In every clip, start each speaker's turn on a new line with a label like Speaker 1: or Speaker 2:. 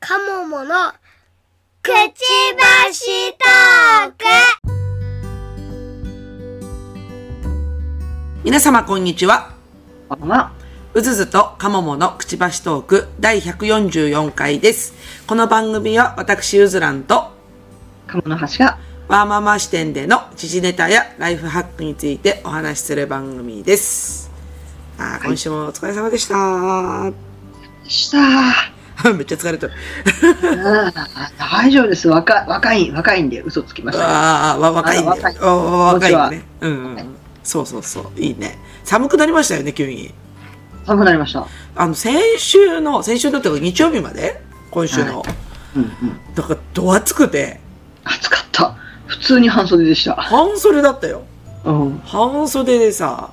Speaker 1: カモモのくちばしトーク
Speaker 2: 皆様こんにちは
Speaker 3: こんばんは。
Speaker 2: うずずとかもものくちばしトーク第144回ですこの番組は私うずらんと
Speaker 3: 鴨の橋が
Speaker 2: ワーママ視点での時事ネタやライフハックについてお話しする番組ですあー今週もお疲れ様でした、
Speaker 3: したー。
Speaker 2: めっちゃ疲れ てる
Speaker 3: うん大丈夫です。若い、若い、若いんで嘘つきました。
Speaker 2: あーわ若いね
Speaker 3: あ若い
Speaker 2: わわ若い
Speaker 3: こん
Speaker 2: ね
Speaker 3: に
Speaker 2: うん、うん、そうそうそういいね寒くなりましたよね急に
Speaker 3: 寒くなりました。
Speaker 2: あの先週の先週のっていうか日曜日まで今週の、
Speaker 3: うんうん。
Speaker 2: だからど暑くて
Speaker 3: 暑かった。普通に半袖でした。
Speaker 2: 半袖だったよ
Speaker 3: うん。
Speaker 2: 半袖でさ、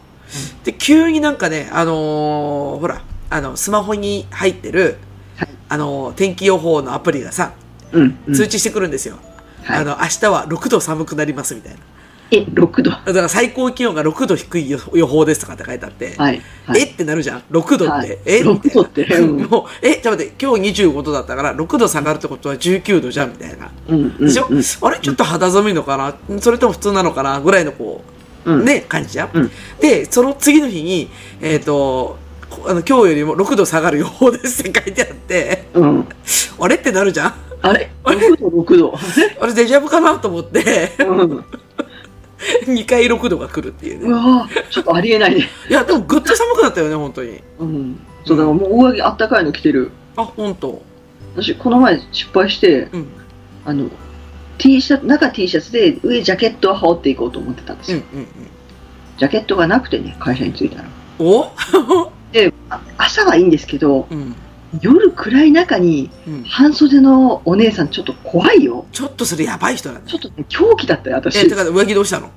Speaker 2: で、急になんかね、あのーほら、あの、スマホに入ってる、
Speaker 3: はい
Speaker 2: あのー天気予報のアプリがさ、
Speaker 3: うん、うん。
Speaker 2: 通知してくるんですよ。
Speaker 3: はい
Speaker 2: あの、明日は6度寒くなりますみたいな。
Speaker 3: え、6度。は
Speaker 2: だから最高気温が6度低い予予報ですとかって書いてあって、
Speaker 3: い。はい
Speaker 2: えってなるじゃん ?6 度って。
Speaker 3: はい
Speaker 2: え
Speaker 3: 6度ってねうん
Speaker 2: もう、え、ちょっと待って、今日25度だったから、6度下がるってことは19度じゃんみたいな。
Speaker 3: うんうん。
Speaker 2: でしょ、
Speaker 3: うん
Speaker 2: あれちょっと肌寒いのかな、それとも普通なのかなぐらいのこう、
Speaker 3: うん
Speaker 2: ね、感じじゃん、
Speaker 3: うん
Speaker 2: で、その次の日に、えっ、と、こあの今日よりも6度下がる予報ですって書いてあって、
Speaker 3: うん。
Speaker 2: あれってなるじゃん
Speaker 3: あれ ?6 度、6度。
Speaker 2: あれデジャブかなと思って、
Speaker 3: うん。う
Speaker 2: 2回6度が来るっていうね。
Speaker 3: わぁ、ちょっとありえないね。
Speaker 2: いや、でもぐっと寒くなったよね、本当に。
Speaker 3: うん。そう、だからもう上着あったかいの着てる。
Speaker 2: あ、本当。
Speaker 3: 私、この前失敗して、
Speaker 2: うん。
Speaker 3: あの、T シャツ、中 T シャツで上ジャケットを羽織っていこうと思ってたんです
Speaker 2: うんう
Speaker 3: よ。
Speaker 2: んうん。
Speaker 3: ジャケットがなくてね、会社に着いたら。
Speaker 2: お
Speaker 3: で、あ朝はいいんですけど、
Speaker 2: うん。
Speaker 3: 夜暗い中に
Speaker 2: うん。
Speaker 3: 半袖のお姉さんちょっと怖いよ。
Speaker 2: ちょっとそれやばい人なんだ。
Speaker 3: ちょっとね、狂気だったよ、私
Speaker 2: え、。てか上着どうしたの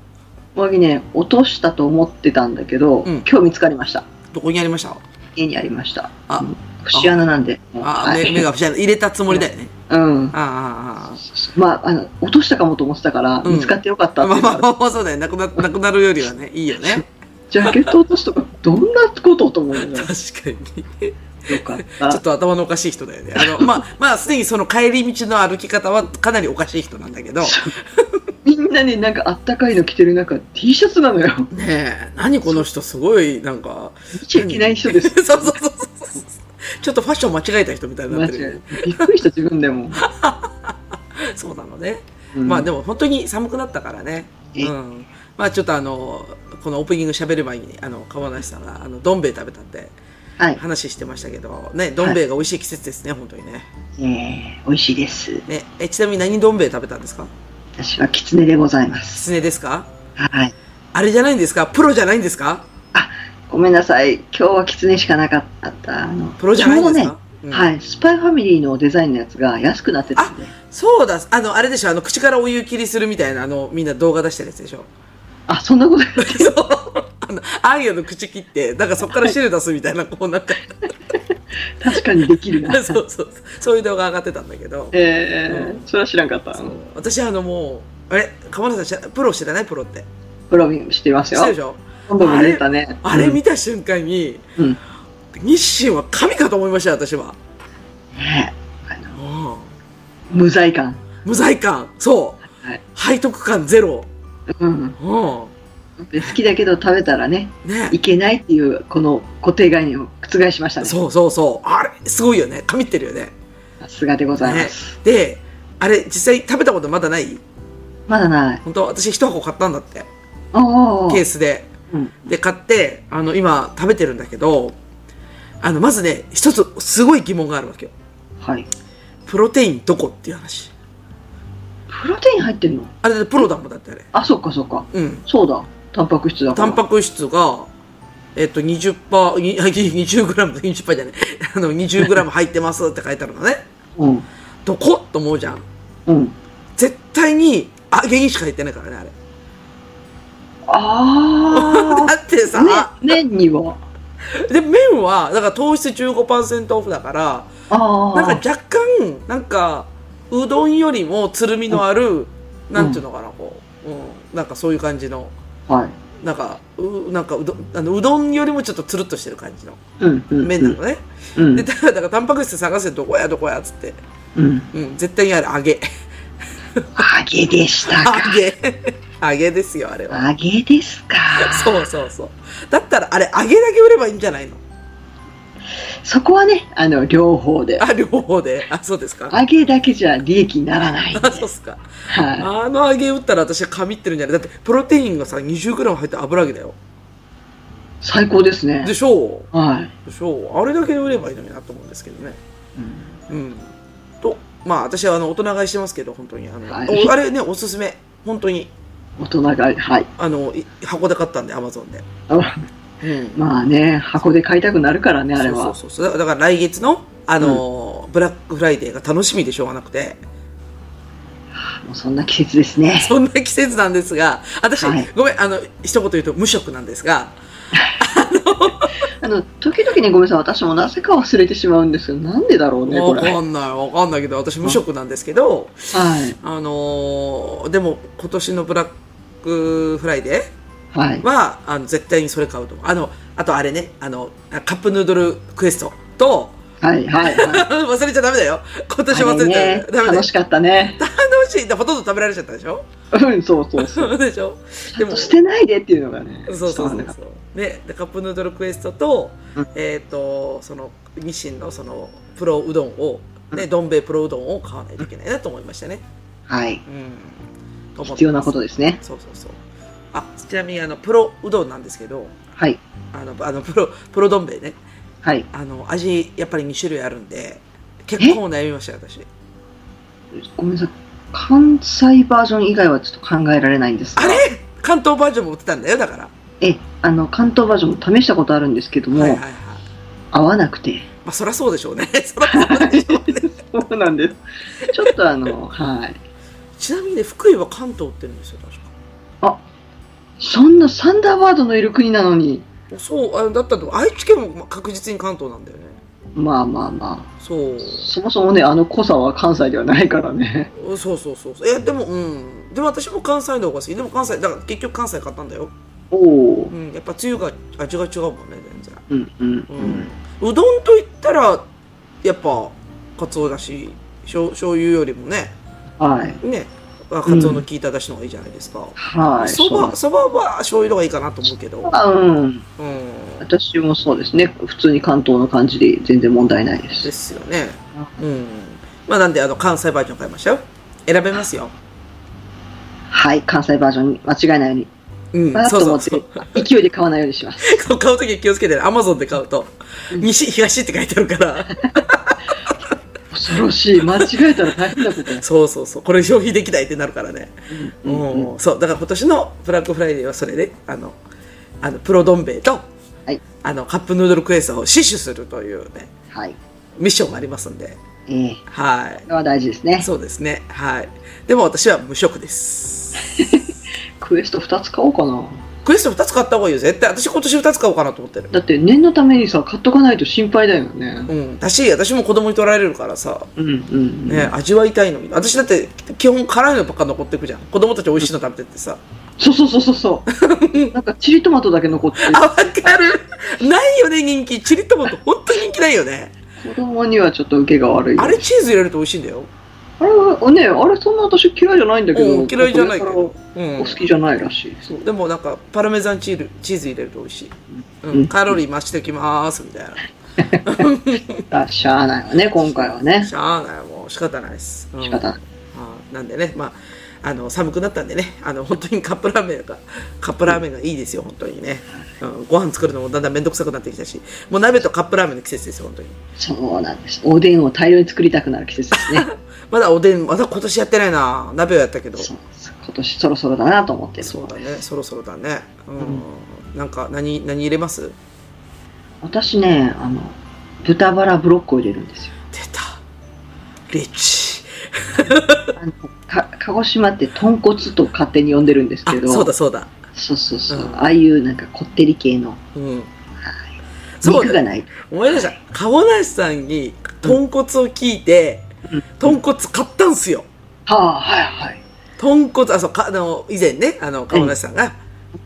Speaker 3: 上着ね、落としたと思ってたんだけど、
Speaker 2: うん
Speaker 3: 今日見つかりました。
Speaker 2: どこにありました
Speaker 3: 家にありました。
Speaker 2: あ
Speaker 3: うん節穴なんで。
Speaker 2: あ、
Speaker 3: はい
Speaker 2: 目目が不思議入れたつもりだよね。
Speaker 3: うん。
Speaker 2: ああああ、ああ。
Speaker 3: まあ、あの、落としたかもと思ってたから、
Speaker 2: うん
Speaker 3: 見つかってよかったって
Speaker 2: ま
Speaker 3: い
Speaker 2: あ
Speaker 3: うの
Speaker 2: まあま
Speaker 3: は
Speaker 2: あまあ、そうだよ。なくな、なくなるよりはね、いいよ ね。
Speaker 3: ジャケット落とすとか、どんなことと思う のよ。よ
Speaker 2: 確かに。
Speaker 3: かっ。
Speaker 2: ちょったと頭のおかしい人だよね。あの、まあ、まあ、すでにその帰り道の歩き方はかなりおかしい人なんだ けど、
Speaker 3: みんなね、なんかあったかいの着てる中、T シャツなのよ。
Speaker 2: ねえ、何この人すごい、なんか、
Speaker 3: 見ちゃいけない人です。
Speaker 2: そうそうそうそう。ちょっとファッション間違えた人みたいにな
Speaker 3: マ
Speaker 2: っ
Speaker 3: ジ
Speaker 2: てる。
Speaker 3: でびっくりした自分 でも。
Speaker 2: そうなのね。
Speaker 3: うん
Speaker 2: まあでも本当に寒くなったからね。
Speaker 3: え
Speaker 2: うん。まあちょっとあの、このオープニング喋る前に、あの、川梨さんが、あの、どん兵衛食べたって
Speaker 3: はい。
Speaker 2: 話してましたけど、ね、どん兵衛が美味しい季節ですね、本当にね。
Speaker 3: えー、美味しいです。
Speaker 2: ね、えちなみに何どん兵衛食べたんですか
Speaker 3: 私はキツネでございま
Speaker 2: キ
Speaker 3: す。
Speaker 2: ツネですか
Speaker 3: はい。
Speaker 2: あれじゃないんですかプロじゃないんですか
Speaker 3: ごめんなさい。今日はキツネしかなかった。あの
Speaker 2: プロじゃないんです
Speaker 3: ちょ
Speaker 2: か
Speaker 3: う、
Speaker 2: うん
Speaker 3: どね、はい。スパイファミリーのデザインのやつが安くなってたんで。
Speaker 2: そうだ、あの、あれでしょ、あの、口からお湯切りするみたいな、あの、みんな動画出してるやつで しょ。
Speaker 3: あ、そんなこと
Speaker 2: そう。あの、アイアの口切って、なんかそっから汁出すみたいな、こうなんか、
Speaker 3: 確かにできる な。
Speaker 2: そうそう、そういう動画上がってたんだけど、
Speaker 3: えー
Speaker 2: う
Speaker 3: それは知らんかった。
Speaker 2: そう私あのもう、あれ鎌田さん知ら、プロ知らないプロって。
Speaker 3: プロミングしています
Speaker 2: 知
Speaker 3: よ
Speaker 2: って。るでしょ
Speaker 3: 今度も出たね。
Speaker 2: あれ
Speaker 3: うん
Speaker 2: 見た瞬間に、
Speaker 3: うん
Speaker 2: 日清は神かと思いましたよ、私は。
Speaker 3: ねあの
Speaker 2: うん
Speaker 3: 無罪感。
Speaker 2: 無罪感そう、
Speaker 3: はい
Speaker 2: 背徳感ゼロ
Speaker 3: うん。
Speaker 2: う
Speaker 3: で好きだけど食べたらね、
Speaker 2: んね
Speaker 3: いけないっていう、この固定概念を覆しましたね。
Speaker 2: そうそうそうあれすごいよね神ってるよね
Speaker 3: さすがでございます。
Speaker 2: であれ実際食べたことまだない
Speaker 3: まだない。
Speaker 2: 本当私一箱買ったんだって
Speaker 3: お
Speaker 2: ケー
Speaker 3: ー。
Speaker 2: スで
Speaker 3: うん。
Speaker 2: で買ってあの今食べてるんだけどあのまずね一つすごい疑問があるわけよ
Speaker 3: はい。
Speaker 2: プロテインどこっていう話
Speaker 3: プロテイン入ってるの
Speaker 2: あれでプロだもんだってあれ
Speaker 3: あ、そっかそっか。
Speaker 2: うん
Speaker 3: そうだ。タンパク質だか
Speaker 2: タ
Speaker 3: ら。
Speaker 2: ンパク質がえっと 20%20g 20g じゃないあの 20g 入ってますって書いてあるのね
Speaker 3: うん。
Speaker 2: どこと思うじゃん
Speaker 3: うん。
Speaker 2: 絶対に揚げにしか入ってないからねあれ
Speaker 3: あ
Speaker 2: だってさ、
Speaker 3: あ。ね、年には。
Speaker 2: で麺はだから糖質15%オフだから
Speaker 3: ああ。
Speaker 2: なんか若干なんかうどんよりもつるみのある、なんていうのかなこう、うん、なんかそういう感じの
Speaker 3: はい。
Speaker 2: なんかうなんかうどんあのうどんよりもちょっとつるっとしてる感じの
Speaker 3: うん。うん。
Speaker 2: 麺なのね、
Speaker 3: うん。
Speaker 2: でだからだからタンパク質探せどこやどこやっつって
Speaker 3: うん。
Speaker 2: うん、絶対にある揚げ
Speaker 3: 揚げでしたか。
Speaker 2: 揚げ 揚げですよあれは
Speaker 3: 揚げですか。
Speaker 2: そうそうそうだったらあれ揚げだけ売ればいいんじゃないの
Speaker 3: そこはね、あの、両方で。
Speaker 2: あ両方であそうですか
Speaker 3: 揚げだけじゃ利益にならないんで。
Speaker 2: あそうっすか
Speaker 3: は
Speaker 2: あの揚げ打ったら私は神ってるんじゃないだってプロテインがさ 20g 入った油揚げだよ
Speaker 3: い。最高ですね
Speaker 2: で。しょう
Speaker 3: はい。
Speaker 2: でしょうあれだけで売ればいいのになと思うんですけどね
Speaker 3: うん
Speaker 2: うんとまあ私はあの大人買いしてますけど本当にあの、
Speaker 3: はい
Speaker 2: おあれねおすすめ本当に
Speaker 3: 大人が、はい。
Speaker 2: あのい箱で買ったんでアマゾンで
Speaker 3: あ
Speaker 2: うん
Speaker 3: まあね、箱で買いたくなるからね、あれは。
Speaker 2: そうそうそうだだから来月のあのー、ブラックフライデーが楽しみでしょうがなくて
Speaker 3: もうそんな季節ですね。
Speaker 2: そんな季節なんですが私、
Speaker 3: はい
Speaker 2: ごめんあの一言言うと無職なんですが
Speaker 3: あの、時々ね、ごめんなさい、私もなぜか忘れてしまうんですけど、なんでだろうね、こ
Speaker 2: わ
Speaker 3: れ。
Speaker 2: か
Speaker 3: は
Speaker 2: んないわかんないけど私無職なんですけど
Speaker 3: い。
Speaker 2: あのーでも今年のブラックフライデー
Speaker 3: はい。
Speaker 2: はあの絶対にそれ買うと思うあのあとあれねあのカップヌードルクエストと
Speaker 3: はい、はい、はい。
Speaker 2: 忘れちゃダメだよ今年
Speaker 3: あ
Speaker 2: 忘
Speaker 3: れ
Speaker 2: れち
Speaker 3: ね
Speaker 2: ゃ、ダメだよ
Speaker 3: 楽しかったね。
Speaker 2: 楽しいってほとんど食べられちゃったでしょ
Speaker 3: うん、そうそうそう。
Speaker 2: そうでしょ
Speaker 3: ちょっと捨てないでっていうのがね。
Speaker 2: そうそうそう
Speaker 3: 伝わらなかっ
Speaker 2: そうででカップヌードルクエストと,、
Speaker 3: うん
Speaker 2: えっとその日清のそのプロうどんを、ね、どん兵衛プロうどんを買わないといけないなと思いましたね、
Speaker 3: たはい。
Speaker 2: うん、と思ってます
Speaker 3: 必要なことですね。
Speaker 2: そうそうそうあちなみにあのプロうどんなんですけど
Speaker 3: はい。
Speaker 2: あのあのプロプロどん兵衛ね
Speaker 3: はい。
Speaker 2: あの味やっぱり2種類あるんで結構悩みましたよ私
Speaker 3: ごめんなさい。関西バージョン以外はちょっと考えられないんですが。
Speaker 2: あれ関東バージョンも売ってたんだよだから
Speaker 3: え、あの、関東バージョンも試したことあるんですけども、
Speaker 2: はいはいはい
Speaker 3: 合わなくて。
Speaker 2: まあそりゃそうでしょうね そりゃそうでしょうね
Speaker 3: そうなんです。ちょっとあの、はい。
Speaker 2: ちなみにね福井は関東売ってるんですよ確か
Speaker 3: そんなサンダーバードのいる国なのに、
Speaker 2: そうあだったと思う愛知県もま確実に関東なんだよね
Speaker 3: まあまあまあ、
Speaker 2: そう
Speaker 3: そもそもね、あの濃さは関西ではないからね。
Speaker 2: そうそうそうそういやでもうんでも私も関西の方が好きでも関西だから結局関西買ったんだよ、
Speaker 3: おお
Speaker 2: う。ん、やっぱつゆが味が違うもんね全然
Speaker 3: うんうん
Speaker 2: う
Speaker 3: うんん。、
Speaker 2: うどんといったらやっぱかつおだししょ醤油よりもね
Speaker 3: はい。
Speaker 2: ねかつおの効いただしの方がいいじゃないですか、
Speaker 3: はい。
Speaker 2: そ
Speaker 3: そうなん
Speaker 2: ば
Speaker 3: です
Speaker 2: そばは醤油の方がいいかなと思うけど、うん、
Speaker 3: あうん。私もそうですね。普通に関東の感じで全然問題ないで。
Speaker 2: ですすよねうんまあなんであの関西バージョン買いましたよ選べますよ
Speaker 3: はい。関西バージョンに間違いないように。
Speaker 2: うん
Speaker 3: まあ、
Speaker 2: そ
Speaker 3: と
Speaker 2: うそ
Speaker 3: 思
Speaker 2: う
Speaker 3: って
Speaker 2: そう、
Speaker 3: 勢いで買わないようにします。
Speaker 2: そう買うとき気をつけてね。アマゾンで買うと、西、東って書いてあるから。
Speaker 3: 恐ろしい。間違えたら大変なことだ。
Speaker 2: そうそうそう。これ消費できないってなるからね。
Speaker 3: う
Speaker 2: うん
Speaker 3: うん
Speaker 2: んそう。だから今年のブラックフライデーはそれで、あの、あの、プロどん兵衛と、
Speaker 3: はい
Speaker 2: あの、カップヌードルクエストを死守するというね、
Speaker 3: はい。
Speaker 2: ミッションがありますんで。
Speaker 3: ええ
Speaker 2: は
Speaker 3: これは大事ですね
Speaker 2: い。。そうですね。はい。でも私は無職です。
Speaker 3: クエスト2つ買おうかな。
Speaker 2: クエスト2つ買った方がいいよ。絶対。私今年2つ買おうかなと思ってる。
Speaker 3: だって念のためにさ、買っとかないと心配だよね。
Speaker 2: うん。だし、私も子供に取られるからさ、
Speaker 3: うんうん。
Speaker 2: ね、味わいたいのに。私だって基本辛いのばっか残ってくじゃん。子供たち美味しいの食べてってさ。
Speaker 3: そうそうそうそ うそう。なんかチリトマトだけ残って、
Speaker 2: あ、わかる。ないよね、人気。チリトマト、本当に人気ないよね。
Speaker 3: 子供にはちょっと受けが悪い。
Speaker 2: あれチーズ入れると美味しいんだよ。
Speaker 3: あれはね、あれそんな私嫌いじゃないんだけど。
Speaker 2: うん、嫌いじゃないけ
Speaker 3: こ
Speaker 2: ど。う
Speaker 3: れから
Speaker 2: ん
Speaker 3: お好。きじゃないらしい。
Speaker 2: そうでもなんか、パルメザンチールチーズ入れると美味しい。うん、
Speaker 3: うん
Speaker 2: カロリー増してきます、みたいな。
Speaker 3: あしゃあないわね、今回はね。
Speaker 2: しゃあない、もう仕方ないです。うん
Speaker 3: 仕方ない。
Speaker 2: あなんでね、まあ、あの、寒くなったんでね、あの、本当にカップラーメンが、カップラーメンがいいですよ、本当にね。うん、ご飯作るのもだんだんめんどくさくなってきたし、もう鍋とカップラーメンの季節ですよ、本当に。
Speaker 3: そうなんです。おでんを大量に作りたくなる季節で すね。
Speaker 2: まだおでん、まだ今年やってないな。鍋はやったけど。
Speaker 3: そう今年そろそろだなと思ってる。
Speaker 2: そうだね、そろそろだね。うん。なんか何何入れます？
Speaker 3: 私ね、あの、豚バラブロックを入れるんですよ。
Speaker 2: 出た。リッチ。
Speaker 3: あのか鹿児島って豚骨と勝手に呼んでるんです
Speaker 2: あ
Speaker 3: け、ど
Speaker 2: そうだそうだ。
Speaker 3: そうそうそう、
Speaker 2: うん
Speaker 3: ああいうなんかこってり系の
Speaker 2: うん。そう
Speaker 3: 肉が
Speaker 2: だ。
Speaker 3: ない
Speaker 2: 思い出した。鴨梨さんに豚骨を聞いて、
Speaker 3: うん
Speaker 2: 豚骨買ったんすよ。
Speaker 3: はあはいはい
Speaker 2: 豚骨あそうかあの以前ねあの鴨梨さんが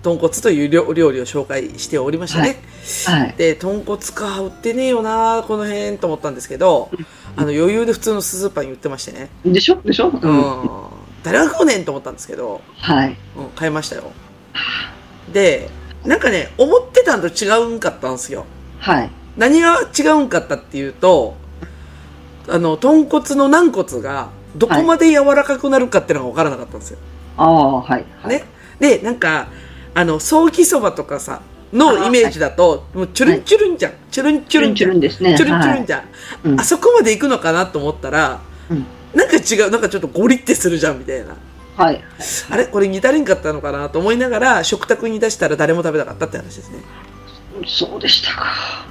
Speaker 2: 豚骨という料料理を紹介しておりましたね。
Speaker 3: はい
Speaker 2: で豚骨か売ってねえよなこの辺と思ったんですけど、あの余裕で普通のスズーパンに売ってましてね、
Speaker 3: でしょでしょう。
Speaker 2: うんん、誰が来うねんと思ったんですけど、
Speaker 3: はい。
Speaker 2: うん、買いましたよでなんかね思ってたんと違うんかったんですよ
Speaker 3: はい。
Speaker 2: 何が違うんかったっていうとあの豚骨の軟骨がどこまで柔らかくなるかっていうのが分からなかったんですよ、
Speaker 3: ああ、はい。はい。
Speaker 2: ねでなんかあのソーキそばとかさのイメージだと、もうチュルンチュルンじゃん、チュルンチ
Speaker 3: チ
Speaker 2: ュル
Speaker 3: ュル
Speaker 2: ン
Speaker 3: ン
Speaker 2: じ
Speaker 3: チ
Speaker 2: ゃ
Speaker 3: ュ
Speaker 2: ん
Speaker 3: ルンですね。
Speaker 2: チュルンチュルン
Speaker 3: はい
Speaker 2: じゃん、
Speaker 3: うん
Speaker 2: あそこまで行くのかなと思ったら、
Speaker 3: うん
Speaker 2: なんか違うなんかちょっとゴリってするじゃんみたいな
Speaker 3: はい。
Speaker 2: あれこれ煮足りんかったのかなと思いながら食卓に出したら誰も食べなかったって話ですね
Speaker 3: そうでしたか。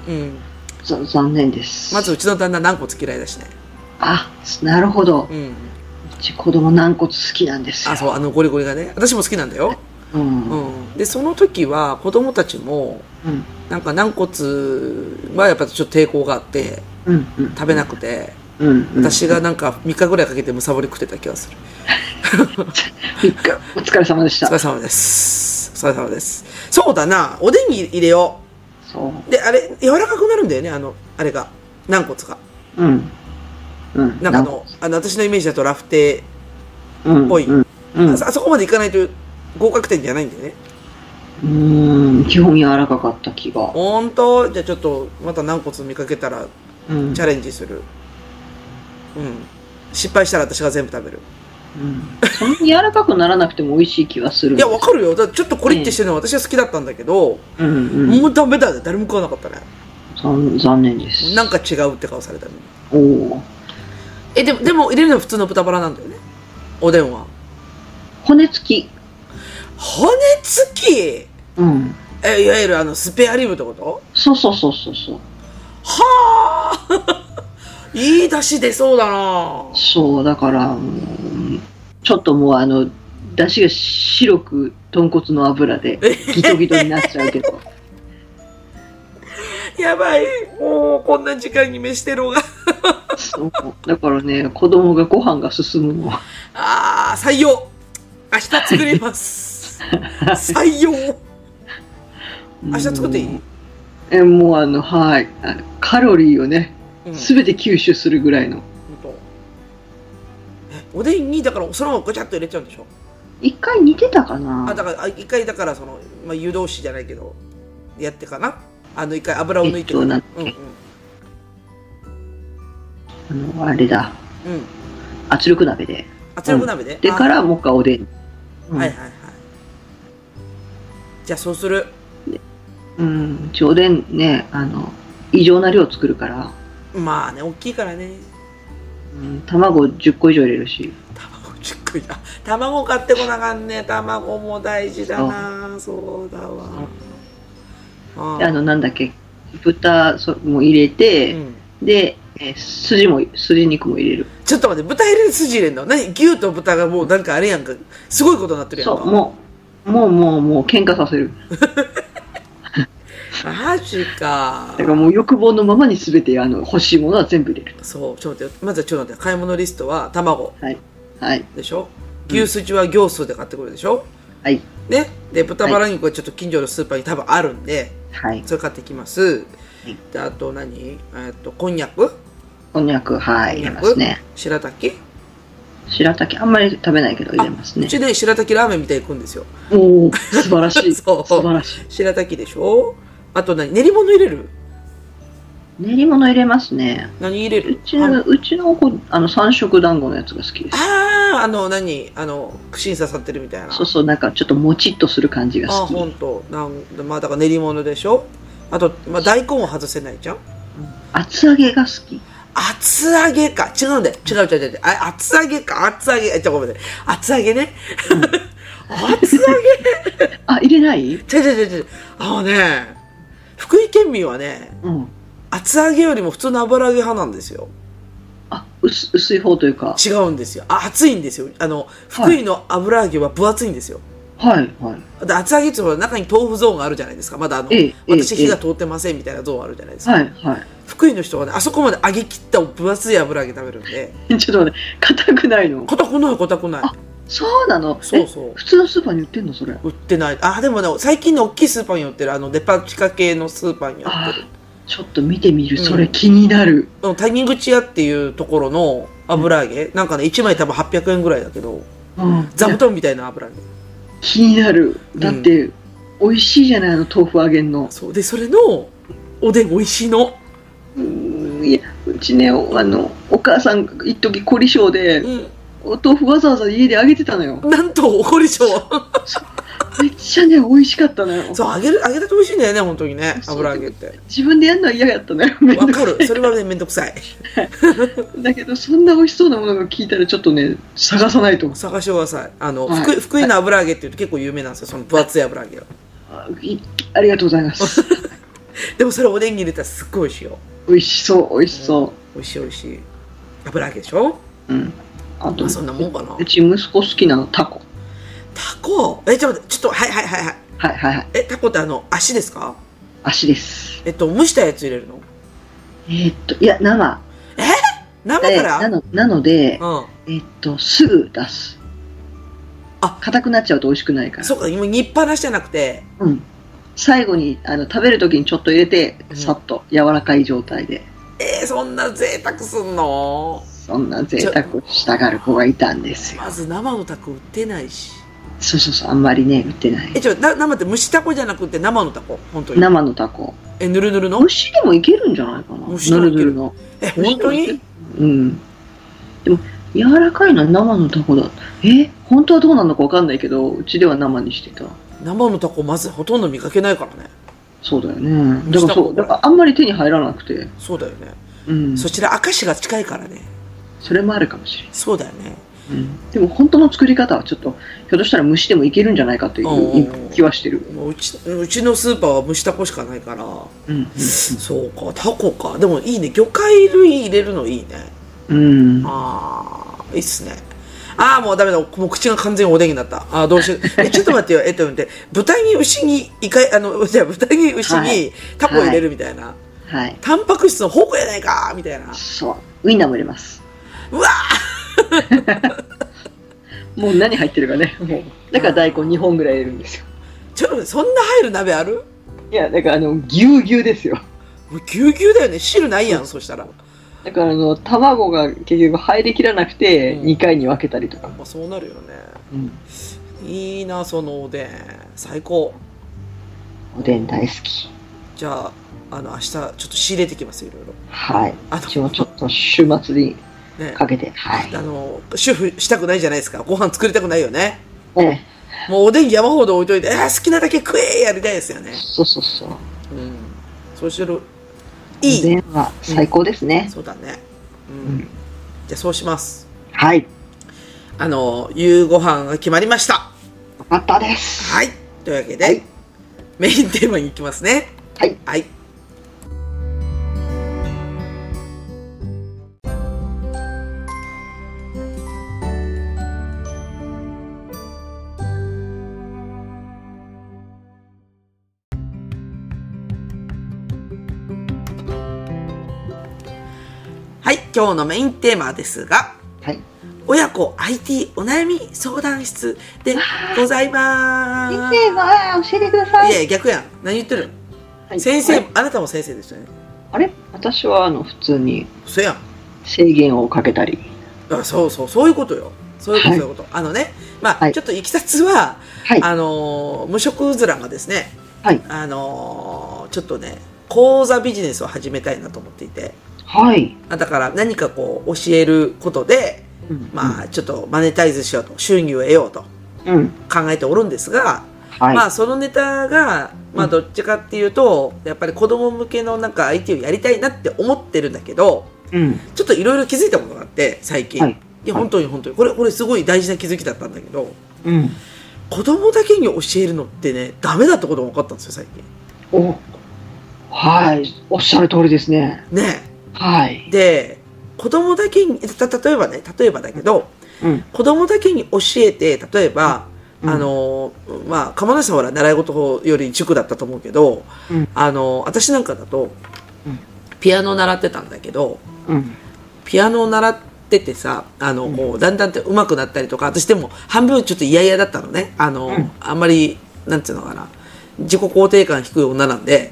Speaker 2: うん
Speaker 3: ざ残念です。
Speaker 2: まず。うちの旦那軟骨嫌いだしね
Speaker 3: あ、なるほど。
Speaker 2: うん
Speaker 3: うち子供軟骨好きなんですよ。
Speaker 2: あそうあのゴリゴリがね私も好きなんだよ、
Speaker 3: う。ん。
Speaker 2: う
Speaker 3: うん。
Speaker 2: ん、でその時は子供たちもなんか軟骨はやっぱちょっと抵抗があって
Speaker 3: うん。うん。
Speaker 2: 食べなくて、
Speaker 3: うん。うん。
Speaker 2: 私がなんか3日ぐらいかけてむさぼり食ってた気がする
Speaker 3: 一回お疲れ様でし
Speaker 2: お
Speaker 3: た
Speaker 2: 疲れ。様ですお疲れ様ですそうだなおでんに入れよ
Speaker 3: そう
Speaker 2: であれ柔らかくなるんだよねあのあれが軟骨が
Speaker 3: う。うん。うん。
Speaker 2: なんかあのあの私のイメージだとラフテ
Speaker 3: うん、
Speaker 2: ぽい
Speaker 3: うん。う
Speaker 2: ー
Speaker 3: ん
Speaker 2: あそこまでいかないと合格点じゃないんだよね
Speaker 3: うーん。基本柔らかかった気が。
Speaker 2: 本当じゃあちょっとまた軟骨見かけたら
Speaker 3: うん。
Speaker 2: チャレンジするうん失敗したら私が全部食べる
Speaker 3: うんそんなに柔らかくならなくても美味しい気はする。
Speaker 2: いやわかるよだってちょっとコリッてしてるのは私は好きだったんだけど、
Speaker 3: うんうん。
Speaker 2: もうダメだね誰も食わなかったね
Speaker 3: 残残念です。
Speaker 2: なんか違うって顔されたの
Speaker 3: おお。
Speaker 2: えでもでも入れるのは普通の豚バラなんだよねおでんは
Speaker 3: 骨付き。
Speaker 2: 骨付き
Speaker 3: うん。
Speaker 2: えいわゆるあのスペアリブってこと
Speaker 3: そうそうそうそうそう。
Speaker 2: はあ いい出汁出そうだな
Speaker 3: そう、だから、うんちょっともうあの、出汁が白く豚骨の油でギトギトになっちゃうけど。
Speaker 2: やばいもうこんな時間に飯テロが
Speaker 3: そうだからね、子供がご飯が進むの。
Speaker 2: ああ採用明日作ります 採用
Speaker 3: 明
Speaker 2: 日作っていい
Speaker 3: え、もうあの、はい。あのカロリーをね、
Speaker 2: うん
Speaker 3: すべて吸収するぐらいの。
Speaker 2: ほんとえおでんにだからそのままごちゃっと入れちゃうんでしょ
Speaker 3: 一回似てたかな
Speaker 2: あだからあ一回だからその、まあ、湯通しじゃないけどやってかなあの一回油を抜いて
Speaker 3: えっとなんだ
Speaker 2: うんうん
Speaker 3: あの、あれだ。
Speaker 2: うん
Speaker 3: 圧力鍋で。
Speaker 2: 圧力鍋で、
Speaker 3: で
Speaker 2: あ
Speaker 3: から、もう一回おでん。うん
Speaker 2: はいはいはいじゃあそうする
Speaker 3: うん、ちょうでんね、あの、異常な量作るから、
Speaker 2: まあね大きいからね
Speaker 3: うん、卵10個以上入れるし、
Speaker 2: 卵ちっくりだ卵買ってこなあかんね卵も大事だなそうだわあ
Speaker 3: であの、なんだっけ、豚そも入れ
Speaker 2: う
Speaker 3: て、
Speaker 2: ん、
Speaker 3: で、えー筋も、筋肉も入れる。
Speaker 2: ちょっと待って豚入れる筋入れんの何牛と豚がもうなんかあれやんかすごいことになってるや
Speaker 3: そ
Speaker 2: んか
Speaker 3: う、もう、もう、もう、もう、喧嘩させる。
Speaker 2: マジか
Speaker 3: だからもう欲望のままに全て、あの、欲しいものは全部入れる。
Speaker 2: そうちょっと待ってよまずはちょっと待って買い物リストは卵
Speaker 3: はい。
Speaker 2: でしょ牛すじは行数で買ってくるでしょ
Speaker 3: はい。
Speaker 2: ねで豚バラ肉はちょっと近所のスーパーに多分あるんで
Speaker 3: はい。
Speaker 2: それ買ってきます
Speaker 3: はい
Speaker 2: であと何えっとこんにゃく
Speaker 3: こんにゃく、はい、入れますね。
Speaker 2: 白滝
Speaker 3: 白滝、あんまり食べないけど入れます
Speaker 2: う
Speaker 3: ね。
Speaker 2: ちね白滝ラーメンみたいに行くんですよ
Speaker 3: おお素晴らしい。
Speaker 2: そう
Speaker 3: 素晴らしい。
Speaker 2: 白滝でしょあと何練り物入れる
Speaker 3: 練り物入れますね。
Speaker 2: 何入れ
Speaker 3: う
Speaker 2: る
Speaker 3: ちの、うちの子、あの、三色団子のやつが好きです。
Speaker 2: ああーあの何あの串に刺さってるみたいな
Speaker 3: そうそう、なんかちょっともちっとする感じが
Speaker 2: あ
Speaker 3: 好き。
Speaker 2: 本当なんまあだから練り物でしょあと、まあ、大根は外せないじゃん
Speaker 3: 厚揚げが好き。
Speaker 2: 厚揚げか違うんだよ違う違う違う違うあ厚揚げか厚揚げあちょごめんね厚揚げね厚揚
Speaker 3: あ、入れない
Speaker 2: げ違う違う違う違うあのね福井県民はね
Speaker 3: うん。
Speaker 2: 厚揚げよりも普通の油揚げ派なんですよ
Speaker 3: あ、薄薄い方というか。
Speaker 2: 違うんですよあ厚いんですよあの福井の油揚げは分厚いんですよ、
Speaker 3: はい、はい。
Speaker 2: で厚揚げってほら中に豆腐ゾーンがあるじゃないですかまだあの、
Speaker 3: ええ
Speaker 2: 私
Speaker 3: ええ
Speaker 2: 火が通ってませんみたいなゾーンあるじゃないですか、
Speaker 3: はい、は
Speaker 2: 福井の人はねあそこまで揚げ切った分厚い油揚げ食べるんで
Speaker 3: い。 ちょっと待って、硬くないの。
Speaker 2: 硬くない硬くない
Speaker 3: あそうなの。
Speaker 2: そう
Speaker 3: え
Speaker 2: そう
Speaker 3: 普通のスーパーに売ってんのそれ。
Speaker 2: 売ってないあでもね最近の大きいスーパーに売ってるあのデパ地下系のスーパーに売ってる
Speaker 3: ちょっと見てみる、
Speaker 2: うん
Speaker 3: それ気になる
Speaker 2: うん谷口屋っていうところの油揚げ、なんかね1枚多分800円ぐらいだけど
Speaker 3: うん
Speaker 2: 座布団みたいな油揚げ
Speaker 3: 気になるだって、美味しいじゃないあの豆腐揚げんの
Speaker 2: そうでそれのおでん美味しいの
Speaker 3: うんいやうちねおあのお母さん一時凝り性で
Speaker 2: う
Speaker 3: お豆腐わざわざ家で揚げてたのよ
Speaker 2: んなんと怒りしょ
Speaker 3: めっちゃね美味しかったの よ
Speaker 2: そう揚げる揚げたて美味しいんだよね本当にね
Speaker 3: そう
Speaker 2: 油揚げって
Speaker 3: 自分でやるのは嫌やったのよめんど
Speaker 2: わ
Speaker 3: く
Speaker 2: かる それはねめんどくさい
Speaker 3: だけどそんな美味しそうなものが聞いたらちょっとね探さないと
Speaker 2: 探してくださいあの、
Speaker 3: はい
Speaker 2: 福福井の油揚げっていうと結構有名なんですよその分厚い油揚げが
Speaker 3: あいありがとうございます
Speaker 2: でもそれおでんに入れたらすっごい美味しいよ
Speaker 3: 美味しそう美味しそ
Speaker 2: 美味しい美味しい油揚げでしょ
Speaker 3: ううんあと
Speaker 2: まあそんなもんかな
Speaker 3: うち息子好きなのタコ
Speaker 2: タコえちょっと待ってちょっとはいはいはいはい
Speaker 3: はいはいはい
Speaker 2: えタコってあの足ですか
Speaker 3: 足です
Speaker 2: えっと蒸したやつ入れるの
Speaker 3: えーっといや生
Speaker 2: 生か
Speaker 3: で
Speaker 2: ら
Speaker 3: なのなので
Speaker 2: うん
Speaker 3: えーっとすぐ出す
Speaker 2: あ
Speaker 3: 硬くなっちゃうと美味しくないから
Speaker 2: そうか今煮っぱなしじゃなくて
Speaker 3: うん最後にあの食べる時にちょっと入れて
Speaker 2: うん
Speaker 3: さっと柔らかい状態で
Speaker 2: えー、そんな贅沢すんの
Speaker 3: そんな贅沢したがる子がいたんですよ
Speaker 2: まず生のタコ売ってないし
Speaker 3: そうそうそうあんまりね売ってない
Speaker 2: えちょな生って蒸しタコじゃなくて生のタコ本当に
Speaker 3: 生のタコ
Speaker 2: えぬるぬるの
Speaker 3: 蒸しでもいけるんじゃないかな
Speaker 2: 蒸しでもいける
Speaker 3: ぬぬの
Speaker 2: え本当に
Speaker 3: うんでも柔らかいのは生のタコだえ本当はどうなのかわかんないけどうちでは生にしてた
Speaker 2: 生のタコまずほとんど見かけないからね
Speaker 3: そうだよね
Speaker 2: 蒸
Speaker 3: だ
Speaker 2: し
Speaker 3: か
Speaker 2: タ
Speaker 3: ら
Speaker 2: コ
Speaker 3: そうだからあんまり手に入らなくて
Speaker 2: そうだよね、
Speaker 3: うん
Speaker 2: そ
Speaker 3: そ
Speaker 2: ちら明石が近いからね
Speaker 3: れもあるかもしれない
Speaker 2: そうだよね
Speaker 3: うんでも本当の作り方はちょっとひょっとしたら蒸しでもいけるんじゃないかとい
Speaker 2: おー
Speaker 3: う気はしてる、
Speaker 2: もううちうちのスーパーは蒸しタコしかないから、
Speaker 3: うん
Speaker 2: そうかタコかでもいいね魚介類入れるのいいね
Speaker 3: うん、
Speaker 2: ああいいっすねああもうダメだもう口が完全におでんになったああどうしよう えちょっと待ってよえっと待って豚に牛にイカあのじゃあ豚に牛
Speaker 3: は
Speaker 2: に
Speaker 3: い
Speaker 2: タコ入れるみたいな、
Speaker 3: はい
Speaker 2: タンパク質の宝庫やないかみたいな
Speaker 3: そうウインナーも入れます
Speaker 2: うわ
Speaker 3: もう何入ってるかねもうだから大根2本ぐらい入れるんですよ
Speaker 2: ちょっと待ってそんな入る鍋ある
Speaker 3: いやだからあのぎゅうぎゅうですよ
Speaker 2: もうぎゅうぎゅうだよね汁ないやんそしたら、ま
Speaker 3: だからあの卵が結局入りきらなくて
Speaker 2: うん
Speaker 3: 2回に分けたりとか、
Speaker 2: あ、そうなるよね
Speaker 3: うん
Speaker 2: いいなそのおでん最高
Speaker 3: おでん大好き
Speaker 2: じゃああの明日ちょっと仕入れてきますいろいろ
Speaker 3: はい
Speaker 2: あ
Speaker 3: うちも
Speaker 2: の
Speaker 3: ちょっと週末に
Speaker 2: ね
Speaker 3: かけてはい
Speaker 2: あの主婦したくないじゃないですかご飯作りたくないよね
Speaker 3: え
Speaker 2: もうおでん山ほど置いといて、えー好きなだけ食えやりたいですよね
Speaker 3: え。そうそうそう
Speaker 2: うん。そうしてる。
Speaker 3: お
Speaker 2: い
Speaker 3: で
Speaker 2: い。
Speaker 3: んは最高ですね、
Speaker 2: そうだね。う。
Speaker 3: うんん、
Speaker 2: じゃあそうします。
Speaker 3: はい
Speaker 2: あの、夕ご飯が決まりました。
Speaker 3: よかったです
Speaker 2: はい。というわけで、
Speaker 3: はい
Speaker 2: メインテーマに行きますね。
Speaker 3: はい。
Speaker 2: はい。はい、今日のメインテーマですが、
Speaker 3: はい
Speaker 2: 親子 IT お悩み相談室でございます。
Speaker 3: 先生は教えてくださ
Speaker 2: い
Speaker 3: い
Speaker 2: や逆やん何言ってるん
Speaker 3: はい
Speaker 2: 先生、
Speaker 3: はい
Speaker 2: あなたも先生ですよね
Speaker 3: あれ私はあの普通に
Speaker 2: そうやん
Speaker 3: 制限をかけたり
Speaker 2: あそうそうそういうことよそういうこと、
Speaker 3: はい
Speaker 2: そういうことあのねまあ、
Speaker 3: はい
Speaker 2: ちょっといきさつは、
Speaker 3: はい
Speaker 2: あのー無職うずらがですね、
Speaker 3: はい
Speaker 2: あのーちょっとね講座ビジネスを始めたいなと思っていて
Speaker 3: はい、
Speaker 2: あだから何かこう教えることで
Speaker 3: うん
Speaker 2: まあちょっとマネタイズしようと収入を得ようと
Speaker 3: うん
Speaker 2: 考えておるんですが、
Speaker 3: はい、
Speaker 2: まあそのネタが、まあどっちかっていうと、やっぱり子供向けのなんか IT をやりたいなって思ってるんだけど、
Speaker 3: うん
Speaker 2: ちょっといろいろ気づいたことがあって、最近。
Speaker 3: はいい、
Speaker 2: や、
Speaker 3: はい
Speaker 2: 本当に本当に。これ、これすごい大事な気づきだったんだけど、
Speaker 3: うん
Speaker 2: 子供だけに教えるのってね、ダメだってことが分かったんですよ、最近。
Speaker 3: おはいおっしゃる通りですね
Speaker 2: ね
Speaker 3: はい
Speaker 2: えで、子供だけに、た、例えばね、例えばだけど、
Speaker 3: うん
Speaker 2: 子供だけに教えて、例えば、
Speaker 3: うん
Speaker 2: あの、まあ、釜梨さんはほら、習い事より塾だったと思うけど、
Speaker 3: うん
Speaker 2: あの、私なんかだと
Speaker 3: うん、
Speaker 2: ピアノ習ってたんだけど、
Speaker 3: うん
Speaker 2: ピアノを習っててさあの、こうだんだんって上手くなったりとか私でも半分ちょっと嫌々だったのねあの、
Speaker 3: うん
Speaker 2: あんまりなんていうのかな自己肯定感低い女なんで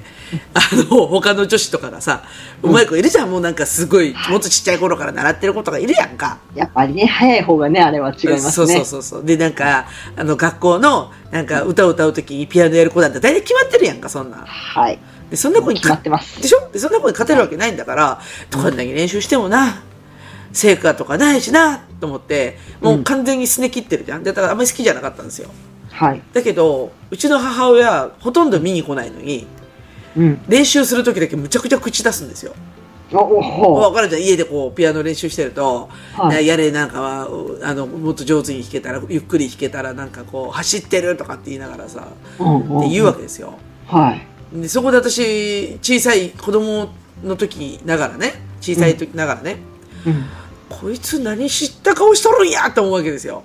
Speaker 2: あの他の女子とかがさうまい子いるじゃん、もうなんかすごいもっとちっちゃい頃から習ってる子とかいるやんか。
Speaker 3: やっぱりね、早い方がね、あれは違いますね。
Speaker 2: そうそうそうそうでなんかあの学校のなんか歌を歌う時にピアノやる子なんて大体決まってるやんかそんなん
Speaker 3: はい。
Speaker 2: でそんな子に
Speaker 3: 決まってます
Speaker 2: でしょでそんな子に勝てるわけないんだから、どんだけ練習してもな成果とかないしなと思ってもう完全にすね切ってるじゃんでだからあんまり好きじゃなかったんですよ
Speaker 3: はい。
Speaker 2: だけどうちの母親ほとんど見に来ないのに
Speaker 3: うん。
Speaker 2: 練習する時だけむちゃくちゃ口出すんですよ
Speaker 3: おおほ
Speaker 2: 分かるじゃん家でこうピアノ練習してると、
Speaker 3: はい
Speaker 2: ねやれなんかはうあのもっと上手に弾けたらゆっくり弾けたらなんかこう走ってるとかって言いながらさ
Speaker 3: う。うん
Speaker 2: って言うわけですよ
Speaker 3: はい。
Speaker 2: でそこで私小さい子供の時ながらね小さい時ながらね、
Speaker 3: うん。
Speaker 2: こいつ何知った顔しとるんやと思うわけですよ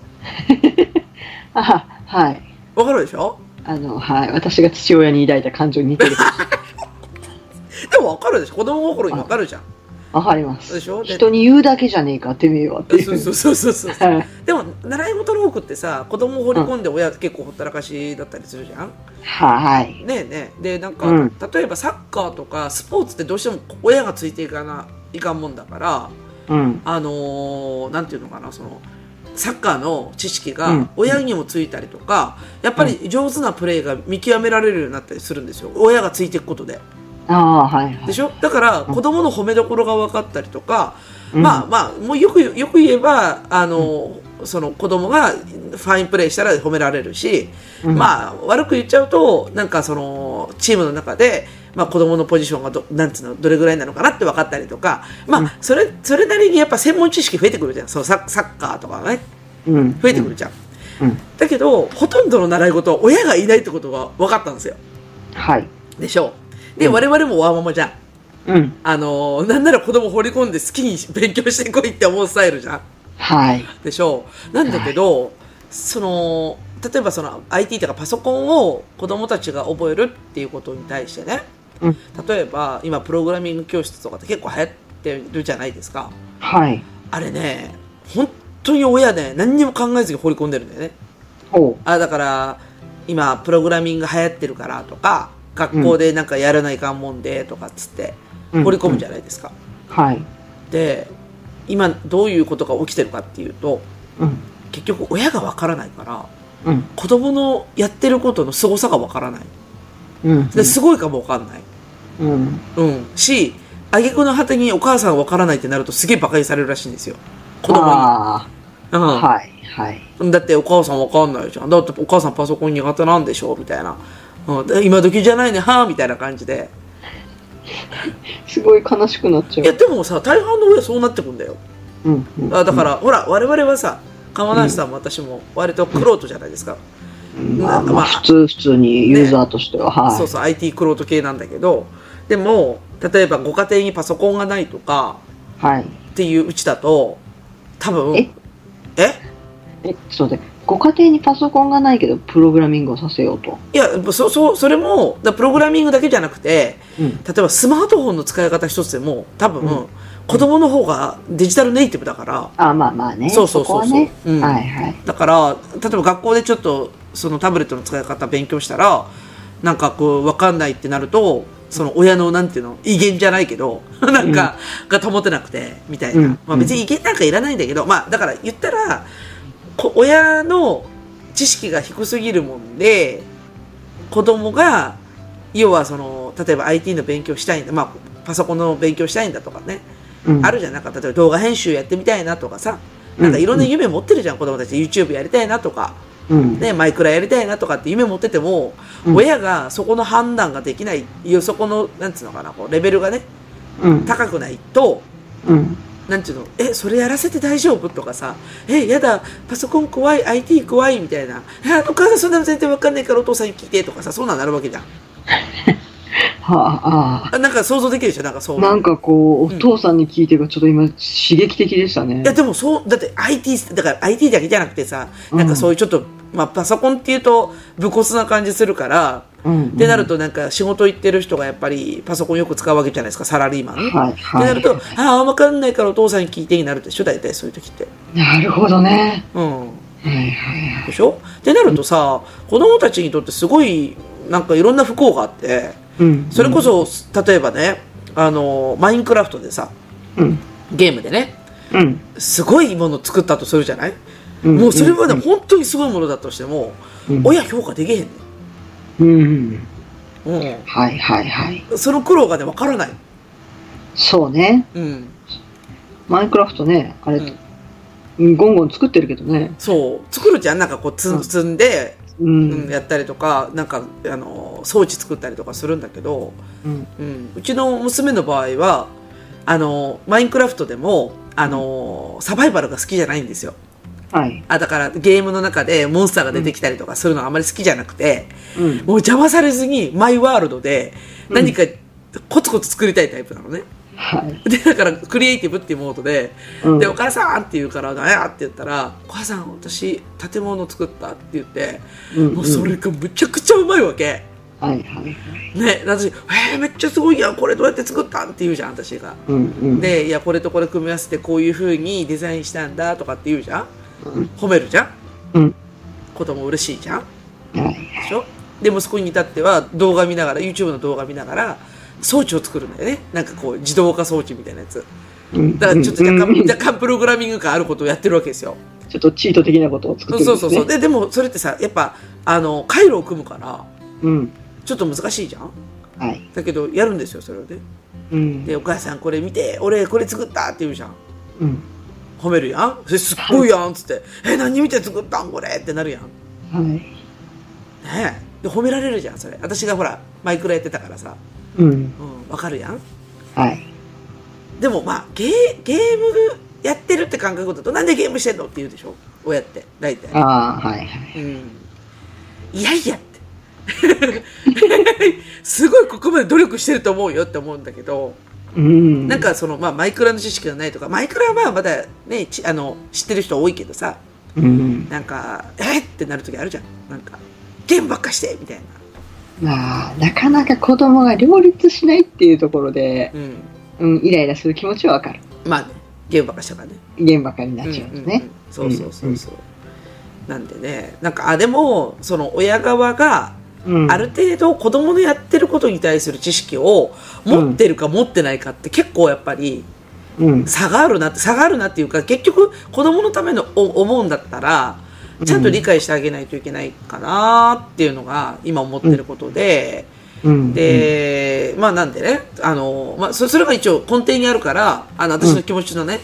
Speaker 3: あは、はい。
Speaker 2: 分かるでしょ
Speaker 3: あの、はい。私が父親に抱いた感情に似て る。
Speaker 2: でも分かるでしょ子供心に分かるじゃん
Speaker 3: わかります。
Speaker 2: でしょで
Speaker 3: 人に言うだけじゃねえか、てめえはっていう。
Speaker 2: そうそうそうそう そう
Speaker 3: はい。
Speaker 2: でも習い事の多くってさ子供を放り込んで親結構ほったらかしだったりするじゃん
Speaker 3: はい。
Speaker 2: ねえねえでなんか、
Speaker 3: うん
Speaker 2: 例えばサッカーとかスポーツってどうしても親がついていかないかんもんだから
Speaker 3: うん。
Speaker 2: あのーなんていうのかなそのサッカーの知識
Speaker 3: う
Speaker 2: が
Speaker 3: ん
Speaker 2: 親にもついたりとか、やっぱり上手なプレーが見極められるようになったりするんですよ親がついていくことで
Speaker 3: ああ、はい、はい。
Speaker 2: でしょだから子供の褒めどころが分かったりとか、
Speaker 3: うん
Speaker 2: まあまあもうよくよく言えばあの、その子供がファインプレーしたら褒められるし、
Speaker 3: うん
Speaker 2: まあ悪く言っちゃうとなんかそのチームの中で、まあ、子供のポジションがどなんつうのどれぐらいなのかなって分かったりとか、まあ、それそれなりにやっぱ専門知識増えてくるじゃんそのササッカーとかがね
Speaker 3: うん。
Speaker 2: 増えてくるじゃん。
Speaker 3: うん。
Speaker 2: だけどほとんどの習い事は親がいないってことが分かったんですよ。
Speaker 3: はい。
Speaker 2: でしょで、
Speaker 3: うん
Speaker 2: 我々もワーママじゃん。
Speaker 3: うん。
Speaker 2: あのーなんなら子供放り込んで好きに勉強してこいって思うスタイルじゃん
Speaker 3: はい。
Speaker 2: でしょうなんだけど、その例えばその IT とかパソコンを子供たちが覚えるっていうことに対してね
Speaker 3: うん。
Speaker 2: 例えば今プログラミング教室とかって結構流行ってるじゃないですか
Speaker 3: はい。
Speaker 2: あれね本当に親ね何にも考えずに放り込んでるんだよね
Speaker 3: ほ
Speaker 2: あだから今プログラミング流行ってるからとか学校でなんかやらないかんもんでとかっつって
Speaker 3: うん
Speaker 2: 放り込むじゃないですか、
Speaker 3: う。はい。
Speaker 2: で今どういうことが起きてるかっていうと
Speaker 3: うん。
Speaker 2: 結局親がわからないから
Speaker 3: うん。
Speaker 2: 子供のやってることの凄さがわからない
Speaker 3: うん。
Speaker 2: ですごいかもわかんない、
Speaker 3: うん。
Speaker 2: うん、し挙句の果てにお母さんわからないってなるとすげえ馬鹿にされるらしいんですよ子供に、
Speaker 3: あ
Speaker 2: うん
Speaker 3: あ。はい。はい。
Speaker 2: だってお母さんわかんないじゃんだってお母さんパソコン苦手なんでしょみたいな、うん、で今時じゃないねはあみたいな感じです
Speaker 3: ごい悲しくなっち
Speaker 2: い
Speaker 3: ゃ
Speaker 2: や
Speaker 3: う。
Speaker 2: でもさ大半の親そうなってくんだよ
Speaker 3: うん。うん
Speaker 2: あだから、ほら我々はさ釜梨さんも私も割とクロートじゃないですか、
Speaker 3: まあ、
Speaker 2: な
Speaker 3: ま
Speaker 2: まあ
Speaker 3: あ、普通、普通にユーザーとしては、はい。
Speaker 2: そうそう IT クロート系なんだけどでも例えばご家庭にパソコンがないとか
Speaker 3: はい。
Speaker 2: っていううちだと多分
Speaker 3: え
Speaker 2: え
Speaker 3: え、そうで、ご家庭にパソコンがないけど、プログラミングをさせようと。
Speaker 2: いやそそそれもだプログラミングだけじゃなくて
Speaker 3: うん。
Speaker 2: 例えばスマートフォンの使い方一つでも多分、
Speaker 3: うん
Speaker 2: 子供の方がデジタルネイティブだから
Speaker 3: あ、まあまあね。
Speaker 2: そうそうそうそう
Speaker 3: こはね
Speaker 2: うん
Speaker 3: はいはい。
Speaker 2: だから例えば学校でちょっとそのタブレットの使い方勉強したらなんかこう分かんないってなるとその親のなんていうの威厳じゃないけど なんか、が保てなくてみたいな、
Speaker 3: うん
Speaker 2: まあ、別に威厳なんかいらないんだけど、まあだから言ったらこ親の知識が低すぎるもんで子供が要はその例えば IT の勉強したいんだ、まあ、パソコンの勉強したいんだとかね、
Speaker 3: うん
Speaker 2: あるじゃんなんか例えば動画編集やってみたいなとかさなんかいろんな夢持ってるじゃん、子供たち YouTube やりたいなとか、
Speaker 3: うん。
Speaker 2: ね、マイクラやりたいなとかって夢持ってても、
Speaker 3: うん
Speaker 2: 親がそこの判断ができないよそこのなんつうのかなこうレベルがね
Speaker 3: うん。
Speaker 2: 高くないと
Speaker 3: うん。
Speaker 2: なんていうのえそれやらせて大丈夫とかさえやだパソコン怖い IT 怖いみたいなえお母さんそんなの全然わかんないからお父さんに聞いてとかさそんなんなるわけじゃん
Speaker 3: はあ、あ
Speaker 2: あなんか想像できるでしょなんかそ
Speaker 3: あ。
Speaker 2: う
Speaker 3: なんかこ
Speaker 2: う
Speaker 3: う、
Speaker 2: ん
Speaker 3: お父さんに聞いてがちょっと今、刺激的でしたね
Speaker 2: いや。でもそうだって IT だから IT だけじゃなくてさ
Speaker 3: うん
Speaker 2: なんかそういうちょっと、まあ、パソコンっていうと武骨な感じするから、
Speaker 3: うん。
Speaker 2: ってなるとなんか仕事行ってる人がやっぱりパソコンよく使うわけじゃないですかサラリーマン、
Speaker 3: うん。はい
Speaker 2: ってな
Speaker 3: は
Speaker 2: る
Speaker 3: い。
Speaker 2: とああ分かんないからお父さんに聞いてになるでしょ大体そういう時って
Speaker 3: なるほどね。
Speaker 2: うん
Speaker 3: はいはい
Speaker 2: でしょってなるとさ子供たちにとってすごいなんかいろんな不幸があって
Speaker 3: うん。
Speaker 2: それこそ、例えばね、あの、マインクラフトでさ、
Speaker 3: うん。
Speaker 2: ゲームでね、
Speaker 3: うん。
Speaker 2: すごいもの作ったとするじゃない
Speaker 3: うん。
Speaker 2: もうそれまで本当にすごいものだとしても、
Speaker 3: うん、
Speaker 2: 親評価できへん
Speaker 3: うん。
Speaker 2: ね
Speaker 3: はいはいはい。
Speaker 2: うん。その苦労がね、わからない。
Speaker 3: そうね。
Speaker 2: うん。
Speaker 3: マインクラフトね、あれ、
Speaker 2: うん
Speaker 3: ゴンゴン作ってるけどね。
Speaker 2: そう。作るじゃんなんかこうつ
Speaker 3: うん
Speaker 2: ん、積んで、
Speaker 3: う
Speaker 2: うん、
Speaker 3: ん。
Speaker 2: やったりとか、なんか、あの、装置作ったりとかするんだけど、
Speaker 3: うん。
Speaker 2: うん、うちの娘の場合はあのマインクラフトでもあの、サバイバルが好きじゃないんですよ
Speaker 3: はい。
Speaker 2: あだからゲームの中でモンスターが出てきたりとかするのはあまり好きじゃなくて、
Speaker 3: うん。
Speaker 2: もう邪魔されずにマイワールドで
Speaker 3: うん
Speaker 2: 何かコツコツ作りたいタイプなのね、
Speaker 3: は い。
Speaker 2: でだからクリエイティブっていうモードで
Speaker 3: う
Speaker 2: 「
Speaker 3: ん
Speaker 2: でお母さん!」って言うから「何や?」って言ったら「お母さん私建物作った」って言って
Speaker 3: うん
Speaker 2: もうそれがむちゃくちゃうまいわけ。
Speaker 3: はいはい。
Speaker 2: ね、私、えー、めっちゃすごいやん、これどうやって作ったんって言うじゃん、私が。
Speaker 3: うんうん。、
Speaker 2: で、いや、これとこれ組み合わせてこういう風にデザインしたんだとかって言うじゃん
Speaker 3: うん。
Speaker 2: 褒めるじゃん
Speaker 3: うん。
Speaker 2: 子供嬉しいじゃん
Speaker 3: は
Speaker 2: で
Speaker 3: い。
Speaker 2: しょで、息子に至っては動画見ながら、YouTube の動画見ながら、装置を作るんだよね。なんかこう、自動化装置みたいなやつ。
Speaker 3: うん
Speaker 2: だからちょっと
Speaker 3: うん
Speaker 2: 若
Speaker 3: うん
Speaker 2: 干、若干プログラミング感あることをやってるわけですよ。
Speaker 3: ちょっとチート的なことを作
Speaker 2: そう
Speaker 3: ってるん
Speaker 2: そ
Speaker 3: で
Speaker 2: う
Speaker 3: す
Speaker 2: そ
Speaker 3: ね。
Speaker 2: うそう。で、でもそれってさ、やっぱ、あの、回路を組むから、
Speaker 3: うん。
Speaker 2: ちょっと難しいじゃん
Speaker 3: はい。
Speaker 2: だけど、やるんですよ、それをね。
Speaker 3: うん。
Speaker 2: で、お母さんこれ見て、俺これ作ったって言うじゃん。
Speaker 3: うん。
Speaker 2: 褒めるやん。それすっごいやんっつって、え、何見て作ったんこれってなるやん。
Speaker 3: はい。
Speaker 2: ねえ。で、褒められるじゃん、それ。私がほら、マイクラやってたからさ、
Speaker 3: うん。
Speaker 2: うん、わかるやん。
Speaker 3: はい。
Speaker 2: でもまあ、ゲー、ゲームやってるって感覚だと、なんでゲームしてんのって言うでしょ親って、大体。
Speaker 3: ああ、はいはい。
Speaker 2: うん。いやいやって。 すごいここまで努力してると思うよって思うんだけど、
Speaker 3: うん。
Speaker 2: なん、かその、まあ、マイクラの知識がないとか、マイクラはまあまだね、ちあの、知ってる人多いけどさ、
Speaker 3: うん。
Speaker 2: なんか、えっってなる時あるじゃん。なんか、ゲームばっかしてみたいな。
Speaker 3: まあ、なかなか子供が両立しないっていうところで、
Speaker 2: うん。
Speaker 3: うん、イライラする気持ちはわかる。
Speaker 2: まあね、ゲームばっかしたからね。
Speaker 3: 現場からになっちゃうと
Speaker 2: んん
Speaker 3: ね。
Speaker 2: んそうそうそうそう。なんでね、なんか、あ、でも、その親側が、
Speaker 3: うん
Speaker 2: ある程度子供のやってることに対する知識を持ってるか持ってないかって結構やっぱり
Speaker 3: うん。
Speaker 2: 差があるなって、差があるなっていうか、結局子供のためのお思うんだったら、ちゃんと理解してあげないといけないかなっていうのが今思ってることで、
Speaker 3: うん、
Speaker 2: で、まあなんでね、あの、まあそそれが一応根底にあるから、あの私の気持ちのね、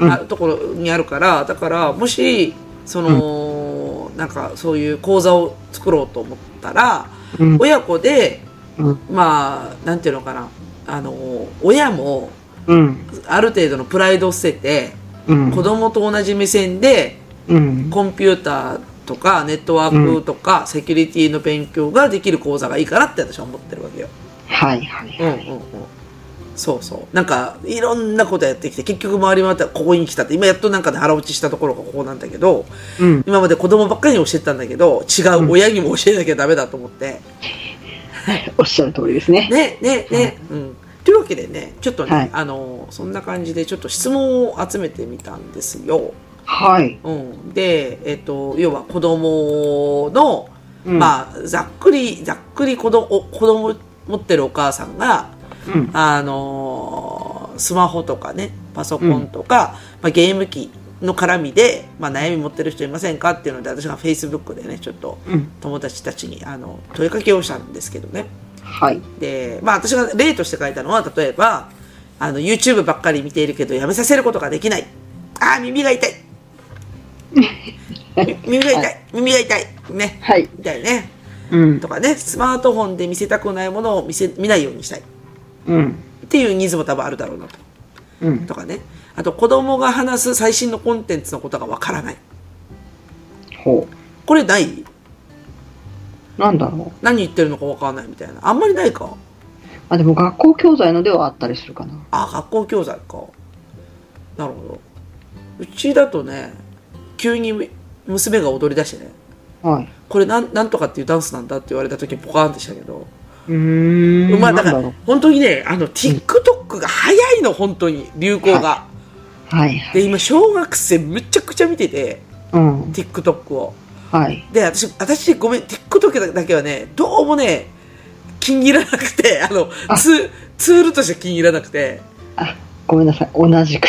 Speaker 3: うん
Speaker 2: あところにあるから、だからもし、その、なんかそういう講座を作ろうと思ったら、
Speaker 3: うん、
Speaker 2: 親子で、
Speaker 3: うん
Speaker 2: まあ、なんていうのかな、あの、親も
Speaker 3: うん、
Speaker 2: ある程度のプライドを捨てて、
Speaker 3: うん、
Speaker 2: 子供と同じ目線で、
Speaker 3: うん、
Speaker 2: コンピューターとかネットワークとか、セキュリティの勉強ができる講座がいいかなって私は思ってるわけよ。
Speaker 3: はいはい
Speaker 2: うんうんうん。そうそう。なんか、いろんなことやってきて、結局周り回ったらここに来たって、今やっとなんかで腹落ちしたところがここなんだけど、
Speaker 3: うん、
Speaker 2: 今まで子供ばっかりに教えてたんだけど、違う親にも教えなきゃダメだと思って。
Speaker 3: おっしゃる通りですね。
Speaker 2: ね、ね、ね。うん。というわけでね、ちょっとね、
Speaker 3: はい
Speaker 2: あの、そんな感じでちょっと質問を集めてみたんですよ。
Speaker 3: はい。
Speaker 2: うん。で、えっと、要は子供の、
Speaker 3: うん、
Speaker 2: まあ、ざっくり、ざっくり子供、お子供持ってるお母さんが、
Speaker 3: うん、
Speaker 2: あのースマホとかね、パソコンとか、まあ、ゲーム機の絡みで、まあ、悩み持ってる人いませんかっていうので、私が Facebook でね、ちょっと
Speaker 3: うん、
Speaker 2: 友達たちに、あの、問いかけをしたんですけどね。
Speaker 3: はい。
Speaker 2: で、まあ、私が例として書いたのは、例えば、あの、YouTube ばっかり見ているけど、やめさせることができない。ああ、耳が 痛い。み耳が痛。
Speaker 3: はい
Speaker 2: 耳が痛い。ね。
Speaker 3: はい。
Speaker 2: みたいね。
Speaker 3: うん
Speaker 2: と、かね、スマートフォンで見せたくないものを見せ、見ないようにしたい。
Speaker 3: うん、
Speaker 2: っていうニーズも多分あるだろうなと。
Speaker 3: うん、
Speaker 2: とかね。あと、子供が話す最新のコンテンツのことがわからない。
Speaker 3: ほ
Speaker 2: これない
Speaker 3: う。なんだろう。
Speaker 2: 何言ってるのかわからないみたいな。あんまりないか
Speaker 3: あ、でも学校教材のではあったりするかな。
Speaker 2: あ、学校教材か。なるほど。うちだとね、急に娘が踊り出してね、
Speaker 3: はい。
Speaker 2: これなんなんとかっていうダンスなんだって言われた時ポカーンってしたけど、
Speaker 3: うーん。
Speaker 2: まあだか
Speaker 3: なん
Speaker 2: ら
Speaker 3: ろ
Speaker 2: 本当にね、あの TikTok が早いの、本当に、流行が。
Speaker 3: う。はいはい。
Speaker 2: で、今小学生むちゃくちゃ見てて、
Speaker 3: うん。
Speaker 2: TikTok を。
Speaker 3: はい。
Speaker 2: で、私、私ごめん、TikTok だけはね、どうもね、気に入らなくて、あの、ツツールとして気に入らなくて。
Speaker 3: あ、ごめんなさい。同じ く。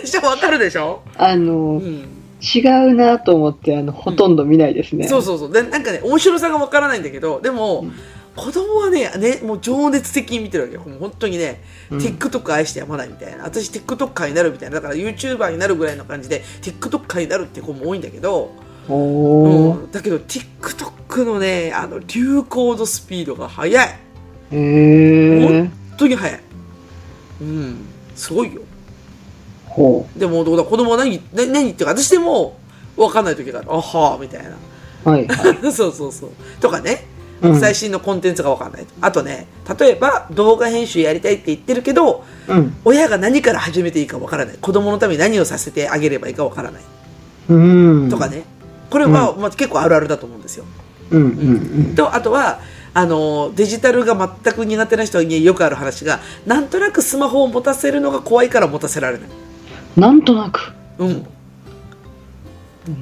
Speaker 2: でしょわかるでしょ
Speaker 3: あ
Speaker 2: う
Speaker 3: の、
Speaker 2: ん。
Speaker 3: 違うなと思って、あの、ほとんど見ないですね。
Speaker 2: そうそうそう。で、なんかね、面白さがわからないんだけど、でも、
Speaker 3: うん
Speaker 2: 子供はねね、もう情熱的に見てるわけよ。もう本当にね、
Speaker 3: うん
Speaker 2: TikTok 愛してやまないみたいな。私 TikToker になるみたいな。だから YouTuber になるぐらいの感じで、TikToker になるって子も多いんだけど、
Speaker 3: おー。
Speaker 2: うんだけど TikTok のね、あの、流行のスピードが速い。
Speaker 3: へえ。
Speaker 2: 本当に早い。うん。すごいよ。
Speaker 3: ほ
Speaker 2: でも、だから子供は何、何、何っていうか、私でも、わかんない時がある。あはーみたいな。
Speaker 3: う。はいはい。
Speaker 2: そうそうそう。とかね、
Speaker 3: うん
Speaker 2: 最新のコンテンツがわかんない。あとね、例えば動画編集やりたいって言ってるけど、
Speaker 3: うん。
Speaker 2: 親が何から始めていいかわからない。子供のために何をさせてあげればいいかわからない。
Speaker 3: うん。
Speaker 2: とか。ね。これは、まあ、結構あるあるだと思うんですよ。
Speaker 3: うんうんうん。
Speaker 2: と、あとは、あの、デジタルが全く苦手な人によくある話が、なんとなくスマホを持たせるのが怖いから持たせられない。
Speaker 3: なんとなく。
Speaker 2: うん。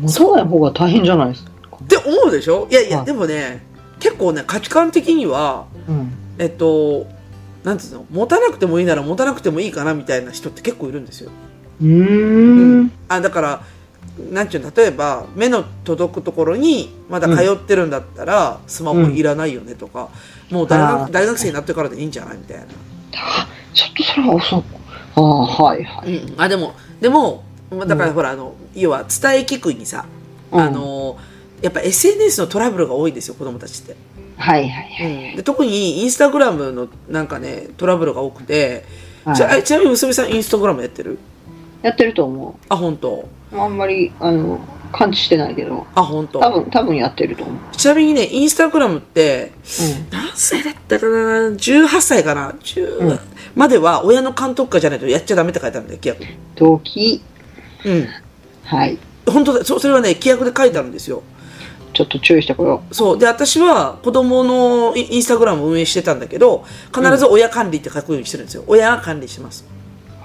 Speaker 3: 持たない方が大変じゃないですか。
Speaker 2: って思うでしょいやいや、
Speaker 3: はい
Speaker 2: でもね、結構ね、価値観的には、
Speaker 3: うん。
Speaker 2: えっと、なんつうの、持たなくてもいいなら持たなくてもいいかなみたいな人って結構いるんですよ。
Speaker 3: うーん。
Speaker 2: あ、だから、なんちゅうの、例えば、目の届くところに、まだ通ってるんだったら、スマホいらないよねとか、もう大
Speaker 3: あ
Speaker 2: 学
Speaker 3: ー
Speaker 2: 大学生になってからでいいんじゃないみたいな。
Speaker 3: あちょっとそれは遅く。ああ、はいはい。
Speaker 2: うん。あ、でも、でも、まあだから
Speaker 3: うん
Speaker 2: ほら、あの、要は伝え聞くにさ、
Speaker 3: うん
Speaker 2: あ、の、やっぱ SNS のトラブルが多いんですよ、子供たちって。
Speaker 3: はいはいはい。
Speaker 2: で特にインスタグラムのなんかねトラブルが多くて、
Speaker 3: はい
Speaker 2: ちゃあちなみに娘さんインスタグラムやってる
Speaker 3: やってると思
Speaker 2: あ本当
Speaker 3: う。あんまり、あの、感知してないけど。
Speaker 2: あ本
Speaker 3: 多
Speaker 2: 当
Speaker 3: 分、多分やってると思う。
Speaker 2: ちなみにねインスタグラムって
Speaker 3: う
Speaker 2: 何歳だったかな18歳かな10、
Speaker 3: うん
Speaker 2: までは親の監督下じゃないとやっちゃダメって書いてあるんだよ規約に
Speaker 3: ん。動機。
Speaker 2: うん
Speaker 3: はい。
Speaker 2: 本当だそそれはね規約で書いてあるんですよ
Speaker 3: ちょっと注意してこよ
Speaker 2: そうで私は子供のインインスタグラムを運営してたんだけど必ず親管理って書くようにしてるんですよ、親が管理してます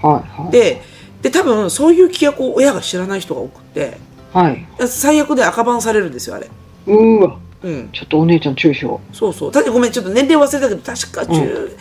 Speaker 3: う。はいはい。
Speaker 2: でで多分そういう規約を親が知らない人が多くて
Speaker 3: はい。
Speaker 2: 最悪で赤番されるんですよ、あれ。
Speaker 3: うーわ。
Speaker 2: うん。
Speaker 3: ちょっとお姉ちゃん注意しよ
Speaker 2: そうそう。確かごめん、ちょっと年齢忘れたけど、確か10、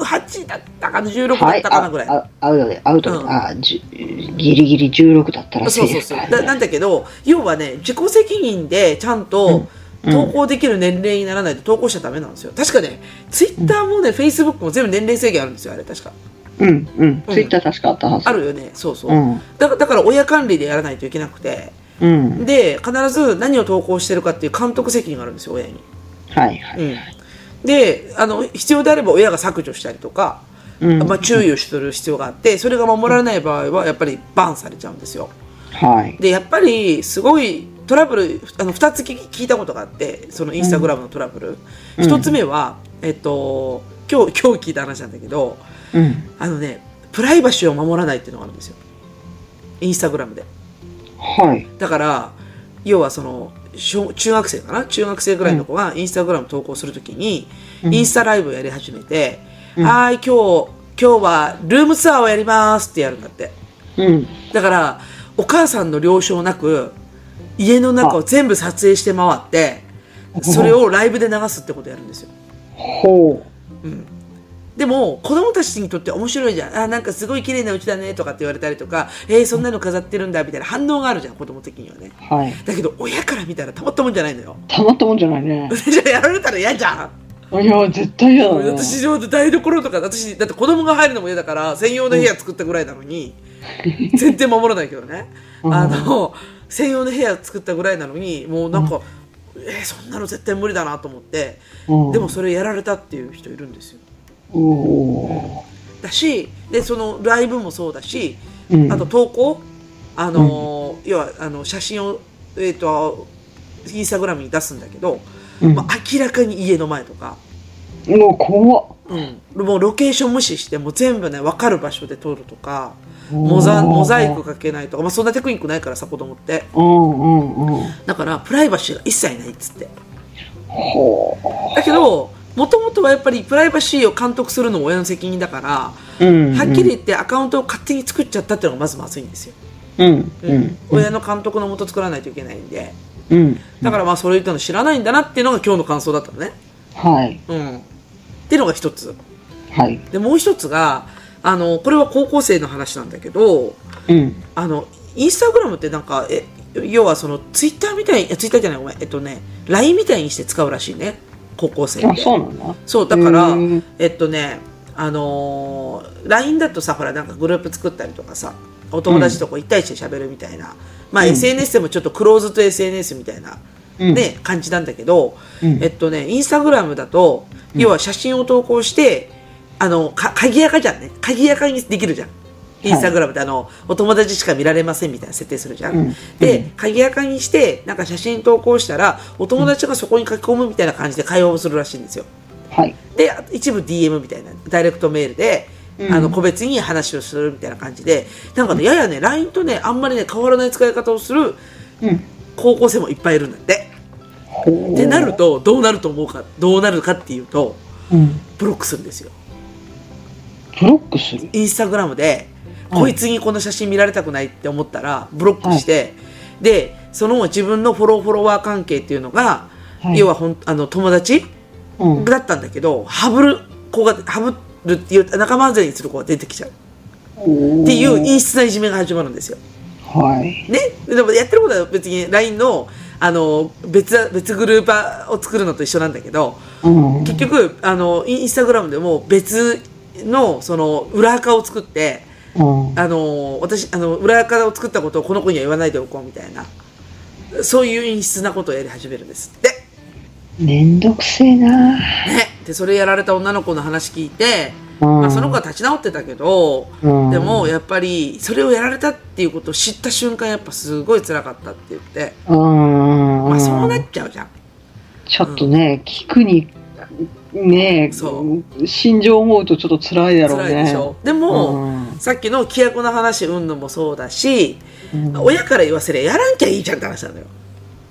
Speaker 2: 18だったかな、16
Speaker 3: う。
Speaker 2: だ
Speaker 3: は
Speaker 2: っ
Speaker 3: い。
Speaker 2: たかなぐらい。
Speaker 3: ああアウトで、アウトで。
Speaker 2: うん
Speaker 3: あじ、ギリギリ16だったらセ
Speaker 2: そうそ
Speaker 3: ー
Speaker 2: う
Speaker 3: フ
Speaker 2: そ
Speaker 3: か。
Speaker 2: うだ。なんだけど、要はね、自己責任でちゃんと
Speaker 3: うん
Speaker 2: 投稿できる年齢にならないと投稿しちゃダメなんですよ。確かね、ツイッターもね、フェイスブックも全部年齢制限あるんですよ、あれ、確か。
Speaker 3: うん、うん。ツイッター確かあったはず。
Speaker 2: あるよね、そうそうう。
Speaker 3: ん。
Speaker 2: だからだから親管理でやらないといけなくて、
Speaker 3: うん。
Speaker 2: で、必ず何を投稿してるかっていう監督責任があるんですよ、親に。
Speaker 3: はいは
Speaker 2: う
Speaker 3: い。
Speaker 2: ん、であの必要であれば親が削除したりとか、
Speaker 3: うん。
Speaker 2: まあ、注意をしとる必要があってそれが守られない場合はやっぱりバンされちゃうんですよ
Speaker 3: はい。
Speaker 2: でやっぱりすごいトラブルあの2つ聞き聞いたことがあってそのインスタグラムのトラブル、
Speaker 3: うん
Speaker 2: 一1つ目は、えっと、今日今日聞いた話なんだけど
Speaker 3: うん。
Speaker 2: あのねプライバシーを守らないっていうのがあるんですよインスタグラムで
Speaker 3: はい。
Speaker 2: だから要はその小中学生かな中学生ぐらいの子がインスタグラム投稿するときに、
Speaker 3: うん
Speaker 2: インスタライブをやり始めて、
Speaker 3: うん
Speaker 2: はーい今日今日はルームツアーをやりますってやるんだって
Speaker 3: うん。
Speaker 2: だからお母さんの了承なく家の中を全部撮影して回ってそれをライブで流すってことやるんですよ
Speaker 3: ほう。
Speaker 2: でも子供たちにとって面白いじゃんあなんかすごい綺麗なうちだねとかって言われたりとかえー、そんなの飾ってるんだみたいな反応があるじゃん子供的にはね
Speaker 3: はい。
Speaker 2: だけど親から見たらたまったもんじゃないのよ
Speaker 3: たまったもんじゃないね。
Speaker 2: じゃあやられたら嫌じゃん。
Speaker 3: いや、絶対嫌だね。
Speaker 2: 私上で台所とか、私、だって子供が入るのも嫌だから、専用の部屋作ったぐらいなのに、全然守らないけどね。
Speaker 3: うん
Speaker 2: あの、専用の部屋作ったぐらいなのに、もうなんか、えーそんなの絶対無理だなと思って、
Speaker 3: うん
Speaker 2: でも、それやられたっていう人いるんですよ。
Speaker 3: おー
Speaker 2: だし、で、そのライブもそうだし、
Speaker 3: うん
Speaker 2: あと、投稿あの、要は、あの、写真を、えっ、と、インスタグラムに出すんだけど、
Speaker 3: うん
Speaker 2: まあ、明らかに家の前とか、
Speaker 3: もう怖っ。
Speaker 2: うん、もうロケーション無視してもう全部ね分かる場所で撮るとか
Speaker 3: おー
Speaker 2: モザモザイクかけないとか、まあ、そんなテクニックないからさ子供って
Speaker 3: うんうんうん。
Speaker 2: だからプライバシーが一切ないっつって
Speaker 3: ほ
Speaker 2: だけどもともとはやっぱりプライバシーを監督するのも親の責任だから、
Speaker 3: う。うん。
Speaker 2: はっきり言ってアカウントを勝手に作っちゃったっていうのがまずまずいんですよ、
Speaker 3: うん。うん。
Speaker 2: 親の監督のもと作らないといけないんで
Speaker 3: うん。
Speaker 2: だからまあそれ言ったの知らないんだなっていうのが今日の感想だったのね
Speaker 3: はい。
Speaker 2: うん。っていうのが一つ。
Speaker 3: はい。
Speaker 2: で、もう一つが、あの、これは高校生の話なんだけど、
Speaker 3: うん。
Speaker 2: あの、インスタグラムってなんか、え、要はその、ツイッターみたいに、ツイッターじゃない、ごめん、えっとね、LINE みたいにして使うらしいね。高校生
Speaker 3: あ、
Speaker 2: って。
Speaker 3: そうなんだ。
Speaker 2: そう、だから
Speaker 3: う、ん
Speaker 2: えっとね、あのー LINE だとさ、ほら、なんかグループ作ったりとかさ、お友達とこう一対一で喋るみたいな、まあ
Speaker 3: うん
Speaker 2: SNS でもちょっとクローズと SNS みたいな、
Speaker 3: うん
Speaker 2: ね、感じなんだけど、
Speaker 3: うん
Speaker 2: えっとね、インスタグラムだと、
Speaker 3: うん
Speaker 2: 要は写真を投稿して、あの、か、鍵やかじゃんね。鍵やかにできるじゃん。インスタグラムってあの、お友達しか見られませんみたいな設定するじゃん。
Speaker 3: うん
Speaker 2: で、鍵やかにして、なんか写真投稿したら、お友達がそこに書き込むみたいな感じで会話をするらしいんですよ。
Speaker 3: はい。
Speaker 2: で、あと一部 DM みたいな、ダイレクトメールで、
Speaker 3: うん
Speaker 2: あの、個別に話をするみたいな感じで、なんかね、ややね、LINE とね、あんまりね、変わらない使い方をする
Speaker 3: うん。
Speaker 2: 高校生もいっぱいいるんだって。
Speaker 3: ほう
Speaker 2: ってなる。と、どうなると思うか、どうなるかっていうと、
Speaker 3: うん。
Speaker 2: ブロックするんですよ。
Speaker 3: ブロックする。
Speaker 2: インスタグラムで、
Speaker 3: はい
Speaker 2: こいつにこの写真見られたくないって思ったら、ブロックして、で、その自分のフォローフォロワー関係っていうのが、
Speaker 3: はい
Speaker 2: 要はほん、あの、友達
Speaker 3: うん。
Speaker 2: だったんだけど、ハブる子が、ハブるっていう、仲間外れにする子が出てきちゃう。
Speaker 3: っ
Speaker 2: っていう陰湿ないじめが始まるんですよ。
Speaker 3: はい。
Speaker 2: ね。でもやってることは別に LINE の、あの、別、別グループを作るのと一緒なんだけど、
Speaker 3: うん。
Speaker 2: 結局、あの、インスタグラムでも別の、その、裏垢を作って、
Speaker 3: うん。
Speaker 2: あの、私、あの、裏垢を作ったことをこの子には言わないでおこうみたいな、そういう陰湿なことをやり始めるんですって。
Speaker 3: めんどくせえな
Speaker 2: ね。で、それやられた女の子の話聞いて、ま
Speaker 3: ま
Speaker 2: あ、その子は立ち直ってたけど、でも、やっぱりそれをやられたっていうことを知った瞬間やっぱすごい辛かったって言って、
Speaker 3: うん。
Speaker 2: まあ、そうなっちゃうじゃん。
Speaker 3: ちょっとね、聞くに、ね
Speaker 2: そ
Speaker 3: 心情を思うとちょっと辛いだろうね。
Speaker 2: 辛いでしょ。でも、さっきの規約の話うんのもそうだし、
Speaker 3: うん。うん
Speaker 2: 親から言わせりゃやらんきゃいいじゃんって話なんだよ。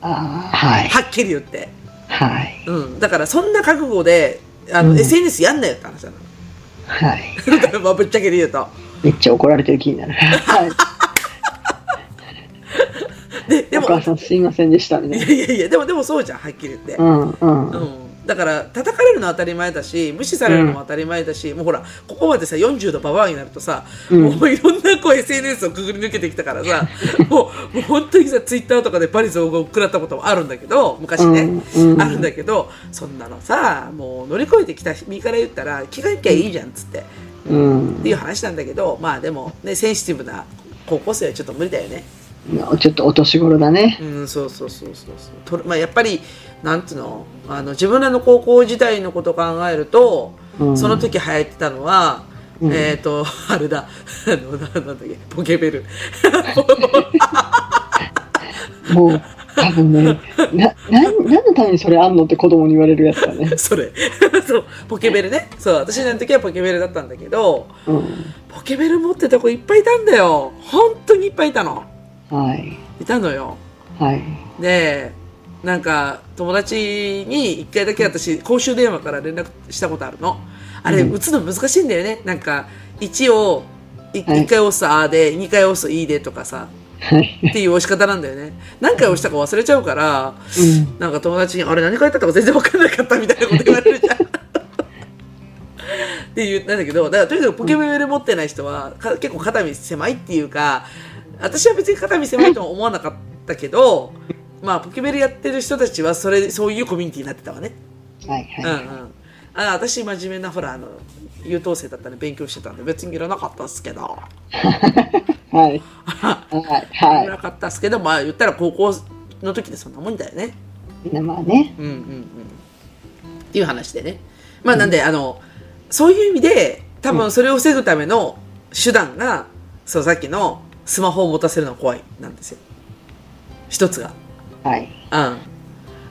Speaker 3: あーはい。
Speaker 2: はっきり言って。
Speaker 3: はい。
Speaker 2: うん。だからそんな覚悟で、あの、
Speaker 3: うん
Speaker 2: SNS やんなよって 話なの。
Speaker 3: はい。
Speaker 2: だからまあぶっちゃけで言うと。
Speaker 3: めっちゃ怒られてる気になる。はい。
Speaker 2: で、 で
Speaker 3: お
Speaker 2: も、
Speaker 3: 母さんすいませんでした
Speaker 2: いや
Speaker 3: ね。
Speaker 2: いやいや、でもでもそうじゃん、はっきり言って
Speaker 3: う。んうん。
Speaker 2: う
Speaker 3: うん
Speaker 2: ん、だから叩かれるのは当たり前だし無視されるのも当たり前だし、もうほらここまでさ40度ババアになるとさ、
Speaker 3: うん
Speaker 2: もういろんなこう SNS をくぐり抜けてきたからさもうもう本当にさツイッターとかでバリ雑言を食らったこともあるんだけど昔ね、
Speaker 3: うんうん
Speaker 2: あるんだけどそんなのさもう乗り越えてきた身から言ったら着替えきゃいいじゃんっつって、っていう話なんだけどまあでもねセンシティブな高校生はちょっと無理だよね。
Speaker 3: ちょっとお年頃だね。
Speaker 2: うん、そうそうそうそうそうとるまあ、やっぱりなんていうのあの自分らの高校時代のことを考えると、
Speaker 3: うん
Speaker 2: その時流行ってたのは、
Speaker 3: うん
Speaker 2: えっ、と あれだあのななんだっけポケベル
Speaker 3: もう、多分ね、な、なん、何のためにそれあんのって子供に言われるやつだね。
Speaker 2: それ そうポケベルねそう私らの時はポケベルだったんだけど
Speaker 3: うん。
Speaker 2: ポケベル持ってた子いっぱいいたんだよ本当にいっぱいいたの
Speaker 3: はい。
Speaker 2: いたのよ
Speaker 3: はい。
Speaker 2: でなんか友達に一回だけ私公衆電話から連絡したことあるのあれ、
Speaker 3: うん
Speaker 2: 打つの難しいんだよねなんか1をい一
Speaker 3: はい
Speaker 2: 回押すと「あ」で2回押すと「い」でとかさ
Speaker 3: はい。
Speaker 2: っていう押し方なんだよね何回押したか忘れちゃうから
Speaker 3: うん。
Speaker 2: なんか友達に「あれ何回やったとか全然分かんなかった」みたいなこと言われるじゃん っていうなんだけどだからとにかくポケベル持ってない人はか結構肩身狭いっていうか私は別に肩身狭いとは思わなかったけどまあポケベルやってる人たちはそれそういうコミュニティになってたわね
Speaker 3: はい。
Speaker 2: うんうん
Speaker 3: は
Speaker 2: あ私真面目なほらあの優等生だったんで勉強してたんで別にいらなかったっすけど
Speaker 3: い。はい。はい。
Speaker 2: いら
Speaker 3: は
Speaker 2: なかったっすけどまあ言ったら高校の時でそんなもんだよね
Speaker 3: い。まあね。
Speaker 2: うんうんうんっていう話でねまあなんで、あのそういう意味で多分それを防ぐための手段が、そうさっきのスマホを持たせるのは怖いなんですよ一つが
Speaker 3: はい。
Speaker 2: う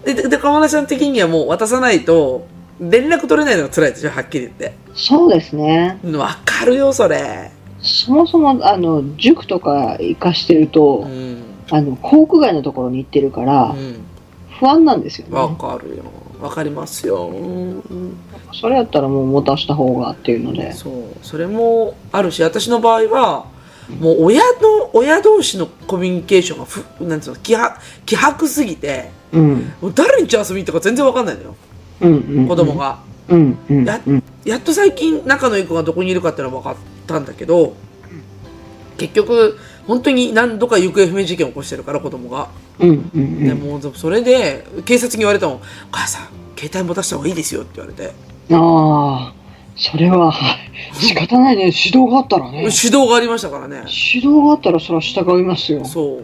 Speaker 2: んででで河村さん的にはもう渡さないと連絡取れないのが辛いでしょはっきり言って
Speaker 3: そうですね。
Speaker 2: うんわかるよそれ
Speaker 3: そもそも、あの、塾とか行かしてる
Speaker 2: う
Speaker 3: と、
Speaker 2: ん
Speaker 3: あの、航空外のところに行ってるから
Speaker 2: う、ん
Speaker 3: 不安なんですよ
Speaker 2: わ
Speaker 3: ね。
Speaker 2: かるよわかりますようん
Speaker 3: それやったらもう持たした方がっていうので。
Speaker 2: そうそれもあるし私の場合はもう親の親同士のコミュニケーションがふなんつうの希薄希薄すぎて
Speaker 3: うん。
Speaker 2: もう誰んち遊びに行ったか全然わかんないのよ
Speaker 3: ううんうん
Speaker 2: 子供が。
Speaker 3: うんうん
Speaker 2: や
Speaker 3: うん
Speaker 2: やっと最近仲のいい子がどこにいるかってのは分かったんだけど結局本当に何度か行方不明事件を起こしてるから子供が。
Speaker 3: うんうん
Speaker 2: でもうそれで警察に言われたもん「お母さん携帯持たせた方がいいですよ」って言われて
Speaker 3: うんああそれ ははい仕方ないね指導があったらね
Speaker 2: 指導がありましたからね
Speaker 3: 指導があったらそれは従いますよ
Speaker 2: そ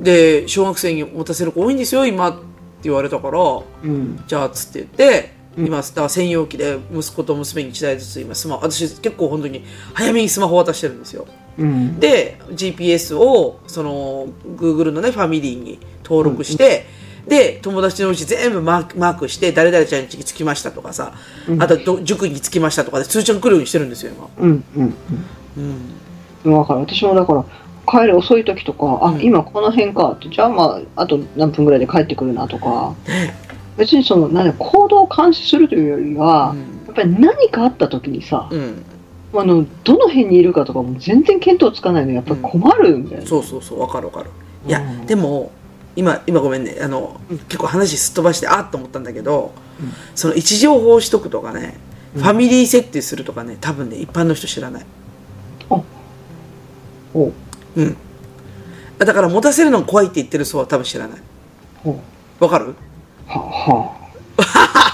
Speaker 2: うで小学生に持たせる子多いんですよ今って言われたから
Speaker 3: うん
Speaker 2: じゃあつって言って
Speaker 3: うん
Speaker 2: 今だから専用機で息子と娘に1台ずつ今スマホ私結構本当に早めにスマホ渡してるんですよ
Speaker 3: うん
Speaker 2: で GPS をその Google のねファミリーに登録して、で友達のうち全部マークマークして誰々ちゃんに着きましたとかさ、
Speaker 3: うん
Speaker 2: あとど塾に着きましたとかで通知が来るようにしてるんですよ今、
Speaker 3: うんうん
Speaker 2: うん、
Speaker 3: うんわかる私もだから帰り遅い時とか、
Speaker 2: う
Speaker 3: あ
Speaker 2: ん
Speaker 3: 今この辺かってじゃあまああと何分ぐらいで帰ってくるなと か
Speaker 2: ね
Speaker 3: 別にそのなんだ行動を監視するというよりは、
Speaker 2: うん
Speaker 3: やっぱり何かあった時にさ、
Speaker 2: うん、
Speaker 3: あのどの辺にいるかとかも全然見当つかないのやっぱり困るんだよね、
Speaker 2: そうそうそうわかるわかるいや、
Speaker 3: うん
Speaker 2: でも今今ごめんねあの、
Speaker 3: うん
Speaker 2: 結構話すっ飛ばしてあっと思ったんだけど、
Speaker 3: うん
Speaker 2: その位置情報をしとくとかね、
Speaker 3: うん
Speaker 2: ファミリー設定するとかね多分ね一般の人知らない
Speaker 3: お
Speaker 2: うんだから持たせるの怖いって言ってる層は多分知らない
Speaker 3: お
Speaker 2: わかる
Speaker 3: はは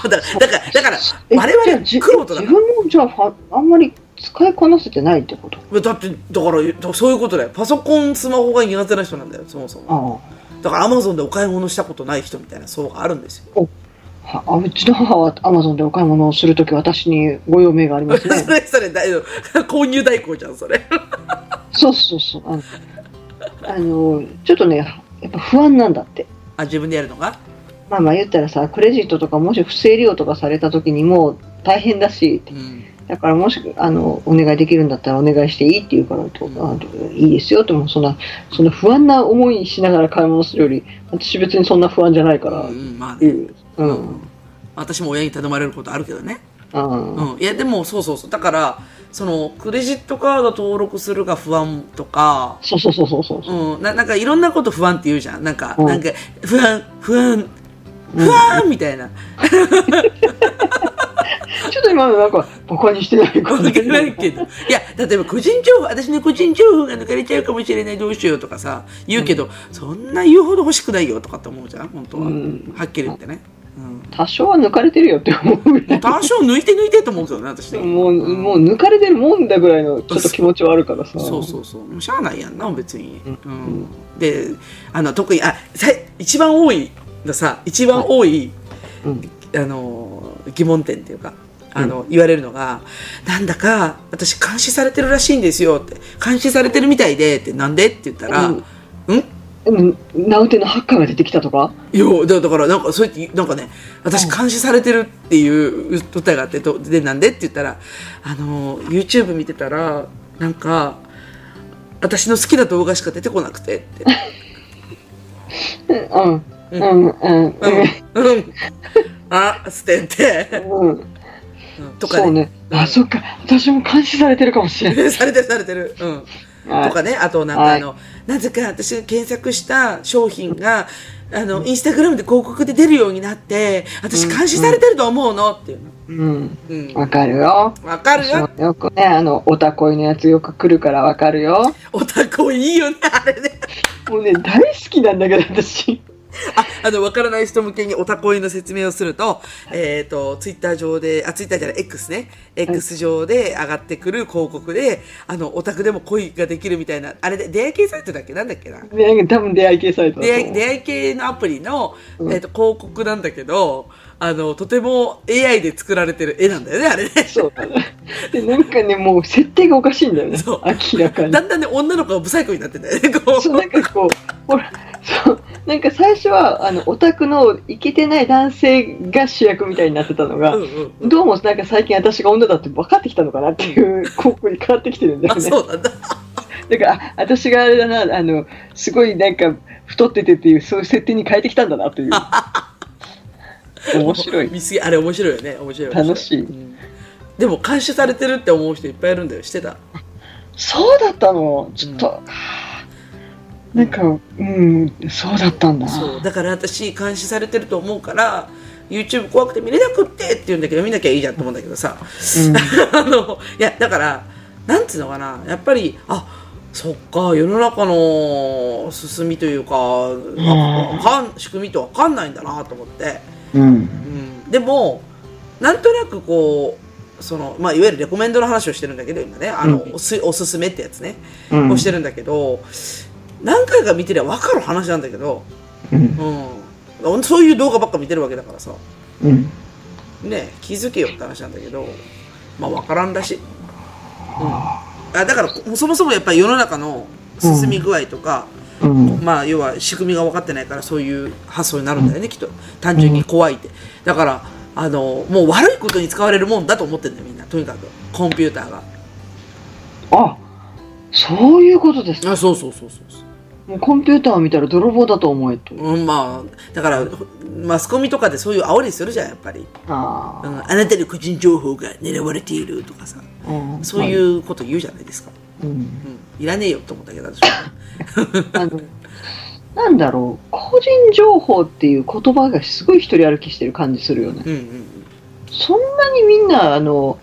Speaker 2: あだから、だから、だから
Speaker 3: え
Speaker 2: 我々
Speaker 3: じゃあ
Speaker 2: は
Speaker 3: じ
Speaker 2: 苦労とだ
Speaker 3: 自
Speaker 2: か
Speaker 3: 分もじゃあファあんまり使いこなせてないってこと
Speaker 2: ら。だって、だから、だからそういうことだよ。パソコン、スマホが苦手な人なんだよ、そもそも。
Speaker 3: あ
Speaker 2: だから、アマゾンでお買い物したことない人みたいな層があるんですよ。
Speaker 3: あはあうちの母はアマゾンでお買い物をするとき私にご用命がありますね
Speaker 2: それ、それ、大丈夫。購入代行じゃん、それ。
Speaker 3: そうそうそうあのあのちょっとねやっぱ不安なんだって
Speaker 2: あ、自分でやるのが
Speaker 3: まあまあ言ったらさクレジットとかもし不正利用とかされたときにもう大変だし
Speaker 2: うん。
Speaker 3: だからもしあのお願いできるんだったらお願いしていいって言うからとあのいいですよってもうそんなその不安な思いしながら買い物するより私別にそんな不安じゃないから
Speaker 2: う
Speaker 3: っ
Speaker 2: ん、まあ
Speaker 3: て
Speaker 2: ね。
Speaker 3: いう、うん
Speaker 2: 私も親に頼まれることあるけどね。
Speaker 3: うん
Speaker 2: うん。いや、でも、そうそうそう。だから、その、クレジットカード登録するが不安とか、
Speaker 3: そうそうそうそうそう、
Speaker 2: うん、ななんかいろんなこと不安って言うじゃんなんか、
Speaker 3: うん
Speaker 2: なんか不安不安
Speaker 3: うん
Speaker 2: 不安みた いな
Speaker 3: ちょっと今のなんかバカにしてない
Speaker 2: わ
Speaker 3: 感
Speaker 2: か
Speaker 3: じ
Speaker 2: らないけどいや例えば個人情報私の個人情報が抜かれちゃうかもしれないどうしようとかさ言うけど、そんな言うほど欲しくないよとかって思うじゃん本当は、
Speaker 3: うん
Speaker 2: はっきり言ってね、うん、
Speaker 3: 多少は抜かれてるよって思うぐらい
Speaker 2: 多少抜いて抜いてと思うけどね私ね
Speaker 3: もうもう抜かれてるもんだぐらいのちょっと気持ちはあるからさ
Speaker 2: そうそうそうもうしゃあないやんな別に、
Speaker 3: うん
Speaker 2: うん、であの特にあさい一番多いのさ一番多い、
Speaker 3: うん
Speaker 2: あの疑問点っていうかあの、言われるのが「なんだか私監視されてるらしいんですよ」って「監視されてるみたいで」って「なんで?」って言ったら「
Speaker 3: うん
Speaker 2: うん
Speaker 3: うんナウテのハッカーが出てきたとか
Speaker 2: いやだだからなんかそうやってなんかね私監視されてるっていう訴えがあってとでなんでって言ったらあの YouTube 見てたらなんか私の好きな動画しか出てこなくてって
Speaker 3: うん
Speaker 2: う
Speaker 3: うんんうんうん
Speaker 2: うんうんあ捨てて
Speaker 3: うん
Speaker 2: うんとか
Speaker 3: そう
Speaker 2: ね
Speaker 3: ね。あ、そっか。私も監視されてるかもしれな い。
Speaker 2: されてるされてるうん
Speaker 3: はい
Speaker 2: とかね、あとなんか
Speaker 3: はい
Speaker 2: あの、なぜか私が検索した商品が、あの、インスタグラムで広告で出るようになって、私監視されてると思うのっていうの。
Speaker 3: うん。
Speaker 2: うん。
Speaker 3: わかるよ。
Speaker 2: わかる
Speaker 3: そ
Speaker 2: よ。
Speaker 3: うよくね、あの、おたこいのやつよく来るからわかるよ。
Speaker 2: オタクいいよね、あれね。
Speaker 3: もうね、大好きなんだけど、私。
Speaker 2: あ、あの、わからない人向けにオタコイの説明をすると、えっ、と、ツイッター上で、あ、ツイッターじゃない、X ね。X 上で上がってくる広告で、あの、オタクでも恋ができるみたいな、あれで、出会い系サイトだっけなんだっけな。
Speaker 3: ね、多分出会い系サイトだと
Speaker 2: 出会
Speaker 3: 思。
Speaker 2: いう出会い系のアプリの、
Speaker 3: うん
Speaker 2: えっと広告なんだけどあのとても AI で作られてる絵なんだよねあれね。
Speaker 3: そうだね。で、なんかね、もう設定がおかしいんだよね。
Speaker 2: そう
Speaker 3: 明らかに
Speaker 2: だ。んだんね女の子がブサイクになってんだよねこ
Speaker 3: そう、なんかこう、ほら、そう、なんか最初は、あの、オタクのイケてない男性が主役みたいになってたの
Speaker 2: う。
Speaker 3: が
Speaker 2: う、んうんうん、
Speaker 3: どうもなんか最近私が女だって分かってきたのかなっていう広告に変わってきてるんだよ
Speaker 2: あ
Speaker 3: ね。
Speaker 2: そうなんだ。
Speaker 3: だからあ私があれだなあのすごいなんか太っててっていうそういう設定に変えてきたんだなという 面白い
Speaker 2: 見すぎあれ面白いよね面白い面白
Speaker 3: 楽しい
Speaker 2: うんでも監視されてるって思う人いっぱいいるんだよしてた。
Speaker 3: そうだったのちょっと、はあなんかうんそうだったんだ
Speaker 2: そうだから私監視されてると思うから YouTube 怖くて見れなくってって言うんだけど見なきゃいいじゃんと思うんだけどさ、 あのいやだからなんつうのかなやっぱりあそっか世の中の進みというかわかん仕組みって分かんないんだなと思って。
Speaker 3: うん。
Speaker 2: うんでもなんとなくこうその、まあ、いわゆるレコメンドの話をしてるんだけど今ねあの、
Speaker 3: うん
Speaker 2: おすおすすめってやつね、
Speaker 3: うん。
Speaker 2: をしてるんだけど何回か見てりゃ分かる話なんだけど、
Speaker 3: うん。
Speaker 2: うん、そういう動画ばっか見てるわけだからさ
Speaker 3: うん。
Speaker 2: ね気づけよって話なんだけどまあ分からんらしい、うん、あだからそもそもやっぱり世の中の進み具合とか、
Speaker 3: うん。
Speaker 2: まあ要は仕組みが分かってないからそういう発想になるんだよね、きっと単純に怖いってだからあのもう悪いことに使われるもんだと思ってんだよみんなとにかくコンピューターが
Speaker 3: あ、そういうことですか。
Speaker 2: あそうそうそうそうそ
Speaker 3: もうコンピューターを見たら泥棒だと思えと。
Speaker 2: う、うん、まあだからマスコミとかでそういう煽りするじゃんやっぱり、
Speaker 3: あ
Speaker 2: う
Speaker 3: あ。
Speaker 2: ん、あなたの個人情報が狙われているとかさ
Speaker 3: うん
Speaker 2: そうい。うこと言うじゃないですか、
Speaker 3: うん。
Speaker 2: うん、いらねえよと思ったけど私は
Speaker 3: あの、なんだろう。個人情報っていう言葉がすごい一人歩きしてる感じするよね。
Speaker 2: うんうん
Speaker 3: そんなにみんな、あの、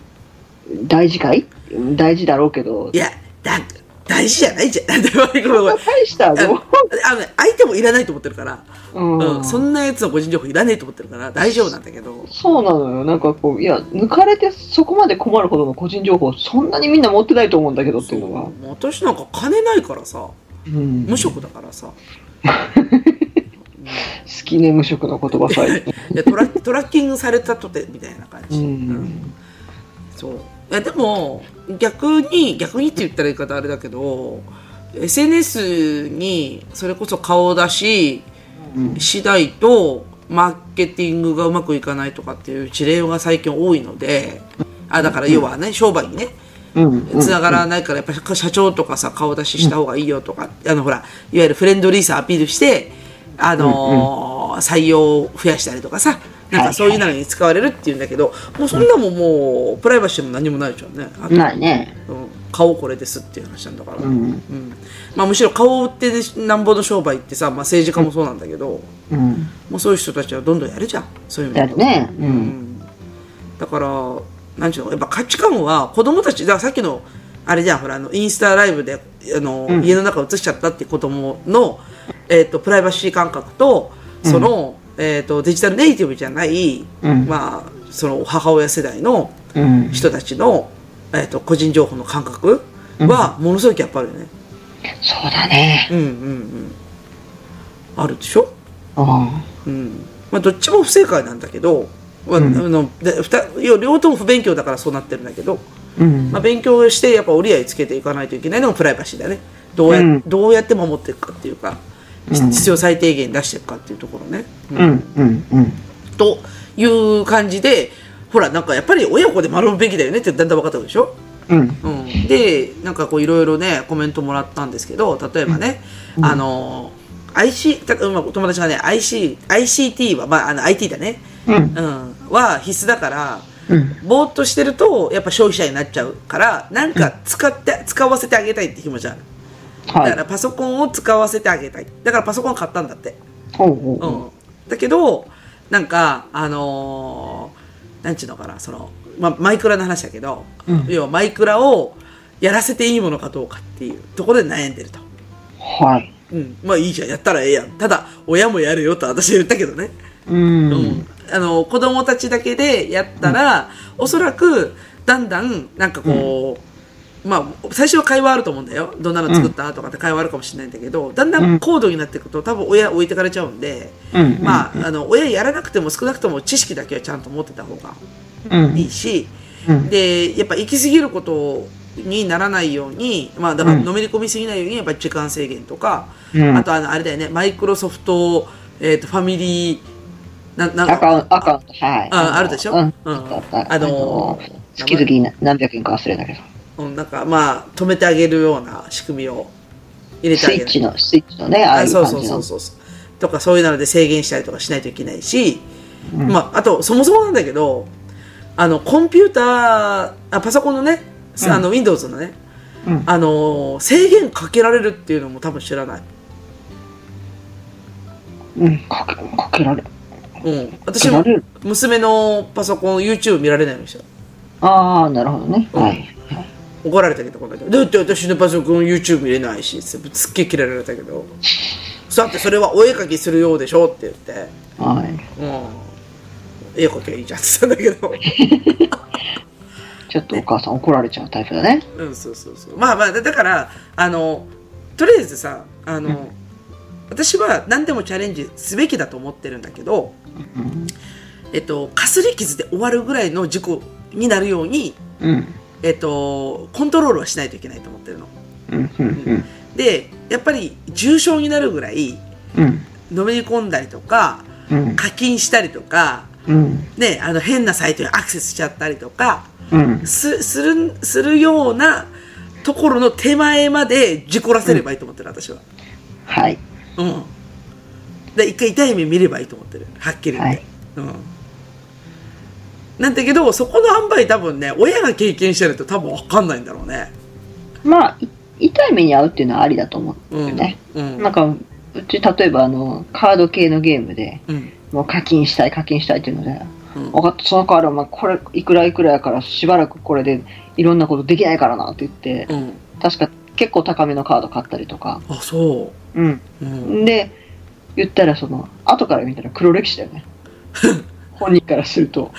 Speaker 3: 大事かいうん大事だろうけど
Speaker 2: い、やだ大事じゃないじゃん ごめんごめんごめん
Speaker 3: 大した
Speaker 2: あの
Speaker 3: の。
Speaker 2: あのね相手もいらないと思ってるから
Speaker 3: う
Speaker 2: うん、そんなやつの個人情報いらねえと思ってるから大丈夫なんだけど
Speaker 3: そうなのよ。なんかこう、いや、抜かれてそこまで困るほどの個人情報、そんなにみんな持ってないと思うんだけどって
Speaker 2: そ
Speaker 3: いううのが。
Speaker 2: もう私なんか金ないからさ
Speaker 3: うん
Speaker 2: 無職だからさ、
Speaker 3: 好きね、無職の言葉さ え。
Speaker 2: でトラトラッキングされたとてみたいな感
Speaker 3: う
Speaker 2: じ、うん
Speaker 3: ん。
Speaker 2: そういやでも逆に逆にって言ったら言い方あれだけど SNS にそれこそ顔出し
Speaker 3: うん
Speaker 2: しないとマーケティングがうまくいかないとかっていう事例が最近多いのであだから要はね商売にね
Speaker 3: うん。
Speaker 2: つながらないからやっぱり社長とかさ顔出しした方がいいよとか、あのほらいわゆるフレンドリーさアピールしてあのー採用を増やしたりとかさなんかそういうのに使われるっていうんだけど、もうそんなもんもうプライバシーも何もないじゃんね、あと
Speaker 3: ないね。
Speaker 2: うん顔これですっていう話なんだから、
Speaker 3: う
Speaker 2: うん
Speaker 3: ん。
Speaker 2: まあ、むしろ顔を売ってなんぼの商売ってさ、まあ、政治家もそうなんだけど、
Speaker 3: うん。
Speaker 2: もうそういう人たちはどんどんやるじゃんそういうの
Speaker 3: やるね。う。
Speaker 2: うんんだからなんちゅうのやっぱ価値観は子供たちだからさっきのあれじゃんほらあのインスタライブであの、
Speaker 3: うん
Speaker 2: 家の中映しちゃったって子供の、えっとプライバシー感覚とその、えっとデジタルネイティブじゃない、
Speaker 3: うん
Speaker 2: まあ、その母親世代の
Speaker 3: うん。
Speaker 2: 人たちの、えっと個人情報の感覚はものすごいギャップあるよね。
Speaker 3: そうだね。
Speaker 2: うんうんうん、あるでしょ
Speaker 3: うん。
Speaker 2: うんまあ、どっちも不正解なんだけど、まあ
Speaker 3: うん
Speaker 2: あのでふた要は両方とも不勉強だからそうなってるんだけど、
Speaker 3: うん
Speaker 2: まあ、。勉強してやっぱ折り合いつけていかないといけないのがプライバシーだねどうや,、
Speaker 3: うん
Speaker 2: どうやって守っていくかっていうか、
Speaker 3: うん
Speaker 2: 必要最低限出していくかっていうところね、うん
Speaker 3: うん。うん。うん。
Speaker 2: という感じでほらなんかやっぱり親子で学ぶべきだよねってだんだん分かったわけでしょ
Speaker 3: うん。
Speaker 2: うん、でなんかこういろいろねコメントもらったんですけど例えばね、あの IC たうんまあ友達がね IC ICT は、まあ、あの IT だね、
Speaker 3: うん。
Speaker 2: うん、は必須だから
Speaker 3: うん。
Speaker 2: ぼーっとしてるとやっぱ消費者になっちゃうからなんか使って使わせてあげたいって気持ちあるだ
Speaker 3: は
Speaker 2: から
Speaker 3: い。
Speaker 2: パソコンを使わせてあげたいだからパソコン買ったんだって、
Speaker 3: ほうほう
Speaker 2: う
Speaker 3: ほ
Speaker 2: んだけどなんかあのーなんちゅうのかなその、まあ、マイクラの話だけど、
Speaker 3: うん
Speaker 2: 要はマイクラをやらせていいものかどうかっていうところで悩んでると。
Speaker 3: う。はい。
Speaker 2: うん、まあいいじゃんやったらええやんただ親もやるよと私は言ったけどね
Speaker 3: うん。
Speaker 2: うんあの子供たちだけでやったら、おそらくだんだんなんかこう、まあ最初は会話あると思うんだよどんなの作ったとかって会話あるかもしれないんだけどだんだ
Speaker 3: うんん
Speaker 2: 高度になっていくと多分親置いてかれちゃうんで、
Speaker 3: うん。
Speaker 2: まああの親やらなくても少なくとも知識だけはちゃんと持ってた方が
Speaker 3: うん。
Speaker 2: いいし、
Speaker 3: うん。
Speaker 2: でやっぱ行き過ぎることにならないようにまあだから
Speaker 3: うん
Speaker 2: のめり込みすぎないようにやっぱ時間制限とか、
Speaker 3: うん
Speaker 2: あとあのあれだよねマイクロソフト、えー、とファミリーななん
Speaker 3: アカウント、アカ
Speaker 2: あ
Speaker 3: ウント、はい。
Speaker 2: ああるでしょ
Speaker 3: うん。
Speaker 2: うん
Speaker 3: あった
Speaker 2: あ
Speaker 3: あ
Speaker 2: の
Speaker 3: の、月々に何百円か忘れたけど。
Speaker 2: うんなんかまあ止めてあげるような仕組みを入れてあ
Speaker 3: スイ
Speaker 2: げ
Speaker 3: ッ
Speaker 2: る
Speaker 3: チの、スイッチのね、ああ
Speaker 2: あ
Speaker 3: いう
Speaker 2: そう
Speaker 3: 感
Speaker 2: そう
Speaker 3: じ
Speaker 2: そ
Speaker 3: の
Speaker 2: う。そうとかそういうので制限したりとかしないといけないし、
Speaker 3: うん
Speaker 2: まあ、あとそもそもなんだけどあのコンピューターあパソコンのね、あの Windows のね
Speaker 3: うん
Speaker 2: あの制限かけられるっていうのも多分知らない
Speaker 3: うん、かけ、かけられ、
Speaker 2: うん。私
Speaker 3: な
Speaker 2: も
Speaker 3: る
Speaker 2: 娘のパソコン、YouTube 見られないようにした。
Speaker 3: ああ、なるほどね。はい。
Speaker 2: 怒られたけど、この間。だって私のパソコン YouTube 見れないし、すっげえ嫌られたけど。そうだってそれはお絵描きするようでしょって言って。
Speaker 3: はい。
Speaker 2: うん。絵描きゃいいじゃんって言ってたんだけど。
Speaker 3: ちょっとお母さん怒られちゃうタイプだね。
Speaker 2: うん、そうそうそう。まあまあ、だだから、あの、とりあえずさ、あの、
Speaker 3: うん
Speaker 2: 私は何でもチャレンジすべきだと思ってるんだけど、
Speaker 3: うん。
Speaker 2: えっと、かすり傷で終わるぐらいの事故になるように、
Speaker 3: うん。
Speaker 2: えっと、コントロールはしないといけないと思ってるの。
Speaker 3: うん。うん。
Speaker 2: で、やっぱり重症になるぐらい、
Speaker 3: うん。
Speaker 2: のめり込んだりとか、
Speaker 3: うん。
Speaker 2: 課金したりとか、
Speaker 3: うん。
Speaker 2: ね、あの変なサイトにアクセスしちゃったりとか、
Speaker 3: うん。
Speaker 2: す、する、するようなところの手前まで事故らせればいいと思ってる、私は。
Speaker 3: はい。
Speaker 2: うん。で、一回痛い目見ればいいと思ってる。はっきり言って。
Speaker 3: はい
Speaker 2: うん。なんだけど、そこの塩梅多分ね、親が経験してると多分わかんないんだろうね。
Speaker 3: まあ、い痛い目に遭うっていうのはありだと思う
Speaker 2: うん
Speaker 3: よね。。
Speaker 2: うん。
Speaker 3: なんか、うち例えばあの、カード系のゲームで、
Speaker 2: うん。
Speaker 3: もう課金したい課金したいっていうので、
Speaker 2: うん
Speaker 3: 分かった、その代わりお前これいくらいくらやからしばらくこれでいろんなことできないからなって言って、
Speaker 2: うん。
Speaker 3: 確か結構高めのカード買ったりとか。
Speaker 2: あ、そ
Speaker 3: うん。
Speaker 2: う。うん。
Speaker 3: で、言ったらその、後から見たら黒歴史だ よね。本人からすると。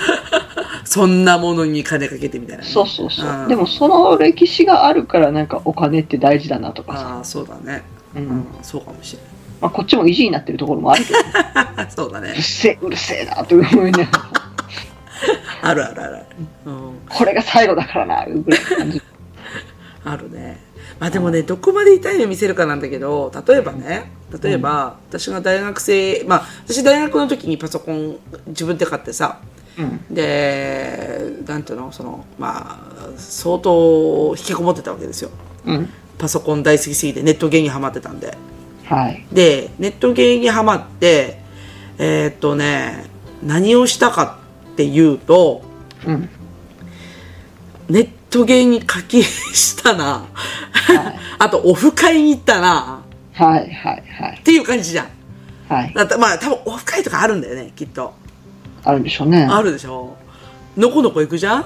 Speaker 2: そんなものに金かけてみたいなね、
Speaker 3: そうそうそうう。
Speaker 2: ん
Speaker 3: でもその歴史があるからなんかお金って大事だなとかさ。
Speaker 2: ああ、そうだね。
Speaker 3: う
Speaker 2: うんん。そうかもしれ
Speaker 3: まあ、こっちも意地になってるところもあるけど、う
Speaker 2: ない。 そうだ
Speaker 3: る
Speaker 2: ね。
Speaker 3: せえ、うるせえなと思いながら、
Speaker 2: あるあるある。うん。
Speaker 3: これが最後だからな、ぐらいの感じ。
Speaker 2: あるね。まあでもね、どこまで痛い目見せるかなんだけど、例えばね、例えば、私が大学生、まあ、私大学の時にパソコン自分で買ってさ、
Speaker 3: うん。
Speaker 2: で、なんていうの、その、まあ、相当引きこもってたわけですよ。
Speaker 3: うん。
Speaker 2: パソコン大好きすぎて、ネットゲーにハマってたんで。
Speaker 3: はい。
Speaker 2: で、ネットゲーにハマって、えーっとね、何をしたかっていうと、
Speaker 3: うん。
Speaker 2: ネットゲーに課金したな、
Speaker 3: はい
Speaker 2: あとオフ会に行ったな、
Speaker 3: はい、はい、はい
Speaker 2: っ。ていう感じじゃん。
Speaker 3: はい。
Speaker 2: だってまあ多分オフ会とかあるんだよね、きっと。
Speaker 3: あるんでしょうね。
Speaker 2: あるでしょ。のこのこ行くじゃん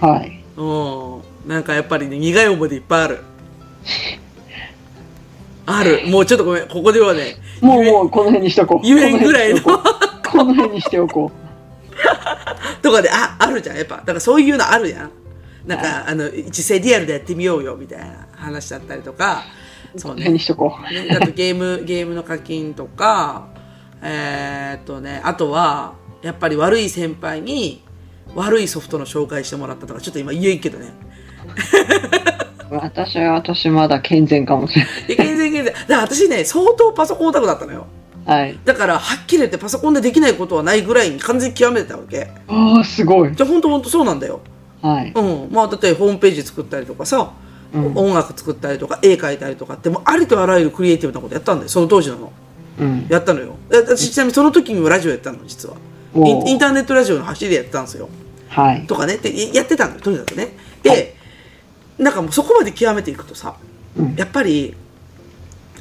Speaker 3: はい。
Speaker 2: うん。なんかやっぱりね、苦い思い出いっぱいある。ある。もうちょっとごめん、ここではね、
Speaker 3: もう、
Speaker 2: 言え
Speaker 3: もう、この辺にしとこう。
Speaker 2: 言えんぐらいの
Speaker 3: この辺にしておこう。この辺にしておこう。
Speaker 2: とかで、あ、あるじゃん、やっぱ。だからそういうのあるやん。なんか、あの、実際リアルでやってみようよ、みたいな話だったりとか。そう
Speaker 3: この
Speaker 2: ね
Speaker 3: 辺。にしとこう。
Speaker 2: ね、あとゲーム、ゲームの課金とか、えーっとね、あとは、やっぱり悪い先輩に、悪いソフトの紹介してもらったとか、ちょっと今言えんけどね。
Speaker 3: 私は、私まだ健全かもしれ
Speaker 2: いや全然全然。だから私ね、相当パソコンオタクだったのよ。
Speaker 3: ない。はい。
Speaker 2: だから、はっきり言ってパソコンでできないことはないぐらいに完全に極めてたわけ。
Speaker 3: ああ、すごい。
Speaker 2: じゃあ、ほんとほんとそうなんだよ。
Speaker 3: はい。
Speaker 2: うん。まあ、だってホームページ作ったりとかさ、
Speaker 3: うん。
Speaker 2: 音楽作ったりとか、絵描いたりとかって、もうありとあらゆるクリエイティブなことやったんだよ。その当時なの。
Speaker 3: うん。
Speaker 2: やったのよ。で私ちなみにその時にもラジオやってたの、実は。イ
Speaker 3: お
Speaker 2: ンイン
Speaker 3: ー
Speaker 2: ターネットラジオの走りでやってたんですよ。
Speaker 3: はい。
Speaker 2: とかね。で、やってたんだよ、とにかくね。で、
Speaker 3: はい
Speaker 2: なんかもうそこまで極めていくとさ、
Speaker 3: うん。
Speaker 2: やっぱり、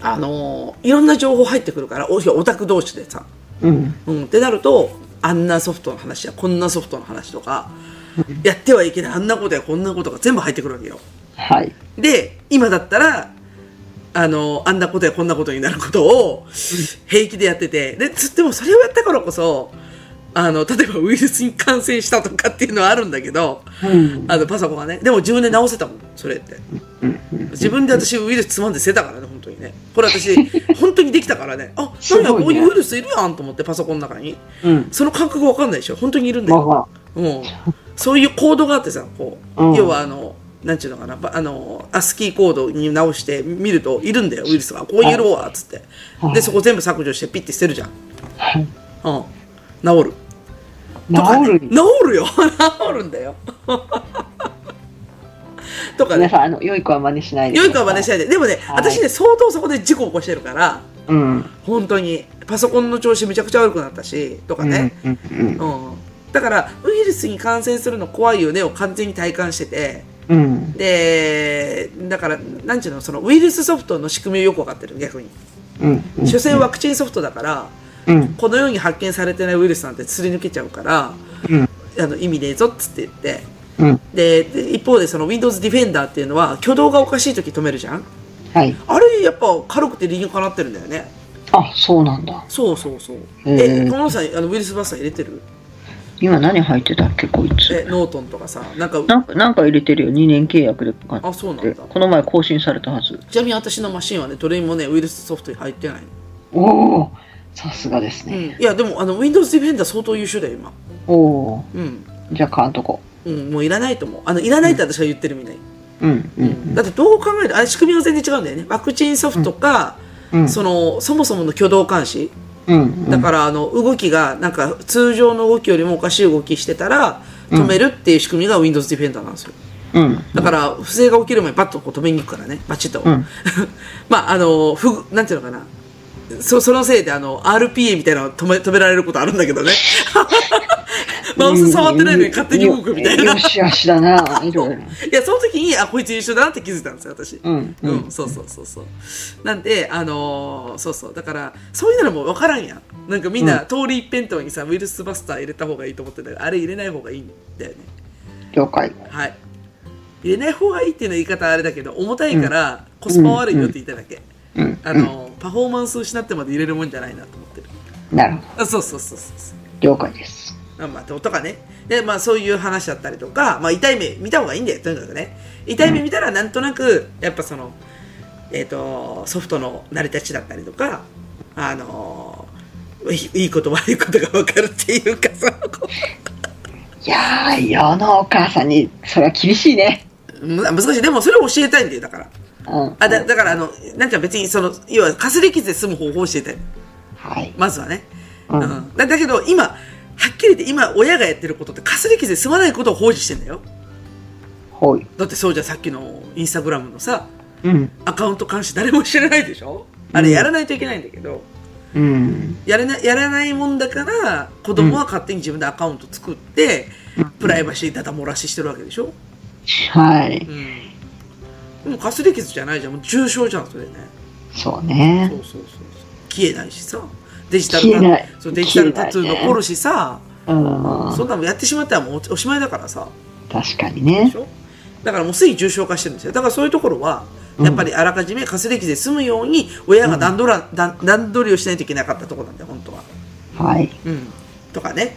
Speaker 2: あのーいろんな情報入ってくるから、おオタク同士でさ、
Speaker 3: うん。
Speaker 2: うん、ってなると、あんなソフトの話や、こんなソフトの話とか、やってはいけない、あんなことやこんなことが全部入ってくるわけよ。
Speaker 3: はい。
Speaker 2: で、今だったら、あの、あんなことやこんなことになることを平気でやってて、で、つってもそれをやったからこそ、あの、例えばウイルスに感染したとかっていうのはあるんだけど、
Speaker 3: うん。
Speaker 2: あの、パソコンはね。でも自分で直せたもん、それって。
Speaker 3: うん。
Speaker 2: 自分で私ウイルスつまんで捨てたからね、本当にね。これ私、 本当にできたからね。あ、
Speaker 3: すごいね
Speaker 2: なんだ、こういうウイルスいるやんと思って、パソコンの中に。
Speaker 3: うん。
Speaker 2: その感覚わかんないでしょ本当にいるんだ
Speaker 3: ま
Speaker 2: よ
Speaker 3: あ。ま
Speaker 2: うん、そういうコードがあってさこう、
Speaker 3: うん
Speaker 2: 要はあのなんていうのかなばあのアスキーコードに直して見るといるんだよウイルスがこういうのはっつって
Speaker 3: はい
Speaker 2: でそこ全部削除してピッて捨てるじゃん、
Speaker 3: あ。はい。
Speaker 2: うん、治るとかね
Speaker 3: 治る。
Speaker 2: 治るよ 治るんだよ とか
Speaker 3: 皆
Speaker 2: ね
Speaker 3: さん、あの、良い子は真似しないで。
Speaker 2: 良い子は真似しないででもね、
Speaker 3: はい
Speaker 2: 私ね相当そこで事故起こしてるから
Speaker 3: うん。
Speaker 2: 本当にパソコンの調子めちゃくちゃ悪くなったしとかね、
Speaker 3: うん。うん。
Speaker 2: うん、だからウイルスに感染するの怖いよねを完全に体感してて
Speaker 3: うん。
Speaker 2: でだからなんていうのそのウイルスソフトの仕組みをよく分かってる逆に
Speaker 3: うん。うん
Speaker 2: 所詮ワクチンソフトだから
Speaker 3: うん。
Speaker 2: この世に発見されてないウイルスなんてすり抜けちゃうから、
Speaker 3: うん
Speaker 2: あの意味ねえぞっつって言って
Speaker 3: うん。
Speaker 2: でで一方でその Windows Defender っていうのは挙動がおかしい時止めるじゃん
Speaker 3: はい。
Speaker 2: あれやっぱ軽くて理にかなってるんだよね
Speaker 3: あ、そうなんだ。
Speaker 2: そうそうそう
Speaker 3: う
Speaker 2: え
Speaker 3: ん
Speaker 2: このさんあのウイルスバスター入れてる
Speaker 3: 今何入ってたっけ、こい
Speaker 2: え
Speaker 3: つ。
Speaker 2: ノートンとかさなんか
Speaker 3: なんか、なんか入れてるよ。2年契約で買っ
Speaker 2: あそうなん
Speaker 3: て。
Speaker 2: だ
Speaker 3: この前更新されたはず。
Speaker 2: ちなみに私のマシンはねどれにもねウイルスソフトに入ってない、
Speaker 3: おお、さすがです
Speaker 2: うん、
Speaker 3: ね。
Speaker 2: いやでもあの Windows Defender 相当優秀だよ今
Speaker 3: おお
Speaker 2: うん、
Speaker 3: ー、じゃあ買うとこ。
Speaker 2: うん、もういらないと思うあのいらないって私が言ってるみたい、
Speaker 3: うん、うん
Speaker 2: だってどう考えるあれ仕組みは全然違うんだよねワクチンソフトか、
Speaker 3: うん、うん。
Speaker 2: そのそもそもの挙動監視
Speaker 3: うん、うん。
Speaker 2: だからあの動きがなんか通常の動きよりもおかしい動きしてたら止めるっていう仕組みが Windows Defender なんですよ
Speaker 3: うん、
Speaker 2: だから不正が起きる前にバッとこう止めに行くからねバチッと、
Speaker 3: うん
Speaker 2: まああのふぐなんていうのかなそそのせいであの RPA みたいなの止め止められることあるんだけど ね マウス触ってないのに勝手に動くみたいな
Speaker 3: よしあしだな、いろいろ。
Speaker 2: いやその時にあこいつ一緒だなって気づいたんですよ私
Speaker 3: うん、
Speaker 2: う、
Speaker 3: うんん。
Speaker 2: そうそうそうそうなんであのーそうそうだからそういうのも分からんやんなんかみんな、通り一辺倒にさウイルスバスター入れた方がいいと思ってたけどあれ入れない方がいいんだよね
Speaker 3: 了解。
Speaker 2: はい入れない方がいいっていうのは言い方はあれだけど重たいからコスパ悪いよって言っただけ、
Speaker 3: うん、
Speaker 2: あのーパフォーマンスを失ってまで入れるもんじゃないなと思ってる
Speaker 3: なるほど。
Speaker 2: あそうそうそうそうそう
Speaker 3: 了解です。
Speaker 2: まあまあ、とかね。で、まあそういう話だったりとか、まあ痛い目見た方がいいんだよ、とにかくね。痛い目見たらなんとなく、やっぱその、えっ、と、ソフトの成り立ちだったりとか、あのいいいいこと悪いことが分かるっていうかさ、こ
Speaker 3: いやー、世のお母さんに、それは厳しいね。
Speaker 2: うむ難しい。でもそれを教えたいんだよ、だから。
Speaker 3: うん。
Speaker 2: あだだから、あの、なんか別にその、要はかすり傷で済む方法を教えたい。
Speaker 3: はい。
Speaker 2: まずはね。
Speaker 3: うん
Speaker 2: んだだけど、今、はっきり言って今親がやってることってかすり傷で済まないことを放置してんだよ。
Speaker 3: ほい。
Speaker 2: だってそうじゃんさっきのインスタグラムのさ
Speaker 3: うん。
Speaker 2: アカウント監視誰も知らないでしょあれやらないといけないんだけど、
Speaker 3: うん。
Speaker 2: やれなやらないもんだから子供は勝手に自分でアカウント作って、プライバシーダダ漏らししてるわけでしょ
Speaker 3: は
Speaker 2: う
Speaker 3: い。
Speaker 2: んでもかすり傷じゃないじゃんもう重症じゃんそれね
Speaker 3: そう
Speaker 2: そう
Speaker 3: ね
Speaker 2: そ。うそうそう消えないしさデジタル
Speaker 3: 消えない
Speaker 2: そうデジタル
Speaker 3: 消えな
Speaker 2: タ
Speaker 3: い
Speaker 2: トゥー残るしさ、
Speaker 3: うん。
Speaker 2: そんなのやってしまったらもうおしまいだからさ、
Speaker 3: 確かに
Speaker 2: で
Speaker 3: ね
Speaker 2: し。ょだからもうすでに重症化してるんですよだからそういうところはやっぱりあらかじめかすれ傷で済むように親が段取ら、段段取りをしないといけなかったところなんで本当は
Speaker 3: はい。
Speaker 2: うんとかね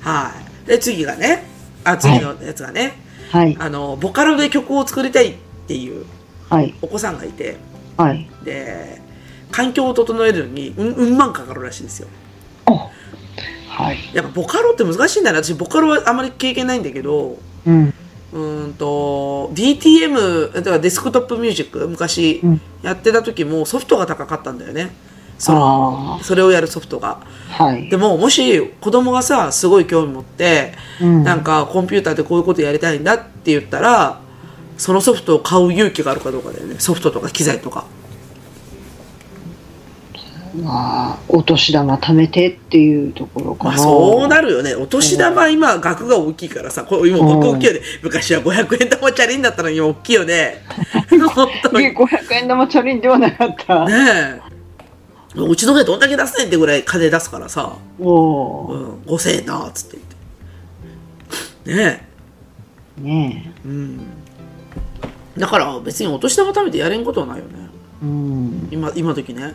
Speaker 2: はいで次がねあ次のやつがね、
Speaker 3: はい。
Speaker 2: あのボカロで曲を作りたいっていう
Speaker 3: はい。
Speaker 2: お子さんがいて
Speaker 3: はい。
Speaker 2: で環境を整えるのにうんうん万かかるらしいんですよ
Speaker 3: おはい。
Speaker 2: やっぱボカロって難しいんだね私ボカロはあまり経験ないんだけど
Speaker 3: うん。
Speaker 2: うーんと DTM だからデスクトップミュージック昔
Speaker 3: うん
Speaker 2: やってた時もソフトが高かったんだよねその
Speaker 3: あ
Speaker 2: それをやるソフトが
Speaker 3: あ。はい
Speaker 2: で。ももし子供がさすごい興味持って、
Speaker 3: うん
Speaker 2: なんかコンピューターでこういうことやりたいんだって言ったらそのソフトを買う勇気があるかどうかだよねソフトとか機材とか
Speaker 3: まあ、お年玉貯めてっていうところか
Speaker 2: ま
Speaker 3: な。
Speaker 2: あそうなるよねお年玉今額が大きいからさこれ今
Speaker 3: うん
Speaker 2: 僕大きいよね昔は500円玉チャリンだったのに今大きいよね 本当に
Speaker 3: で500円玉チャレンジではなかった。
Speaker 2: ねえ。うちの親どんだけ出すねんってぐらい金出すからさ、う
Speaker 3: おー
Speaker 2: ん、5000円なっつって言って。ね
Speaker 3: ね
Speaker 2: え。うん。だから別にお年玉食べてやれんことはないよね。
Speaker 3: え。うん。
Speaker 2: 今、今時ね。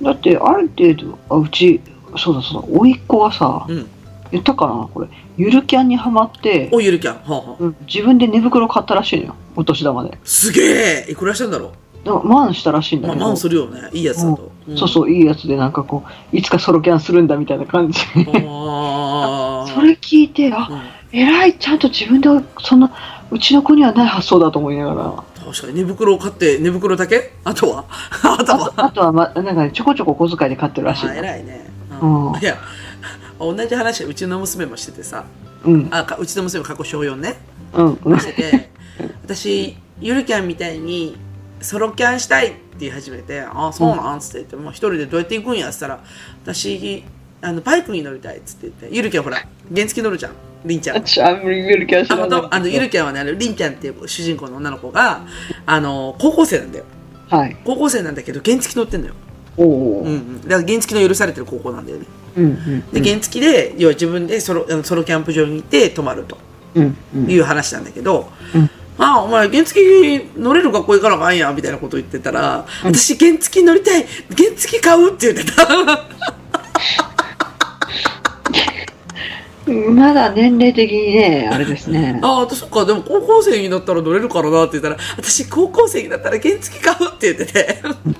Speaker 3: だって、ある程度、あ、うち、そうだそうだ、甥っ子はさ
Speaker 2: う、ん。
Speaker 3: 言ったからな、これ、ゆるキャンにはまって、
Speaker 2: お、ゆるキャン。はあ、はあ、
Speaker 3: うん自分で寝袋買ったらしいのよ、お年玉で。
Speaker 2: すげえいくらしたんだろ
Speaker 3: だから、マンしたらしいん
Speaker 2: う
Speaker 3: だ
Speaker 2: まあ、
Speaker 3: けど。
Speaker 2: 満するよね。いいやつだと。ん
Speaker 3: そうそう、いいやつで、なんかこう、いつかソロキャンするんだみたいな感じ。
Speaker 2: あー
Speaker 3: それ聞いて、あ、
Speaker 2: うん
Speaker 3: 偉い、ちゃんと自分で、そんな、うちの子にはない発想だと思いながら。
Speaker 2: 確かに寝袋を買って、寝袋だけあとはあと
Speaker 3: あ
Speaker 2: は
Speaker 3: とあとは、ま、なんかね、ちょこちょこ小遣いで買ってるらしい
Speaker 2: あ
Speaker 3: の。
Speaker 2: 偉いね。
Speaker 3: うん
Speaker 2: いや、同じ話、うちの娘もしててさ。
Speaker 3: うん、
Speaker 2: あかうちの娘も過去小4ね
Speaker 3: うん、うん
Speaker 2: してて私ゆるキャンみたいにソロキャンしたいって言い始めて「ああそうなん?」っつって言って「もう一人でどうやって行くんや」っつったら「私あのバイクに乗りたい」っつって言ってゆるキャンほら原付乗るじゃんりんちゃん。
Speaker 3: 私、あんまり見る気はし
Speaker 2: あ
Speaker 3: な
Speaker 2: 本
Speaker 3: いんだけ
Speaker 2: 当
Speaker 3: ど。
Speaker 2: あのゆるキャンはねあのりんちゃんっていう主人公の女の子があの高校生なんだよ
Speaker 3: はい。
Speaker 2: 高校生なんだけど原付乗ってんだよ
Speaker 3: おお
Speaker 2: うん
Speaker 3: う
Speaker 2: うんん、だから原付きの許されてる高校なんだよね
Speaker 3: うん
Speaker 2: で原付きで要は自分でソロあのソロキャンプ場に行って泊まると
Speaker 3: うんうん
Speaker 2: いう話なんだけど、
Speaker 3: うん
Speaker 2: ああお前原付き乗れる学校行かなあかんやんみたいなこと言ってたら、私原付き乗りたい原付き買うって言ってた
Speaker 3: まだ年齢的にね、あれです ね。
Speaker 2: ああそっかでも高校生になったら乗れるからなって言ったら私高校生になったら原付き買うって言ってて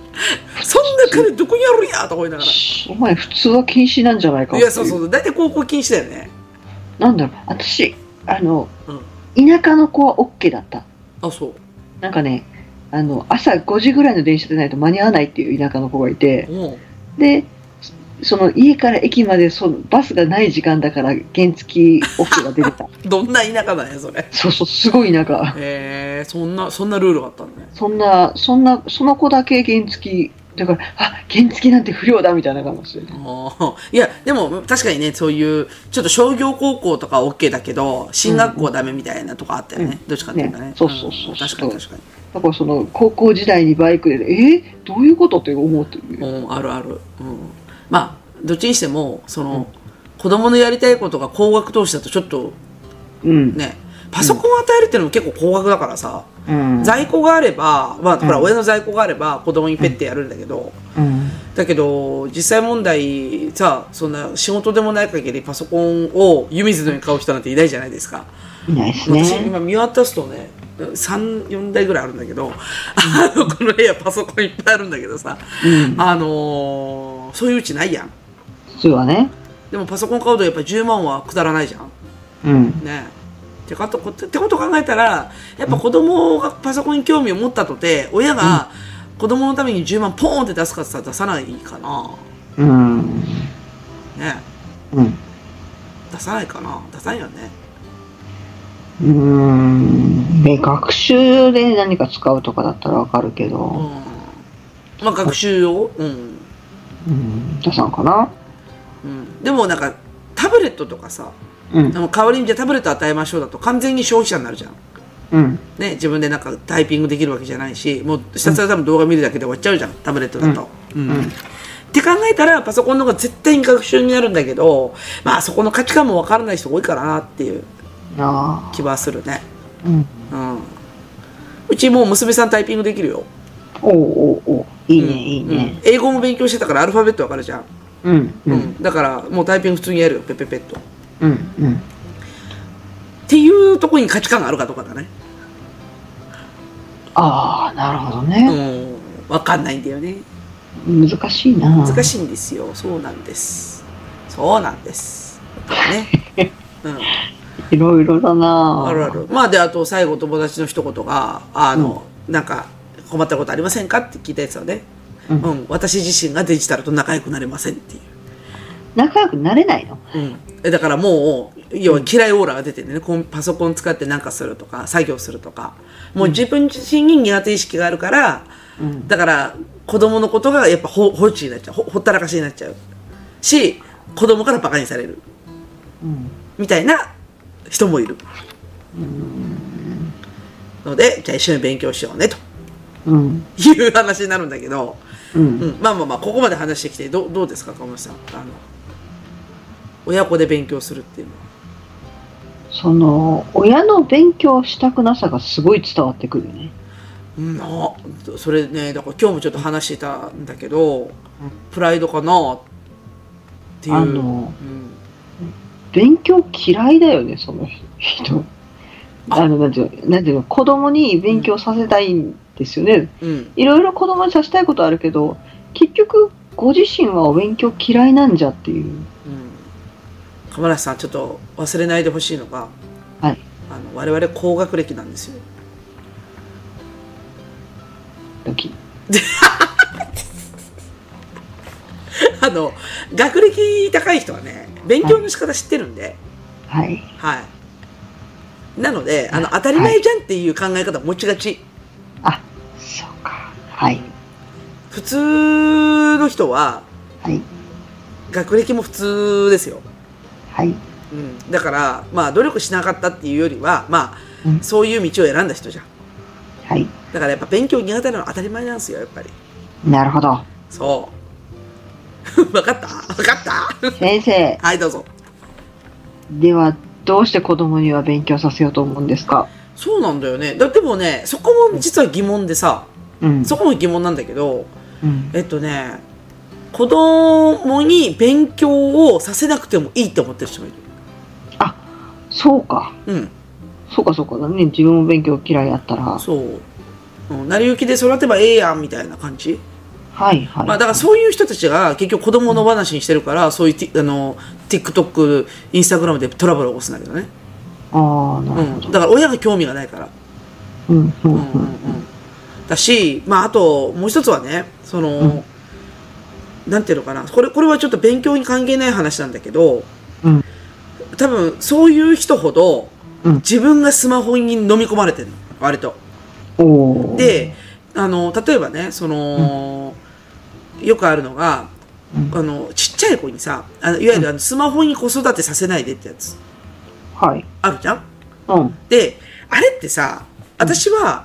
Speaker 2: そんな金どこにあるんやと思いながら
Speaker 3: お前、普通は禁止なんじゃないか。
Speaker 2: いやそうそうう大体高校禁止だよね
Speaker 3: なんだろう、私、あの、
Speaker 2: うん
Speaker 3: 田舎の子は OK だった。
Speaker 2: あそう
Speaker 3: なんかね、あの、朝5時ぐらいの電車でないと間に合わないっていう田舎の子がいて、
Speaker 2: うん
Speaker 3: で、その家から駅までそのバスがない時間だから原付 OK が出てた。
Speaker 2: どんな田舎なんやそれ
Speaker 3: そうそう、すごい田舎。
Speaker 2: へえそんなそんなルールがあったんだね
Speaker 3: そんな、そんな、その子だけ原付だから、あ、原付なんて不良だみたいな感じで。
Speaker 2: あーいや、でも確かにね、そういう、ちょっと商業高校とかは OK だけど、進学校はダメみたいなとかあったよね。どっちかっていうとね。
Speaker 3: ねそうそうそうん
Speaker 2: 確かに確かに。
Speaker 3: だからその高校時代にバイクで、えーどういうことって思ってる。
Speaker 2: うん、あるある。うん。まあ、どっちにしても、その、子供のやりたいことが高額投資だとちょっと
Speaker 3: うん。
Speaker 2: ね、パソコンを与えるっていうのも結構高額だからさ、
Speaker 3: うん。
Speaker 2: 在庫があれば、まあ、ほら、
Speaker 3: うん
Speaker 2: 親の在庫があれば子供にペッてやるんだけど、
Speaker 3: うん。
Speaker 2: だけど、実際問題、さ、そんな仕事でもない限りパソコンを湯水のように買う人なんていないじゃないですか。
Speaker 3: いないです
Speaker 2: 私
Speaker 3: ね。
Speaker 2: 今見渡すとね34台ぐらいあるんだけど、あのこの部屋パソコンいっぱいあるんだけどさ、
Speaker 3: うん。
Speaker 2: あのーそういううちないやん
Speaker 3: 普通はね。
Speaker 2: でもパソコン買うとやっぱ10万はくだらないじゃん
Speaker 3: うん。
Speaker 2: ねってかとこってこと考えたらやっぱ子供がパソコンに興味を持ったとて親が子供のために10万ポーンって出すかって言ったら出さないかな
Speaker 3: うん。
Speaker 2: ね
Speaker 3: うん。
Speaker 2: 出さないかな出さないよね
Speaker 3: うん。ね、学習で何か使うとかだったらわかるけ
Speaker 2: うん
Speaker 3: ど、
Speaker 2: まあ学習をうん
Speaker 3: うん。出さんかな。
Speaker 2: うんでもなんかタブレットとかさ
Speaker 3: うん
Speaker 2: で。も代わりにじゃあタブレット与えましょうだと完全に消費者になるじゃん。
Speaker 3: うん。
Speaker 2: ね、自分でなんかタイピングできるわけじゃないし、もうひたすら多分動画見るだけで終わっちゃうじゃん、タブレットだと。うんって考えたら、パソコンの方が絶対に学習になるんだけど、まあそこの価値観もわからない人多いからなっていう
Speaker 3: ああ。
Speaker 2: 気はするね。
Speaker 3: うん。
Speaker 2: うん。うちもう娘さんタイピングできるよ。
Speaker 3: おうおうおういいね、いい
Speaker 2: うん
Speaker 3: ね。
Speaker 2: 英語も勉強してたからアルファベットわかるじゃん。
Speaker 3: うん。う。
Speaker 2: うんん。だからもうタイピング普通にやるよ、ペペペッと。っ
Speaker 3: うん。うん。
Speaker 2: ていうとこに価値観があるかどうかだね。
Speaker 3: ああ、なるほど
Speaker 2: う
Speaker 3: ね。
Speaker 2: ん。わかんないんだよね。
Speaker 3: 難しいな。
Speaker 2: 難
Speaker 3: い。
Speaker 2: しいんですよ。そうなんです。そうなんです。だからね。うん。
Speaker 3: いろいろだな。
Speaker 2: あるあ。る。まあで、あと最後友達の一言が、あの、なんか困ったことありませんかって聞いたやつはね、う、
Speaker 3: うんん
Speaker 2: 私自身がデジタルと仲良くなれませんっていう。
Speaker 3: 仲良くなれないの
Speaker 2: うんえ、だからもう、要は嫌いオーラが出てるね、こうパソコン使ってなんかするとか、作業するとか。もう自分自身に苦手意識があるから、
Speaker 3: うん。
Speaker 2: だから子供のことがやっぱ放放置になっちゃうほほったらかしになっちゃうし子供からバカにされる
Speaker 3: うん。
Speaker 2: みたいな人もいるのでじゃあ一緒に勉強しようねと
Speaker 3: うん。
Speaker 2: いう話になるんだけど、
Speaker 3: うん
Speaker 2: う。ん、まあまあまあここまで話してきてどうどうですか鴨志さんあの親子で勉強するっていうのは
Speaker 3: その、親の勉強したくなさがすごい伝わってくるよね。
Speaker 2: うんあそれねだから今日もちょっと話してたんだけどプライドかなっていう、
Speaker 3: あ
Speaker 2: う
Speaker 3: の
Speaker 2: ん、
Speaker 3: 勉強嫌いだよね、その人。あの、なんていうの、なんていうの、子供に勉強させたいんですよね。
Speaker 2: うん
Speaker 3: いろいろ子供にさせたいことあるけど、結局、ご自身はお勉強嫌いなんじゃっていう。
Speaker 2: うん亀梨さんちょっと忘れないでほしいのが、
Speaker 3: はい
Speaker 2: あの我々高学歴なんですよ
Speaker 3: 時。
Speaker 2: あの学歴高い人はね勉強の仕方知ってるんで、
Speaker 3: はい。
Speaker 2: はい、なのであの当たり前じゃんっていう考え方を持ちがち、
Speaker 3: あ、そうか。はい。
Speaker 2: 普通の人は
Speaker 3: はい。
Speaker 2: 学歴も普通ですよ、
Speaker 3: はい。
Speaker 2: うん、だからまあ努力しなかったっていうよりはまあ、
Speaker 3: うん
Speaker 2: そういう道を選んだ人じゃん
Speaker 3: はい。
Speaker 2: だからやっぱ勉強苦手なのは当たり前なんですよやっぱり
Speaker 3: なるほど。
Speaker 2: そう わかったわかった
Speaker 3: 先生、
Speaker 2: はい、どうぞ。
Speaker 3: では、どうして子供には勉強させようと思うんですか
Speaker 2: そうなんだよね。だでもね、そこも実は疑問でさ、
Speaker 3: うん。
Speaker 2: そこも疑問なんだけど、
Speaker 3: うん。
Speaker 2: えっとね、子供に勉強をさせなくてもいいって思ってる人もいる。
Speaker 3: そうか。
Speaker 2: うん、
Speaker 3: そうか、そうか。ね、自分も勉強嫌いだったら。は
Speaker 2: そう。うん成り行きで育てばええやんみたいな感じ。
Speaker 3: い、はい。
Speaker 2: まあだからそういう人たちが結局子供の話にしてるから、そういうティあの TikTok、Instagram でトラブルを起こすんだけどね。
Speaker 3: ああ、な
Speaker 2: う
Speaker 3: るほ
Speaker 2: ん。
Speaker 3: ど。
Speaker 2: だから親が興味がないから。
Speaker 3: うん、うん、う
Speaker 2: うんうんうん
Speaker 3: ん。
Speaker 2: だし、まあ、あと、もう一つはね、その、
Speaker 3: うん
Speaker 2: なんていうのかな、これ、これはちょっと勉強に関係ない話なんだけど、
Speaker 3: うん
Speaker 2: 多分、そういう人ほど、
Speaker 3: うん
Speaker 2: 自分がスマホに飲み込まれてるの、割と。
Speaker 3: おお。、
Speaker 2: で、あの、例えばね、その、よくあるのが、
Speaker 3: うん
Speaker 2: あの、ちっちゃい子にさ、あのいわゆるあのスマホに子育てさせないでってやつ、
Speaker 3: はい。
Speaker 2: あるじゃん
Speaker 3: うん。
Speaker 2: で、あれってさ、私は、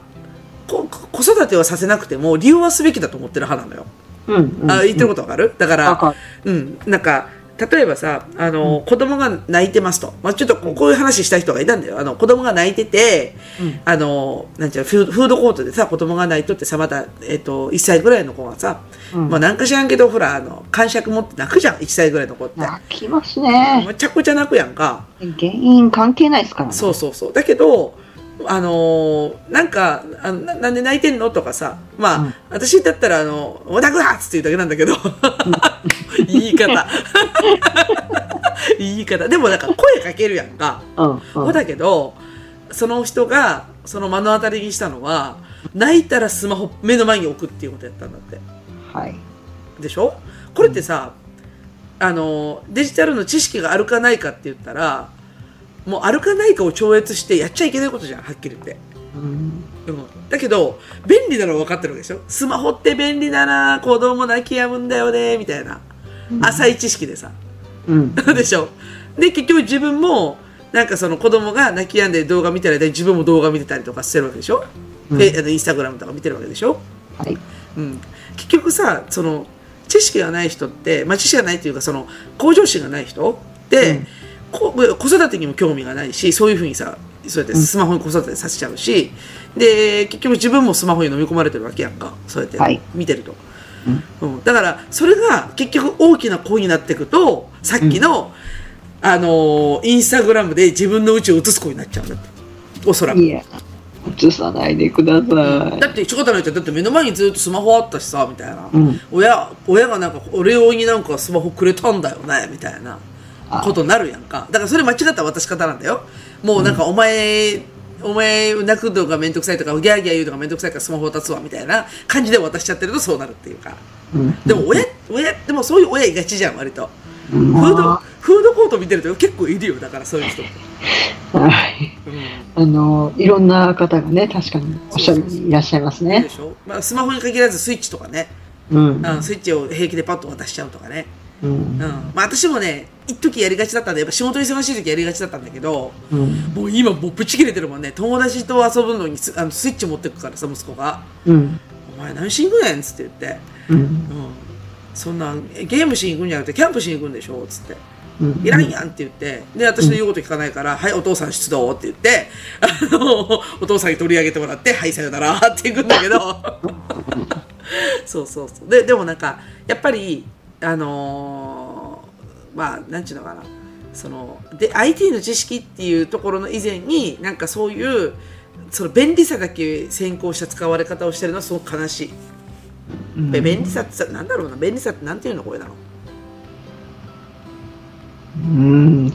Speaker 2: こ子育てはさせなくても、理由はすべきだと思ってる派なのよ。
Speaker 3: うん、うん。
Speaker 2: あ、言ってることわかるだか
Speaker 3: わ
Speaker 2: ら、
Speaker 3: かる。
Speaker 2: うん、なんか、例えばさ、あの、子供が泣いてますと。まあ、ちょっとこうこういう話した人がいたんだよ。あの、子供が泣いてて、
Speaker 3: うん
Speaker 2: あの、なんちゃうの、フーフードコートでさ、子供が泣いとってさ、また、えっ、と、1歳ぐらいの子がさ、
Speaker 3: うん
Speaker 2: まあ、なんか知らんけど、ほら、あの、感触持って泣くじゃん、1歳ぐらいの子って。
Speaker 3: 泣きますね。
Speaker 2: むちゃくちゃ泣くやんか。
Speaker 3: 原因関係ないですからね。
Speaker 2: そうそうそう。だけど、あのーなんかあな、なんで泣いてんのとかさ、まあ、
Speaker 3: うん
Speaker 2: 私だったら、あの、オタクだっつって言うだけなんだけど、言い 方。言い方。でもなんか声かけるやんか。
Speaker 3: うん、うん。
Speaker 2: だけど、その人が、その目の当たりにしたのは、泣いたらスマホ目の前に置くっていうことやったんだって。
Speaker 3: はい。
Speaker 2: でしょこれってさ、あのデジタルの知識があるかないかって言ったらもうあるかないかを超越してやっちゃいけないことじゃんはっきり言って、
Speaker 3: うん。
Speaker 2: うん、だけど便利なのは分かってるわけでしょスマホって便利だな子供泣き止むんだよねみたいな浅い知識でさ、
Speaker 3: うん。
Speaker 2: でしょで結局自分もなんかその子供が泣き止んで動画見てる間に自分も動画見てたりとかしてるわけでしょ、
Speaker 3: うん
Speaker 2: であのインスタグラムとか見てるわけでしょ、
Speaker 3: はい。
Speaker 2: うん、結局さその知識がない人って、まあ、知識がないというかその向上心がない人って、
Speaker 3: うん
Speaker 2: こ子育てにも興味がないしそういうふうにさそうやってスマホに子育てさせちゃうし、で結局自分もスマホに飲み込まれてるわけやんかそうや
Speaker 3: は
Speaker 2: っ
Speaker 3: い
Speaker 2: て見てると、うんだからそれが結局大きな声になっていくとさっきの、あのーインスタグラムで自分のうちを映す子になっちゃうんだっておそらく
Speaker 3: いや、映さないでくださ
Speaker 2: だって仕方ないじゃんだって目の前にずっとスマホあったしさみたいな、
Speaker 3: い。うん。
Speaker 2: 親親がなんか俺用になんかスマホくれたんだよねみたいな
Speaker 3: あ
Speaker 2: ことになるやんかだからそれ間違った渡し方なんだよもうなんかお前、お前泣くのがめんどくさいとかギャーギャー言うのがめんどくさいからスマホ渡すわみたいな感じで渡しちゃってるとそうなるっていうか
Speaker 3: うん。
Speaker 2: でも親親でもそういう親いがちじゃん割とフ
Speaker 3: ま
Speaker 2: ード
Speaker 3: あ
Speaker 2: フードコート見てると結構いるよだからそういう人、
Speaker 3: はい。
Speaker 2: うん、
Speaker 3: あの、いろんな方がね、確かにおっしゃるいらっしゃいます
Speaker 2: いる
Speaker 3: ね
Speaker 2: で。しょ、まあ、スマホに限らずスイッチとかね、
Speaker 3: う
Speaker 2: う
Speaker 3: ん。
Speaker 2: ん、スイッチを平気でパッと渡しちゃうとかね
Speaker 3: うん
Speaker 2: うん。まあ私もね、一時やりがちだったんで、やっぱ仕事忙しい時やりがちだったんだけど、
Speaker 3: うん。
Speaker 2: もう今もうブチ切れてるもんね。友達と遊ぶのにスあのスイッチ持ってくからさ、息子が。
Speaker 3: うん。
Speaker 2: お前何しに行くねんっつって言って。
Speaker 3: うん。
Speaker 2: うん。そんな、ゲームしに行くんじゃなくてキャンプしに行くんでしょっつって。
Speaker 3: うん。
Speaker 2: いらんやんって言って。で、私の言うこと聞かないから、はい、お父さん出動って言って、あの、お父さんに取り上げてもらって、はい、さよならって行くんだけど。そうそうそう。で、でもなんか、やっぱり、あのーまあ、なんちゅうのかな。その、で、IT の知識っていうところの以前に、なんかそういう、その便利さだけ先行した使われ方をしてるのはすごく悲しい。
Speaker 3: うん
Speaker 2: べ便利さってさ、なんだろうな、便利さってなんていうのこれなの
Speaker 3: うん。い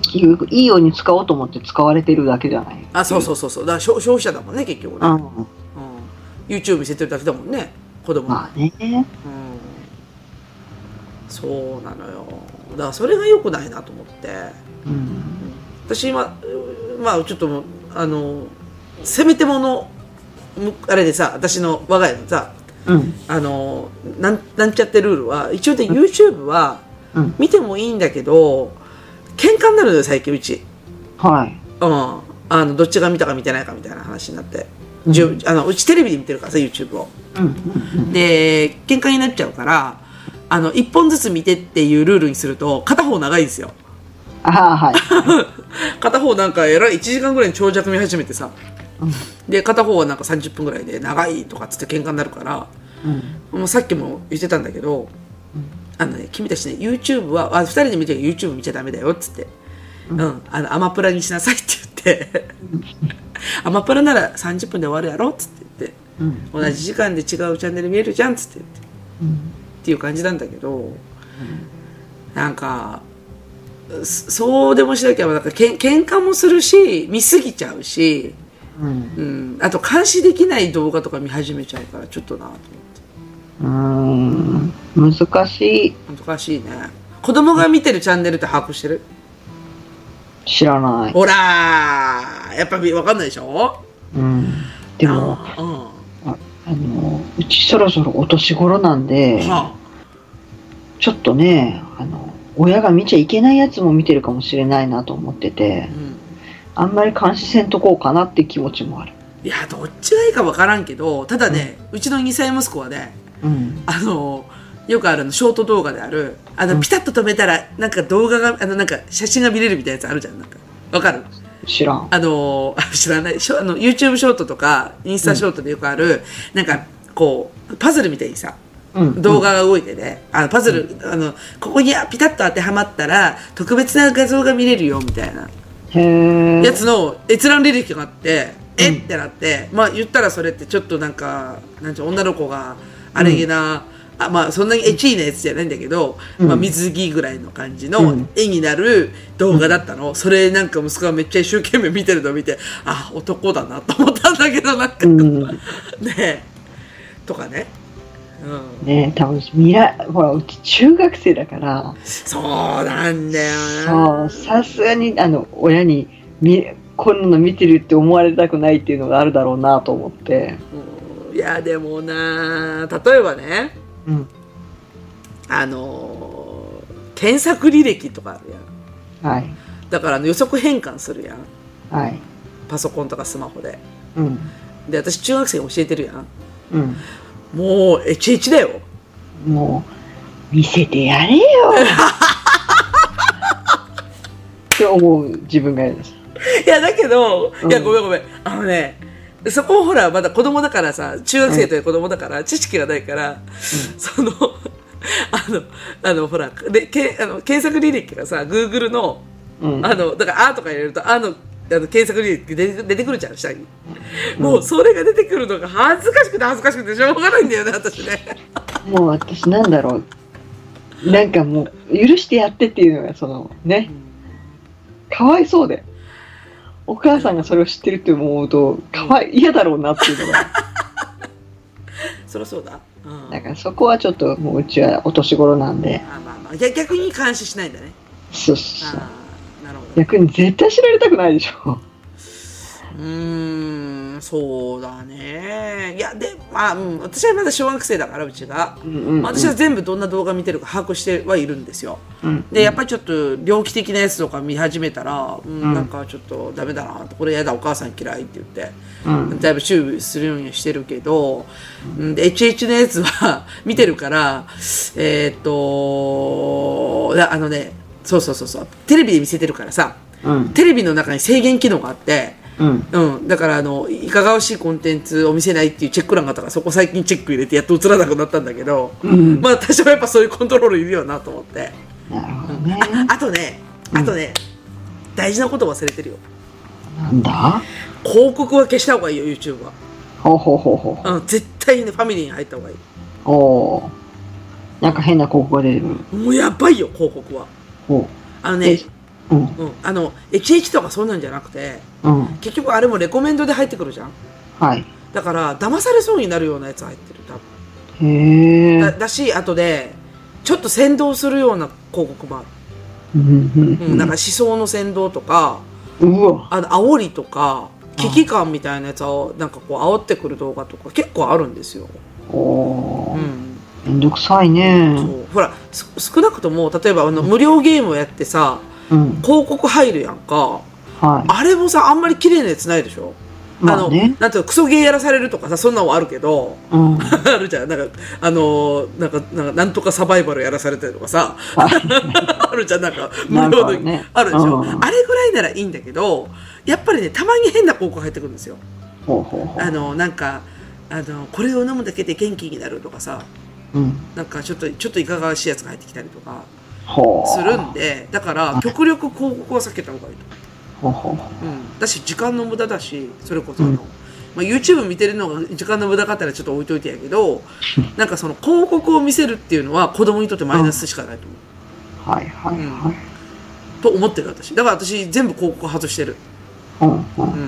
Speaker 3: いように使おうと思って使われてるだけじゃない。
Speaker 2: あ、そうそうそうそう。だから消消費者だもんね、結局ね。
Speaker 3: うん。
Speaker 2: うん、YouTube 見せてるだけだもんね子供、
Speaker 3: まあね。
Speaker 2: うん、そうなのよだからそれが良くないなと思って
Speaker 3: うん。
Speaker 2: 私今うまあちょっともうあのせめてものむあれでさ私の我が家のさ
Speaker 3: うん。
Speaker 2: あのなんなんちゃってルールは一応で YouTube は
Speaker 3: うん。
Speaker 2: 見てもいいんだけど喧嘩になるのよ最近うち、
Speaker 3: はい。
Speaker 2: うん、あのどっちが見たか見てないかみたいな話になって、じゅうあのうちテレビで見てるからさ YouTube を
Speaker 3: うん。うん。
Speaker 2: で喧嘩になっちゃうからあの、1本ずつ見てっていうルールにすると、片方長いんですよ。
Speaker 3: ああ、はい。
Speaker 2: 片方なんかえらい1時間ぐらいに長尺見始めてさ、で、片方はなんか30分ぐらいで長いとかっつって喧嘩になるから、
Speaker 3: うん。
Speaker 2: もうさっきも言ってたんだけど、あのね、君たちね、YouTube は、あ、二人で見てる YouTube 見ちゃダメだよ、っつって。うん、あの、アマプラにしなさいって言って。アマプラなら30分で終わるやろ、っつって言って。
Speaker 3: うん。
Speaker 2: 同じ時間で違うチャンネル見えるじゃん、っつって言って。っていう感じなんだけど、なんか、そそうでもしなきゃ、なんかけん喧嘩もするし、見すぎちゃうし、
Speaker 3: うん。
Speaker 2: うん、あと監視できない動画とか見始めちゃうから、ちょっとなと思って。
Speaker 3: うん。難しい。
Speaker 2: 難しいね子供が見てるチャンネルって把握してる
Speaker 3: 知らない。
Speaker 2: ほらーやっぱり分かんないでしょ
Speaker 3: うん。でも、
Speaker 2: うん
Speaker 3: ああの、うちそろそろお年頃なんで、
Speaker 2: は
Speaker 3: ちょっとね、あの、親が見ちゃいけないやつも見てるかもしれないなと思ってて
Speaker 2: あ、う、ん、
Speaker 3: あんまり監視せんとこうかなって気持ちもある。
Speaker 2: いやどっちがいいか分からんけどただね、うちの2歳息子はね
Speaker 3: うん。
Speaker 2: あのよくあるのショート動画であるあの、
Speaker 3: うん
Speaker 2: ピタッと止めたらなんか動画があのなんか写真が見れるみたいなやつあるじゃんなんか分かる
Speaker 3: 知らん。
Speaker 2: あの ー知らない、ショあの、YouTube ショートとか、インスタショートでよくある、なんか、こう、パズルみたいにさ、
Speaker 3: うん
Speaker 2: 動画が動いてね、あの、パズル、あの、ここにピタッと当てはまったら、特別な画像が見れるよ、みたいな、
Speaker 3: へえ。
Speaker 2: やつの閲覧履歴があって、えってなって、まあ言ったらそれってちょっとなんか、なんちゅう、女の子が、あれげな、あまあそんなにエッチいなやつじゃないんだけど、
Speaker 3: うん
Speaker 2: まあ水着ぐらいの感じ
Speaker 3: う
Speaker 2: の
Speaker 3: ん
Speaker 2: 絵になる動画だったの、それなんか息子がめっちゃ一生懸命見てるのを見てあ男だなと思ったんだけどなんか、
Speaker 3: う
Speaker 2: ね
Speaker 3: ん。
Speaker 2: えとかね、うん、
Speaker 3: ね多分未来ほらうち中学生だから
Speaker 2: そうなんだよ
Speaker 3: そう
Speaker 2: な
Speaker 3: さすがにあの親にみこんなの見てるって思われたくないっていうのがあるだろうなと思って、
Speaker 2: うんいやでもな例えばね
Speaker 3: うん、
Speaker 2: あのー検索履歴とかあるやん
Speaker 3: はい
Speaker 2: だからあの予測変換するやん
Speaker 3: はい
Speaker 2: パソコンとかスマホで
Speaker 3: うん
Speaker 2: で私中学生に教えてるやん
Speaker 3: うん
Speaker 2: もうエチエチだよ
Speaker 3: もう見せてやれ よって思う自分がいるんです
Speaker 2: いや、だけど、
Speaker 3: うん
Speaker 2: いや、ごめんごめん。あのね、そこほら、まだ子供だからさ、中学生という子供だから、知識がないから、その、あの、あの、ほら、で、けあの検索履歴がさ、Google の、
Speaker 3: うん
Speaker 2: あの、だから、あとか入れると、あの、あの検索履歴出て出てくるじゃん、下に。もう、それが出てくるのが恥ずかしくて恥ずかしくてしょうがないんだよね、私 ね。
Speaker 3: もう私なんだろうなんかもう許してやってっていうのがそのねかわいそうでお母さんがそれを知ってるって思うとかわい嫌だろうなっていうのが
Speaker 2: そりゃそうだ。うん。
Speaker 3: だからそこはちょっともううちはお年頃なんで
Speaker 2: あまあまあ、逆逆に監視しないんだね。
Speaker 3: そうそうそう
Speaker 2: ああ、なるほど。
Speaker 3: 逆に絶対知られたくないでしょ
Speaker 2: うーん、そうだね。いや、で、まあ、うん、私はまだ小学生だから、うちが。
Speaker 3: うんうん
Speaker 2: まあ私は全部どんな動画見てるか把握してはいるんですよ。
Speaker 3: うん
Speaker 2: で、やっぱりちょっと、猟奇的なやつとか見始めたら、うん、
Speaker 3: うん
Speaker 2: なんかちょっとダメだな、これやだ、お母さん嫌いって言って、
Speaker 3: うん
Speaker 2: だいぶ注意するようにはしてるけど、うん、で、HH のやつは 見てるから、えーっと、いやあのね、そうそうそうそう、テレビで見せてるからさ、
Speaker 3: うん
Speaker 2: テレビの中に制限機能があって、
Speaker 3: うん
Speaker 2: うん。だから、あの、いかがわしいコンテンツを見せないっていうチェック欄があったから、そこ最近チェック入れてやっと映らなくなったんだけど、
Speaker 3: うん
Speaker 2: まあ、多少やっぱそういうコントロールいるよなと思って。
Speaker 3: なるほどね
Speaker 2: あとね、あとね、大事なこと忘れてるよ。
Speaker 3: なんだ
Speaker 2: 広告は消した方がいいよ、YouTube は。
Speaker 3: ほうほうほうほうほう
Speaker 2: うん、絶対にね、ファミリーに入った方がいい。
Speaker 3: おーなんか変な広告が出てくる
Speaker 2: もうやばいよ、広告は。
Speaker 3: ほ
Speaker 2: あの
Speaker 3: う
Speaker 2: ね、
Speaker 3: えうん
Speaker 2: うん、あの、HH とかそうなんじゃなくて、
Speaker 3: うん
Speaker 2: 結局あれもレコメンドで入ってくるじゃん。
Speaker 3: はい
Speaker 2: だから、騙されそうになるようなやつ入ってる、多分。
Speaker 3: へ
Speaker 2: だ
Speaker 3: え
Speaker 2: だし、あとで、ちょっと先導するような広告もある。
Speaker 3: うんう
Speaker 2: うん、
Speaker 3: ん
Speaker 2: なんか思想の先導とか、
Speaker 3: うんうわ
Speaker 2: あの、煽りとか、危機感みたいなやつを、なんかこう、煽ってくる動画とか結構あるんですよ。
Speaker 3: お
Speaker 2: う
Speaker 3: ー
Speaker 2: ん。
Speaker 3: めんどくさいね
Speaker 2: そう。ほら、す少なくとも、例えば、あの、無料ゲームをやってさ、
Speaker 3: うん
Speaker 2: 広告入るやんか。
Speaker 3: はい
Speaker 2: あれもさ、あんまり綺麗なやつないでしょ
Speaker 3: まあね。
Speaker 2: なんていうのクソゲーやらされるとかさそんなのはあるけど
Speaker 3: うん。は
Speaker 2: あるじゃんなんかあのーなんかなんかなんとかサバイバルやらされたりとか さ
Speaker 3: い
Speaker 2: あるじゃんなんか無
Speaker 3: なん
Speaker 2: 料
Speaker 3: か
Speaker 2: の、
Speaker 3: ね
Speaker 2: あるでしょ、
Speaker 3: うん
Speaker 2: あれぐらいならいいんだけどやっぱりねたまに変な広告入ってくるんですよ
Speaker 3: ほうほうほ
Speaker 2: あのなんかあのこれを飲むだけで元気になるとかさ
Speaker 3: う。うん。
Speaker 2: なんかちょっとちょっといかがわしいやつが入ってきたりとか
Speaker 3: ほう。
Speaker 2: するんでだから極力広告は避けた方がいいと、
Speaker 3: ほうほう。
Speaker 2: うん、だし時間の無駄だしそれこそあの、
Speaker 3: うん
Speaker 2: まあ、YouTube 見てるのが時間の無駄かったらちょっと置いといてやけどなんかその広告を見せるっていうのは子供にとってマイナスしかないと思う、
Speaker 3: はいはいはい。
Speaker 2: と思ってる私だから私全部広告外してる
Speaker 3: うんうんうん。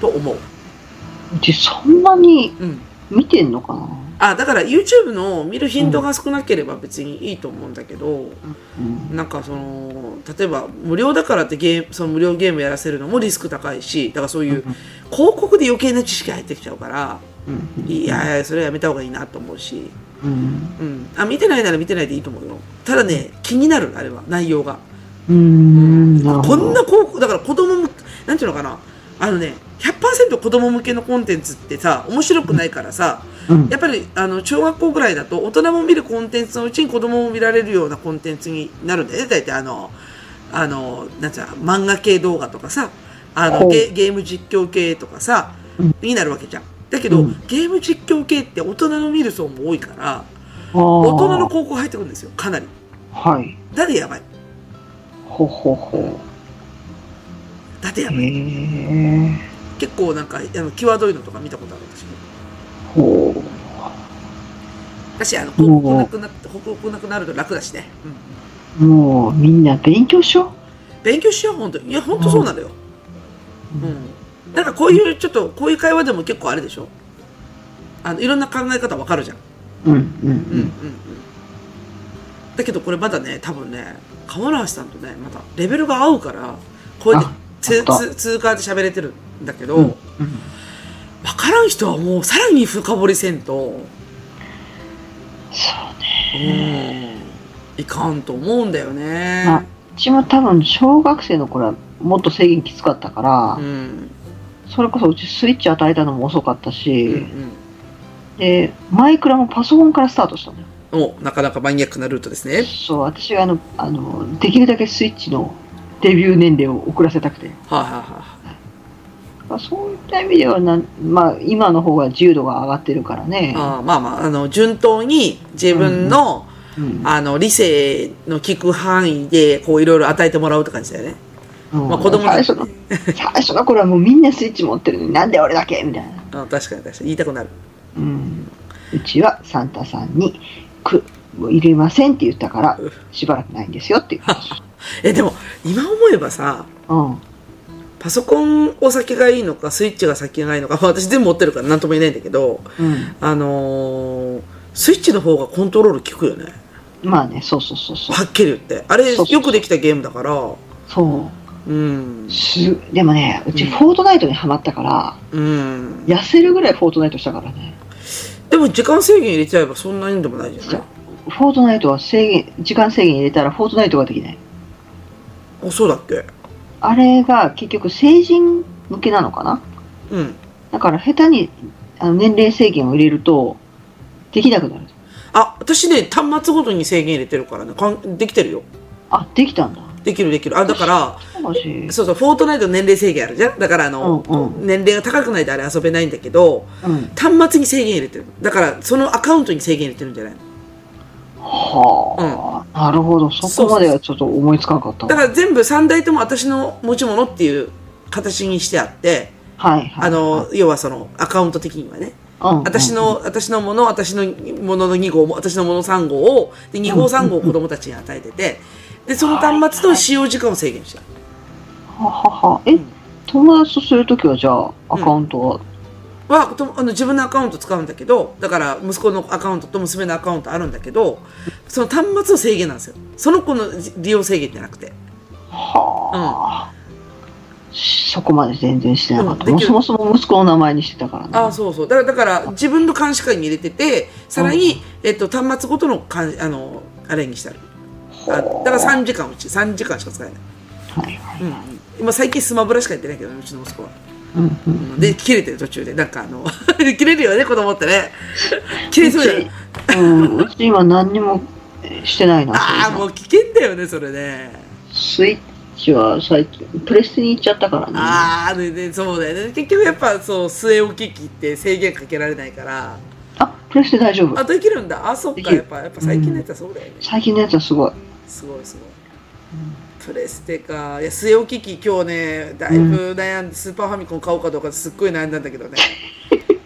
Speaker 2: と思う、
Speaker 3: うちそんなに
Speaker 2: うん、
Speaker 3: 見てんのかな
Speaker 2: あだから YouTube の見る頻度が少なければ別にいいと思うんだけど、
Speaker 3: うん。
Speaker 2: なんかその例えば無料だからってゲームその無料ゲームやらせるのもリスク高いしだからそういう
Speaker 3: うん
Speaker 2: 広告で余計な知識入ってきちゃうから
Speaker 3: うん
Speaker 2: いやいやそれはやめた方がいいなと思うし、
Speaker 3: うん。
Speaker 2: うん、あ見てないなら見てないでいいと思うよただね気になるあれは内容が
Speaker 3: うん。なる
Speaker 2: こ
Speaker 3: ほど
Speaker 2: んな広告だから子供向けなんていうのかなあのね100%子供向けのコンテンツってさ面白くないからさ
Speaker 3: うん
Speaker 2: やっぱりあの小学校ぐらいだと大人も見るコンテンツのうちに子供も見られるようなコンテンツになるんだよね大体あのあのなんつうの漫画系動画とかさあ
Speaker 3: ほ
Speaker 2: の
Speaker 3: う
Speaker 2: ゲゲーム実況系とかさ、
Speaker 3: うん
Speaker 2: になるわけじゃんだけど、
Speaker 3: うん
Speaker 2: ゲーム実況系って大人の見る層も多いから
Speaker 3: あー
Speaker 2: 大人の広告入ってくるんですよかなり
Speaker 3: はい。
Speaker 2: だってやばい
Speaker 3: ほうほうほ
Speaker 2: だってや
Speaker 3: う。
Speaker 2: ばい、
Speaker 3: へえ。
Speaker 2: 結構なんかあの際どいのとか見たことあるんですよ
Speaker 3: ほう。
Speaker 2: 私あの広告なくなって広告なくなると楽だしね、うん、
Speaker 3: もうみんな勉強しよ
Speaker 2: 勉強しよう本当にいや本当そうなのようん、なんかこういうちょっとこういう会話でも結構あれでしょあのいろんな考え方わかるじゃん、
Speaker 3: う。うんう
Speaker 2: うんうんうん
Speaker 3: ん、
Speaker 2: だけどこれまだね多分ね河原さんとねまたレベルが合うからこうやって
Speaker 3: あ
Speaker 2: つ
Speaker 3: 本
Speaker 2: つ
Speaker 3: 当
Speaker 2: 通過で喋れてるんだけど、
Speaker 3: うん。う
Speaker 2: わ
Speaker 3: んうん
Speaker 2: からん人はもうさらに深掘りせんと
Speaker 3: そうね。
Speaker 2: いかんと思うんだよね、
Speaker 3: まあうちも多分小学生の頃はもっと制限きつかったから、
Speaker 2: うん
Speaker 3: それこそうちスイッチ与えたのも遅かった
Speaker 2: う
Speaker 3: し、
Speaker 2: ん
Speaker 3: で、マイクラもパソコンからスタートしたのよ。
Speaker 2: うんおなかなかマニアックなルートですね
Speaker 3: そう、私はあの、あの、できるだけスイッチのデビュー年齢を遅らせたくて。
Speaker 2: はい、はいはい
Speaker 3: まあ、そういった意味ではなん、まあ、今の方が自由度が上がってるからね。
Speaker 2: あーまあまああの順当に自分の、
Speaker 3: うん
Speaker 2: あの理性の効く範囲でこういろいろ与えてもらうって感じだよね。
Speaker 3: うん
Speaker 2: まあ子供
Speaker 3: 最初の、最初の頃はもうみんなスイッチ持ってるのになんで俺だけみたいな。
Speaker 2: あ確かに確かに言いたくなる。
Speaker 3: うん。うちはサンタさんに、く、もう入れませんって言ったから、しばらくないんですよっていう話。
Speaker 2: えでも今思えばさ
Speaker 3: うん。
Speaker 2: パソコンお先がいいのかスイッチが先がいいのか、まあ、私全部持ってるから何とも言えないんだけど、
Speaker 3: うん。
Speaker 2: あのースイッチの方がコントロール効くよね
Speaker 3: まあね、そうそうそうそう
Speaker 2: は。っきり言ってあれ
Speaker 3: そうそうそう
Speaker 2: よくできたゲームだから
Speaker 3: そ
Speaker 2: うん
Speaker 3: う。す、でもね、うちフォートナイトにハマったから、
Speaker 2: うん
Speaker 3: 痩せるぐらいフォートナイトしたからね。
Speaker 2: でも時間制限入れちゃえばそんなにでもないじゃない
Speaker 3: フォートナイトは制限、時間制限入れたらフォートナイトができない。
Speaker 2: あそうだっけ
Speaker 3: あれが結局成人向けなのかな
Speaker 2: うん
Speaker 3: だから下手にあの年齢制限を入れるとできなくなる。
Speaker 2: あ私ね端末ごとに制限入れてるからねかんできてるよ
Speaker 3: あ、できたんだ。
Speaker 2: できるできる。あ、だから、
Speaker 3: 私、
Speaker 2: そうそう、フォートナイトの年齢制限あるじゃんだから、あの、
Speaker 3: うん
Speaker 2: 年齢が高くないとあれ遊べないんだけど、
Speaker 3: うん。
Speaker 2: 端末に制限入れてる。だから、そのアカウントに制限入れてるんじゃないの
Speaker 3: はあ、なるほど。そこまではちょっと思いつかなかったわ
Speaker 2: だから全部3台とも私の持ち物っていう形にしてあって、
Speaker 3: はいはい。
Speaker 2: あの、要はその、アカウント的にはね。
Speaker 3: うん、うん
Speaker 2: 私、の、私のもの、私のものの2号も、私のもの3号を、で、2号3号を子供たちに与えてて、で、その端末と使用時間を制限してる。
Speaker 3: ははは。え、友達とするときはじゃあ、アカウントは、
Speaker 2: はとあの自分のアカウント使うんだけどだから息子のアカウントと娘のアカウントあるんだけどその端末の制限なんですよその子の利用制限じゃなくて
Speaker 3: はあ、そこまで全然してなかった。
Speaker 2: うんで
Speaker 3: もう
Speaker 2: きる
Speaker 3: そもそも息子の名前にしてたからね。
Speaker 2: ああそうそうだからだから自分の監視下に入れててさらに、えっと、端末ごとのかんあのあれにしてあるあだから3時間うち3時間しか使えない、
Speaker 3: はいはい。
Speaker 2: うん、今最近スマブラしかやってないけどねうちの息子は
Speaker 3: うんうん
Speaker 2: うんで切れてる途中でなんかあの 切れるよね子供ってね切れそうじゃない
Speaker 3: うん、うち今何にもしてないな。
Speaker 2: ああ
Speaker 3: そういうの
Speaker 2: もう危険だよねそれね
Speaker 3: スイッチは最近、プレステに行っちゃったからね。あ
Speaker 2: ああででそうだよね結局やっぱそう据え置き機って制限かけられないから
Speaker 3: プレステ大丈
Speaker 2: あ
Speaker 3: 夫。
Speaker 2: できるんだあそっ
Speaker 3: で
Speaker 2: か
Speaker 3: きる
Speaker 2: やっぱやっぱ最近のやつはそうだよね、
Speaker 3: 最近のやつは すごい。
Speaker 2: すごいすごいプレステかいや据え置き機今日ねだいぶ悩んで、スーパーファミコン買おうかどうかすっごい悩んだんだけ どね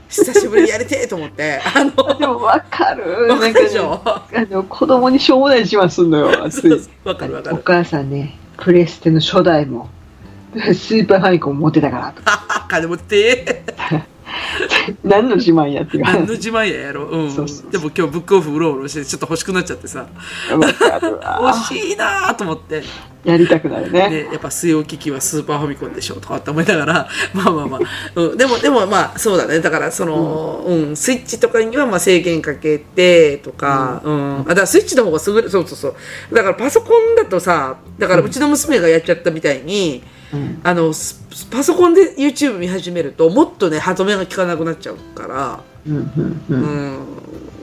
Speaker 2: 久しぶりにやれてーと思ってあの
Speaker 3: でもわかる。
Speaker 2: わかるでしょ
Speaker 3: あの子供にしょうもない自慢すんのよ。熱い
Speaker 2: そうそうわかるわか
Speaker 3: お
Speaker 2: る
Speaker 3: 母さんね、プレステの初代も、スーパーファミコン持ってたからと か、
Speaker 2: あ 金持ってー
Speaker 3: 何の自慢やっていう
Speaker 2: 何
Speaker 3: 話
Speaker 2: の自慢ややろうん
Speaker 3: そうそうそう
Speaker 2: でも今日ブックオフうろうろしてちょっと欲しくなっちゃってさ
Speaker 3: わかるわ
Speaker 2: 惜しいなーと思って
Speaker 3: やりたくなるね。
Speaker 2: ね、やっぱ据え置き機はスーパーファミコンでしょとかって思いながら、 まあまあまあ、うん、でも、でもまあ、そうだね。だから、その、うん、スイッチとかにはまあ制限かけて、とか、うん、あ、だからスイッチの方が優れ、そうそうそう。だからパソコンだとさ、だからうちの娘がやっちゃったみたいに、
Speaker 3: うん
Speaker 2: あの、スパソコンで YouTube 見始めると、もっとね、歯止めが効かなくなっちゃうから、
Speaker 3: うんうん
Speaker 2: う
Speaker 3: う
Speaker 2: ん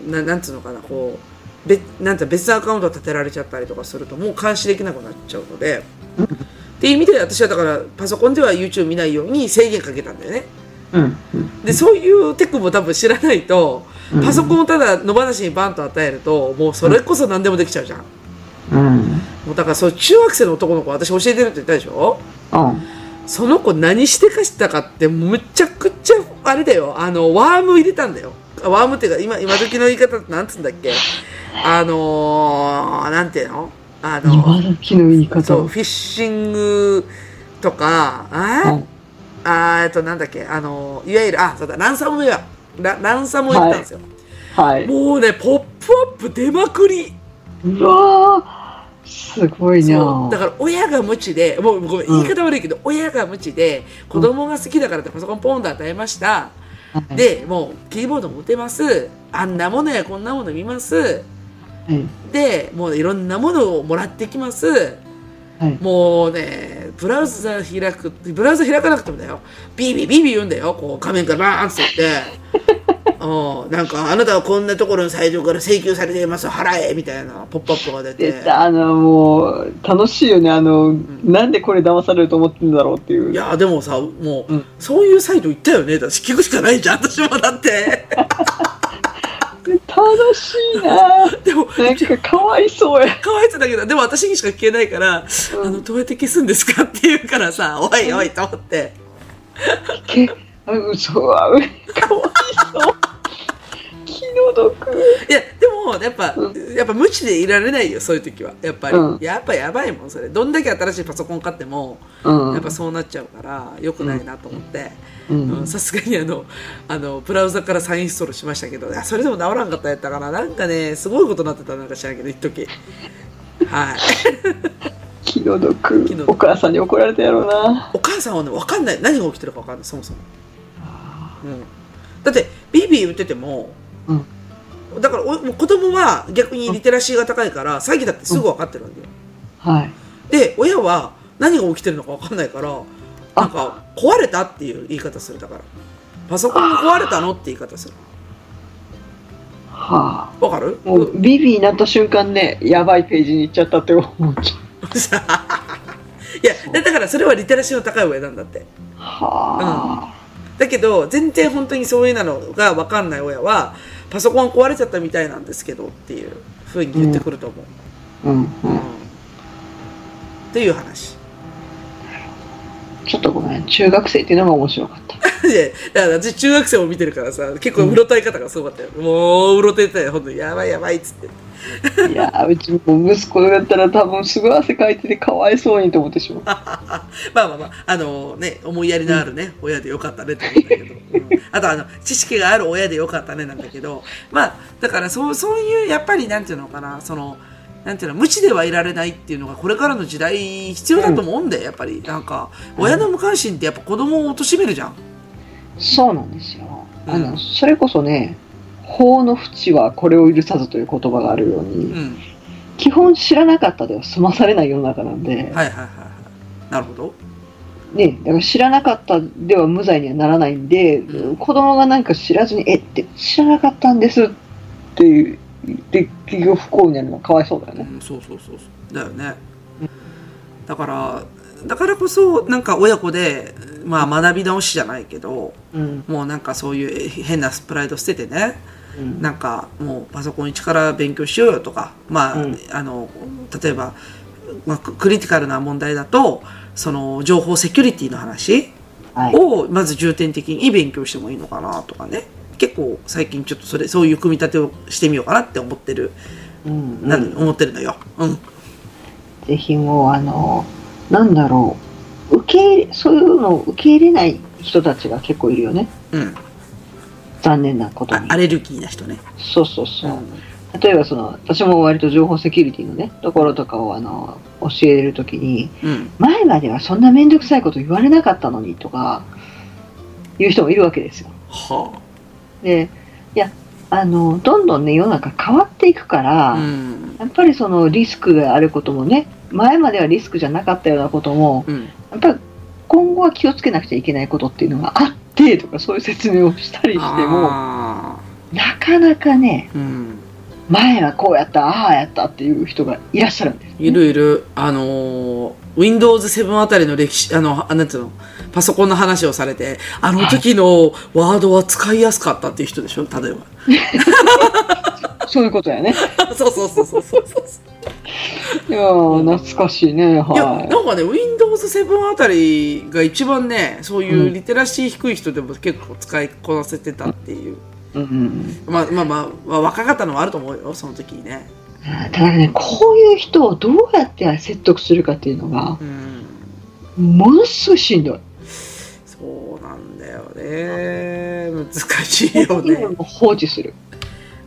Speaker 2: ん、ななんつうのかな、こう、べなんて別のアカウントを立てられちゃったりとかすると、もう監視できなくなっちゃうので、っていう意味で私はだからパソコンでは YouTube 見ないように制限かけたんだよね。
Speaker 3: うんうん
Speaker 2: で、そういうテクも多分知らないと、
Speaker 3: うん
Speaker 2: パソコンをただ野放しにバンと与えると、もうそれこそ何でもできちゃうじゃん。
Speaker 3: うんうん
Speaker 2: もうだからそう中学生の男の子私教えてるって言ったでしょその子何してかしたかってむちゃくちゃあれだよあのワーム入れたんだよワームっていうか今今時の言い方なんつうんだっけあのー、なんていうのあ
Speaker 3: 今
Speaker 2: の
Speaker 3: 時の言い方
Speaker 2: そうフィッシングとかあー、あーえっとなんだっけあのいわゆるあそうだランサムウェアラランサムをやったんですよ、
Speaker 3: はい
Speaker 2: もうねポップアップ出まくり
Speaker 3: うわーすごい
Speaker 2: そう
Speaker 3: な
Speaker 2: だから親が無知でもうごめん
Speaker 3: うん
Speaker 2: 言い方悪いけど、親が無知で子供が好きだからってパソコンポンと与えました、
Speaker 3: はい
Speaker 2: でもうキーボードも打てますあんなものやこんなもの見ます
Speaker 3: はい
Speaker 2: でもういろんなものをもらってきます
Speaker 3: はい
Speaker 2: もうねブラウザ開くブラウザ開かなくてもだよビビビビ言うんだよこう画面からバーンって言 ってうんなんかあなたはこんなところのサイトから請求されています払えみたいなポップアップが出て
Speaker 3: 出たあのもう楽しいよねあの、なんでこれ騙されると思ってんだろうっていう
Speaker 2: いやでもさもう、
Speaker 3: うん
Speaker 2: そういうサイト行ったよねだって聞くしかないじゃん私もだって
Speaker 3: 楽しいなー
Speaker 2: でも
Speaker 3: なんかかわいそうや
Speaker 2: かわいそうだけどでも私にしか聞けないから、
Speaker 3: うん
Speaker 2: あのどうやって消すんですかって言うからさおいおいと思って
Speaker 3: けあ嘘はうかわいそう気の毒
Speaker 2: いやでもやっぱ、やっぱ無知でいられないよそういう時はやっぱり、
Speaker 3: うん
Speaker 2: やっぱやばいもんそれどんだけ新しいパソコン買っても、
Speaker 3: うん
Speaker 2: やっぱそうなっちゃうからよくないなと思って
Speaker 3: うん
Speaker 2: うんさすがにあのあのブラウザから再インストールしましたけどいやそれでも治らんかったやったかななんかねすごいことになってたなんか知らんけど一時はい
Speaker 3: 気の毒
Speaker 2: 気の毒
Speaker 3: お母さんに怒られたやろうな
Speaker 2: お母さんはね分かんない何が起きてるか分かんないそもそも、うん、だってビービー言ってても
Speaker 3: うん
Speaker 2: だからおもう子供は逆にリテラシーが高いから詐欺だってすぐ分かってるわけよ
Speaker 3: はい
Speaker 2: で親は何が起きてるのか分かんないから
Speaker 3: あ
Speaker 2: なんか壊れたっていう言い方するだからパソコンが壊れたのって言い方する
Speaker 3: はあ
Speaker 2: わかる
Speaker 3: もうビビになった瞬間ね、やばいページに行っちゃったって思っちゃう。
Speaker 2: いやだからそれはリテラシーの高い親なんだって
Speaker 3: は
Speaker 2: だけど全然本当にそういうのが分かんない親はパソコン壊れちゃったみたいなんですけどっていうふうに言ってくると思う、
Speaker 3: あ、うん、うん、
Speaker 2: うんっていう話
Speaker 3: ちょっとごめん、中学生っていうのが面白かった。
Speaker 2: いやだから私中学生も見てるからさ結構うろたえ方がすごかったよ、もううろてたよ本当にやばいやばいっつって
Speaker 3: いやー、うちも息子だったら多分すごい汗かいててかわいそうにと思ってしまう。
Speaker 2: まあまあまあ、あのね、思いやりのあるね、親でよかったねって思うんだけど、うんあとあの、知識がある親でよかったねなんだけど、まあ、だからそう、そういう、やっぱりなんていうのかな、その、なんていうの、無知ではいられないっていうのがこれからの時代必要だと思うんで、やっぱり、なんか、親の無関心ってやっぱ子供を貶めるじゃん。
Speaker 3: そうなんですよ。あ
Speaker 2: うん
Speaker 3: の、それこそね、法の淵はこれを許さずという言葉があるよう
Speaker 2: う
Speaker 3: に、
Speaker 2: ん。
Speaker 3: 基本知らなかったでは済まされない世の中なんで、
Speaker 2: はいはいはいはい。なるほど。
Speaker 3: ね、だから知らなかったでは無罪にはならないんで、
Speaker 2: うん
Speaker 3: 子供がなんか知らずに、えって知らなかったんですっていう、で、企業不幸になるのはかわいそうだよね。
Speaker 2: うん、そうそうそうそうだよねだからだからこそなんか親子で、まあ、学び直しじゃないけど
Speaker 3: うん。
Speaker 2: もうなんかそういう変なプライド捨ててね
Speaker 3: うん
Speaker 2: なんかもうパソコン一から勉強しようよとか、まあ、
Speaker 3: うん
Speaker 2: あの、例えば、まあ、ククリティカルな問題だと、その情報セキュリティの話
Speaker 3: はい。
Speaker 2: をまず重点的に勉強してもいいのかなとかね。結構最近ちょっとそれ、そういう組み立てをしてみようかなって思ってる、
Speaker 3: うんうん
Speaker 2: な思ってるのよ。うん。
Speaker 3: ぜひもう、あの、なんだろう、受け入れ、そういうのを受け入れない人たちが結構いるよね。
Speaker 2: うん。
Speaker 3: 残念なこと
Speaker 2: あ
Speaker 3: に
Speaker 2: ア。レルギーな人ね。
Speaker 3: そうそうそう。
Speaker 2: う
Speaker 3: 例えばその、私も割と情報セキュリティのね、ところとかをあの、教えるときに、
Speaker 2: ん。
Speaker 3: 前まではそんな面倒くさいこと言われなかったのにとか、いう人もいるわけですよ。
Speaker 2: は
Speaker 3: で、いや、あの、どんどんね、世の中変わっていくか
Speaker 2: あ。
Speaker 3: ら、
Speaker 2: うん。
Speaker 3: やっぱりそのリスクがあることもね、前まではリスクじゃなかったようなことも、
Speaker 2: うん。
Speaker 3: やっぱり今後は気をつけなくちゃいけないことっていうのがあってとかそういう説明をしたりしても
Speaker 2: あ
Speaker 3: なかなかね
Speaker 2: ーうん。
Speaker 3: 前はこうやったああやったっていう人がいらっしゃるんです、ね、
Speaker 2: いるいる。あのー、Windows 7あたりの歴史、あの、あなんていうの、パソコンの話をされて、あの時のワードは使いやすかったっていう人でしょ例え
Speaker 3: そういうこと やね
Speaker 2: ば。 そうそうそうそうそうそう。
Speaker 3: いやー懐かしいね
Speaker 2: いや、
Speaker 3: は
Speaker 2: なんかね、Windows 7あたりが一番ね、そういうリテラシー低い人でも結構使いこなせてたっていう。
Speaker 3: い、うんうん
Speaker 2: まあまあまあ、まあ若かったのはあると思うよ、その時にね。
Speaker 3: あー、ただねこういう人をどうやって説得するかっていうのが
Speaker 2: うん。
Speaker 3: ものすごいしんどい
Speaker 2: そうなんだよね。難しいよね。
Speaker 3: もう放置する、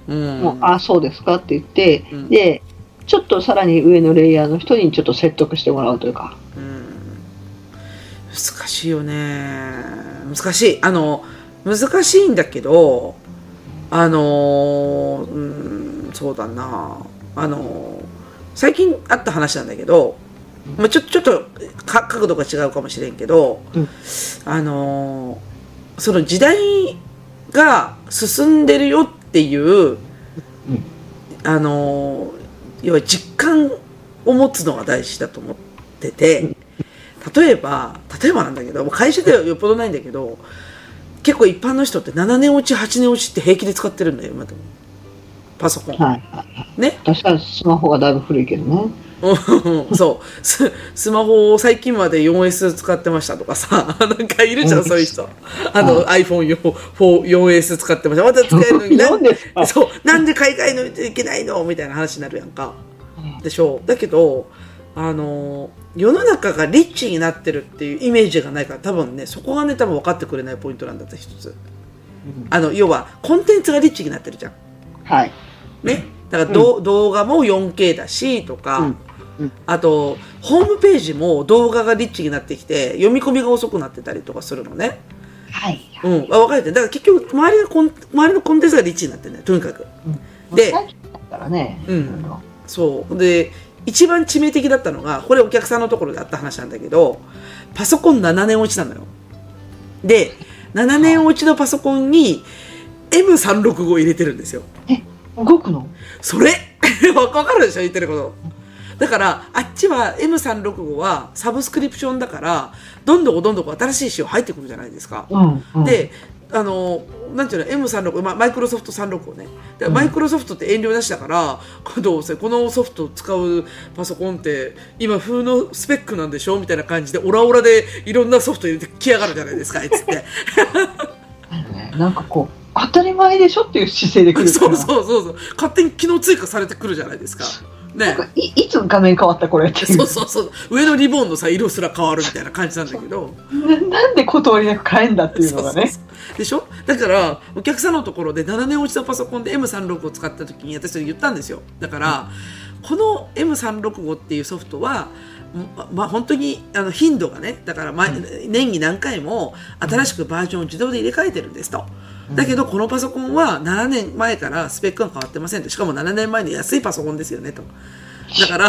Speaker 2: うん。
Speaker 3: もうああそうですかって言って、
Speaker 2: うん
Speaker 3: でちょっとさらに上のレイヤーの人にちょっと説得してもらうというか
Speaker 2: うん難しいよね難しいあの難しいんだけどあのうんそうだなあの最近あった話なんだけど、まあ、ちょちょっとか角度が違うかもしれんけど、
Speaker 3: うん
Speaker 2: あのその時代が進んでるよっていう、あの要は実感を持つのが大事だと思ってて例えば例えばなんだけどもう会社ではよっぽどないんだけど結構一般の人って7年落ち8年落ちって平気で使ってるんだよ今でもパソコン
Speaker 3: はいはい
Speaker 2: ね
Speaker 3: 私はスマホがだいぶ古いけどね。
Speaker 2: うんそうススマホを最近まで 4S 使ってましたとかさなんかいるじゃんそういう人あの iPhone4S 使ってましたまた使えるのに なん
Speaker 3: 四ですか
Speaker 2: そうなんで買い替えないといけないのみたいな話になるやんかでしょうだけどあの世の中がリッチになってるっていうイメージがないから多分ねそこがね多分分かってくれないポイントなんだって一つあの要はコンテンツがリッチになってるじゃん
Speaker 3: はい。
Speaker 2: ねだからど、動画も 4K だしとか、
Speaker 3: うんうん
Speaker 2: あとホームページも動画がリッチになってきて読み込みが遅くなってたりとかするのね
Speaker 3: はい。
Speaker 2: うんあ分かれてるだから結局周りのコン周りのコンテンツがリッチになってるんだよとにかくで
Speaker 3: さっきだからね。
Speaker 2: うんそう。で、一番致命的だったのが、これお客さんのところであった話なんだけど、パソコン7年落ちなのよ。で、7年落ちのパソコンに M365 入れてるんですよ。
Speaker 3: 動くの
Speaker 2: それ わかるでしょ言ってること。だから、あっちは M365 はサブスクリプションだから、どんどんどんどん新しい仕様入ってくるじゃないですか。
Speaker 3: うん、うん。
Speaker 2: で、あの、なんていうの、M36、まあ、マイクロソフト36ね。で
Speaker 3: うん
Speaker 2: マイクロソフトって遠慮なしだから、 どうせこのソフトを使うパソコンって、今風のスペックなんでしょみたいな感じで、オラオラでいろんなソフト入れてきやがるじゃないですか、あいつって。
Speaker 3: あのねなんかこう、当たり前でしょって いう姿勢で来るか
Speaker 2: そう
Speaker 3: ら。
Speaker 2: そうそうそう。勝手に機能追加されてくるじゃないですか。ね
Speaker 3: な。んかいいつ画面変わったこれっていう
Speaker 2: そうそうそう。上のリボンのさ、色すら変わるみたいな感じなんだけど。
Speaker 3: ななんで断りなく変えんだっていうのがね
Speaker 2: そうそうそうでしょだからお客さんのところで7年落ちのパソコンで M36 を使った時に私それ言ったんですよだから、この M365 っていうソフトはままあ本当にあの頻度がねだから毎、年に何回も新しくバージョンを自動で入れ替えてるんですと。だけど、このパソコンは7年前からスペックが変わってませんと。しかも7年前の安いパソコンですよねと。だから、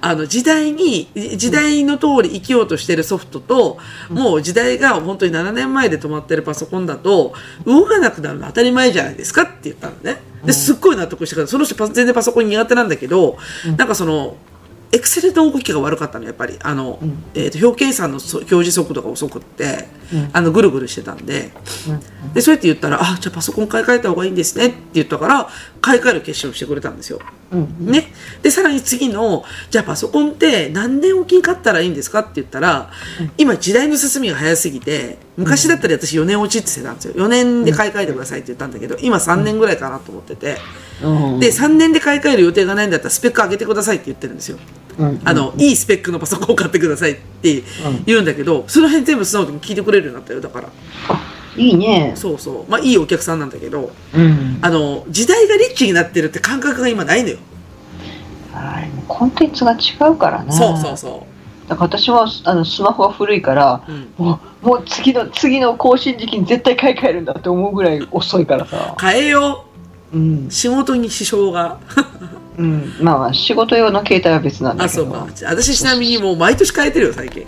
Speaker 2: あの、時代に、い時代の通り生きようとしてるソフトと、もう時代が本当に7年前で止まってるパソコンだと、動かなくなるの当たり前じゃないですかって言ったのね。で、すっごい納得してから、その人パ全然パソコン苦手なんだけど、なんかその、エクセルの動きが悪かったの、やっぱり。あの、
Speaker 3: うん
Speaker 2: えっ、と、表計算のそ表示速度が遅くって、
Speaker 3: うん
Speaker 2: あの、ぐるぐるしてたんで、で、そうやって言ったら、あ、じゃあパソコン買い替えた方がいいんですねって言ったから、買い替える決心をしてくれたんですよ。
Speaker 3: うんうん
Speaker 2: ね。で、さらに次の、じゃあパソコンって何年おきに買ったらいいんですかって言ったら、今時代の進みが早すぎて、昔だったら私4年落ちって言ってたんですよ。4年で買い替えてくださいって言ったんだけど、今3年ぐらいかなと思ってて。
Speaker 3: うん
Speaker 2: で、3年で買い替える予定がないんだったらスペック上げてくださいって言ってるんですよ。
Speaker 3: うん
Speaker 2: あの、いいスペックのパソコンを買ってくださいって言うんだけど、その辺全部素直に聞いてくれるようになったよ。だから。
Speaker 3: いいね
Speaker 2: そうそう。まあいいお客さんなんだけど、
Speaker 3: うん
Speaker 2: あの、時代がリッチになってるって感覚が今ないのよ。
Speaker 3: はいもうコンテンツが違うからね
Speaker 2: そうそうそ
Speaker 3: だから私はあのスマホが古いから
Speaker 2: う。うん。
Speaker 3: もうもう次の次の更新時期に絶対買い替えるんだって思うぐらい遅いからさ
Speaker 2: 変えよう。
Speaker 3: うん、
Speaker 2: 仕事に支障が。
Speaker 3: うん、まあまあ仕事用の携帯は別なんだ
Speaker 2: あ、
Speaker 3: け
Speaker 2: そ
Speaker 3: ど
Speaker 2: うか。私ちなみにもう毎年変えてるよ、最近。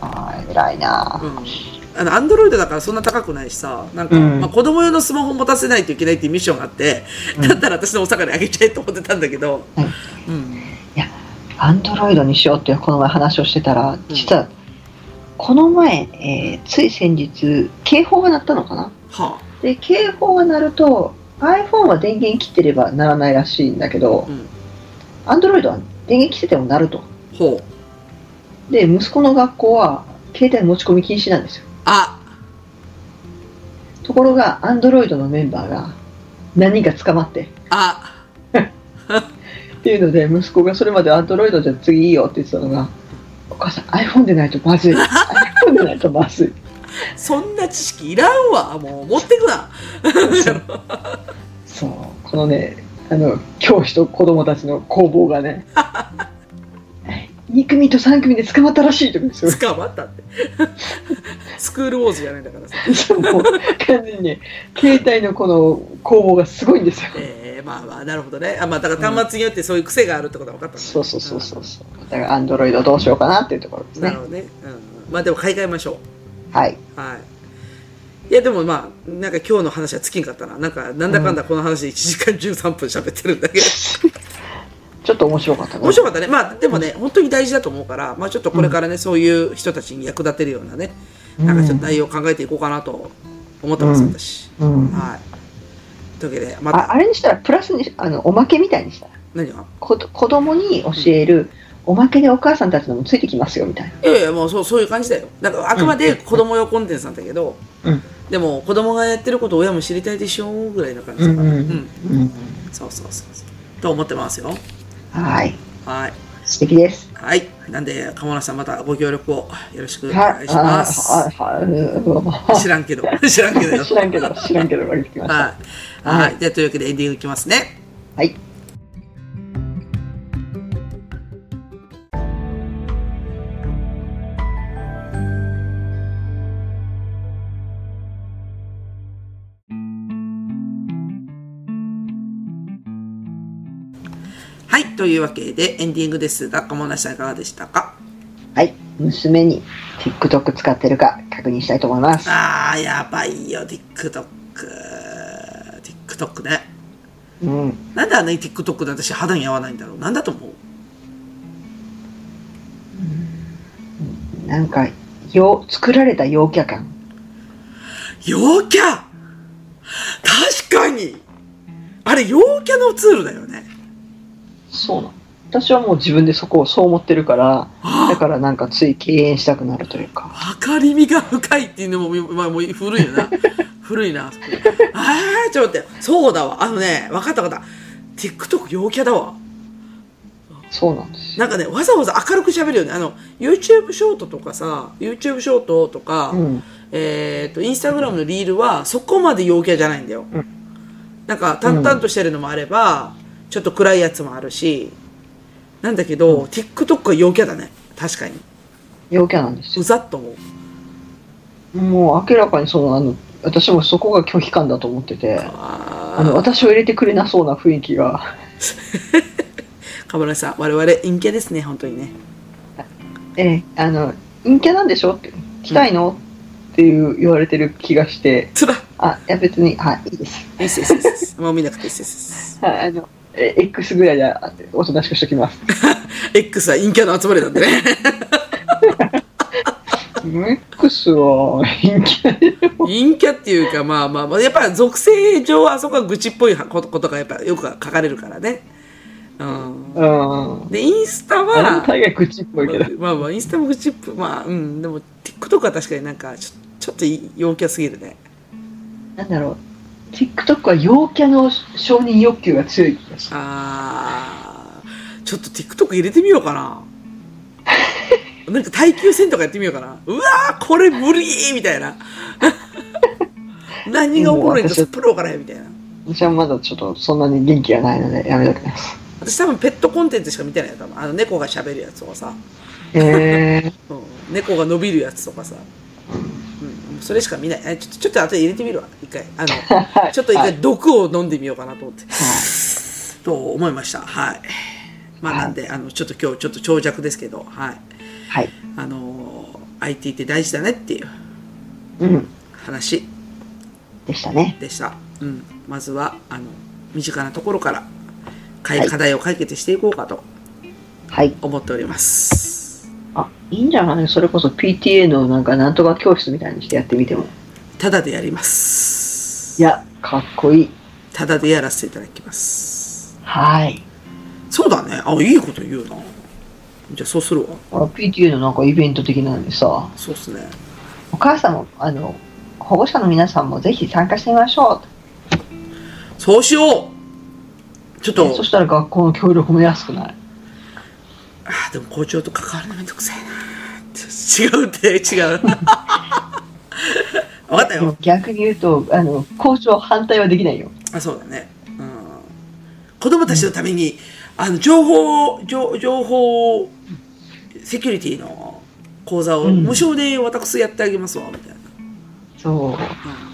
Speaker 3: あー偉いな
Speaker 2: うん。あの、アンドロイドだからそんな高くないしさ、なんか、
Speaker 3: うん
Speaker 2: まあ子供用のスマホ持たせないといけないっていうミッションがあって、だったら私のお魚にあげちゃえと思ってたんだけど、
Speaker 3: うん
Speaker 2: うん。
Speaker 3: アンドロイドにしようってこの前話をしてたら実はこの前、えーつい先日警報が鳴ったのかな
Speaker 2: は
Speaker 3: で警報が鳴ると iPhone は電源切ってればならないらしいんだけ
Speaker 2: あ、
Speaker 3: ど
Speaker 2: うん。
Speaker 3: Android は電源切ってても鳴ると
Speaker 2: ほう。
Speaker 3: で息子の学校は携帯持ち込み禁止なんですよ
Speaker 2: あ、
Speaker 3: ところが Android のメンバーが何人か捕まって
Speaker 2: あ、
Speaker 3: っていうので息子がそれまでアンドロイドじゃ次いいよって言ってたのがお母さん iPhone でないと まずい iPhone でないとまずい
Speaker 2: そんな知識いらんわ。もう持ってくな。
Speaker 3: そうそうこのねあの教師と子供たちの攻防がね2組と3組で捕まったらしいとかですよ
Speaker 2: 捕まったって。 スクールウォーズじゃないんだからさ。
Speaker 3: そうもう完全にね携帯のこの攻防がすごいんですよ
Speaker 2: えー、まあまあ、なるほどね。あ、まあ、だから端末によってそういう癖があるってことは分かったんだね
Speaker 3: そうそうそうそうそうだからアンドロイドどうしようかなっていうところです
Speaker 2: なる
Speaker 3: ね
Speaker 2: ほどね。うん、まあでも買い替えましょ。
Speaker 3: はいう
Speaker 2: はい。いやでもまあ、なんか今日の話は尽きんかったな。なんか、なんだかんだこの話で1時間13分喋ってるんだ けど。
Speaker 3: ちょっと面白かったね
Speaker 2: 面白かったね。まあでもね、本当に大事だと思うから、まあちょっとこれからね、そういう人たちに役立てるようなね、なんかちょっと内容を考えていこうかなと思ってます、
Speaker 3: うん
Speaker 2: 私。
Speaker 3: うん
Speaker 2: はい。というわけで、ま
Speaker 3: あ
Speaker 2: た、
Speaker 3: あれにしたらプラスにあのおまけみたいにしたら
Speaker 2: 何が
Speaker 3: こ子供に教えるおまけでお母さんたちのもついてきますよみたい
Speaker 2: いやいや、もうそうそういう感じだよ。だからあくまで子供用コンテンツなんだけど、
Speaker 3: な、うん
Speaker 2: でも子供がやってることを親も知りたいでしょうぐらいな感じだから。
Speaker 3: うんうん
Speaker 2: うんそうそうそうそう。と思ってますよ。
Speaker 3: はい
Speaker 2: はい。
Speaker 3: 素敵です
Speaker 2: はい。なんで、鴨村さんまたご協力をよろしくお
Speaker 3: は
Speaker 2: 願いします。
Speaker 3: は
Speaker 2: 知らんけど、 知らんけどよ
Speaker 3: い。知らんけど知らんけど分かりました
Speaker 2: はい。はい。じゃあ、というわけでエンディングいきますね。
Speaker 3: はい
Speaker 2: はい。というわけでエンディングですが、鴨村さんいかがでしたか
Speaker 3: はい娘に TikTok 使ってるか確認したいと思います
Speaker 2: あー、やばいよ、TikTok。TikTok ね。
Speaker 3: うん
Speaker 2: なんであんなに TikTok で私肌に合わないんだろうなんだと思う
Speaker 3: なんかよう作られた陽キャ感
Speaker 2: 陽キャ確かにあれ陽キャのツールだよね。
Speaker 3: そうなの私はもう自分でそこをそう思ってるからだ
Speaker 2: あ
Speaker 3: からなんかつい敬遠したくなるというか
Speaker 2: あ、明かりみが深いっていうのも、まあ、もう古いよ な。古いな。ああ、ちょっと待って。そうだわ。あのね、分かった分かった。TikTok 陽キャだわ。
Speaker 3: そうなんです
Speaker 2: な
Speaker 3: よ
Speaker 2: んかね、わざわざ明るく喋るよね。あの、YouTube ショートとかさ、YouTube ショートとか、
Speaker 3: うん
Speaker 2: えっ、と、インスタグラムのリールは、そこまで陽キャじゃないんだよ。
Speaker 3: うん
Speaker 2: なんか、淡々としてるのもあれば、ちょっと暗いやつもあるし、なんだけど、TikTok は陽キャだね。確かに。
Speaker 3: 陽キャなんですよ
Speaker 2: うざっと思う。
Speaker 3: もう明らかにそのあの私もそこが拒否感だと思っててあの
Speaker 2: あ
Speaker 3: 私を入れてくれなそうな雰囲気が
Speaker 2: ーかぶらさん、我々陰キャですね、本当にね。
Speaker 3: ええ、あの、陰キャなんでしょって、来たいの、っていう言われてる気がして、
Speaker 2: つらい
Speaker 3: あ、いや別に、はい、いいです。
Speaker 2: いっすいいっすいいっ すもう見なくていいっすいいっす
Speaker 3: はい、あの、え X ぐらいであおとなしくしときます。
Speaker 2: X は陰キャの集まりなんで ね。
Speaker 3: X は陰キャでも
Speaker 2: 陰キャっていうか、まあまあまあ、やっぱ属性上、あそこは愚痴っぽいことがやっぱよく書かれるからね。うん。
Speaker 3: うん。
Speaker 2: で、インスタ
Speaker 3: あれも
Speaker 2: は、
Speaker 3: 大概口っぽいけど。
Speaker 2: まあまあ、インスタも愚痴っぽい。まあ、うん。でも、TikTok は確かになんか、ちょちょっと陽キャすぎるね。
Speaker 3: なんだろう。TikTok は陽キャの承認欲求が強い気がする。
Speaker 2: あーちょっと TikTok 入れてみようかななんか耐久戦とかやってみようかなうわーこれ無理ーみたいな 何が起こるのか
Speaker 3: もう私
Speaker 2: すっぽり分からへんみたいな
Speaker 3: 私はまだちょっとそんなに元気がないのでやめときます。
Speaker 2: 私多分ペットコンテンツしか見てないよ多分あの猫が喋るやつとかさ、
Speaker 3: え ー、
Speaker 2: うん、猫が伸びるやつとかさ、うん、それしか見ないえちょっとちょっと後で入れてみるわ一回あのちょっと一回毒を飲んでみようかなと思って、と思いましたはいまあなんで、あのちょっと今日ちょっと長尺ですけどはい
Speaker 3: はい。
Speaker 2: あのー IT って大事だねっていう
Speaker 3: うん。
Speaker 2: 話
Speaker 3: でしたね。
Speaker 2: でした、うん、まずはあの身近なところからかい
Speaker 3: はい
Speaker 2: 課題を解決していこうかと
Speaker 3: はい。
Speaker 2: 思っております
Speaker 3: あ、いいんじゃないそれこそ PTA のなんかなんとか教室みたいにしてやってみても。
Speaker 2: ただでやります
Speaker 3: いや、かっこいい。
Speaker 2: ただでやらせていただきます
Speaker 3: はい。
Speaker 2: そうだねあいいこと言うなじゃあそうするわ
Speaker 3: あ PTA のなんかイベント的なんでさ、
Speaker 2: そうっすね
Speaker 3: お母さんも、あの、保護者の皆さんもぜひ参加してみましょ
Speaker 2: そうしようちょっ
Speaker 3: う。
Speaker 2: と
Speaker 3: そしたら学校の協力も安くない。
Speaker 2: あーでも校長と関わるのめんどくさいな違うって違 う分かった
Speaker 3: で
Speaker 2: よ
Speaker 3: も逆に言うと、あの、校長反対はできないよ。
Speaker 2: あそうだね、うん、子供たちのために、あの情報情情報セキュリティの講座を
Speaker 3: うん
Speaker 2: 無償で私やってあげますわみたいな、
Speaker 3: そう。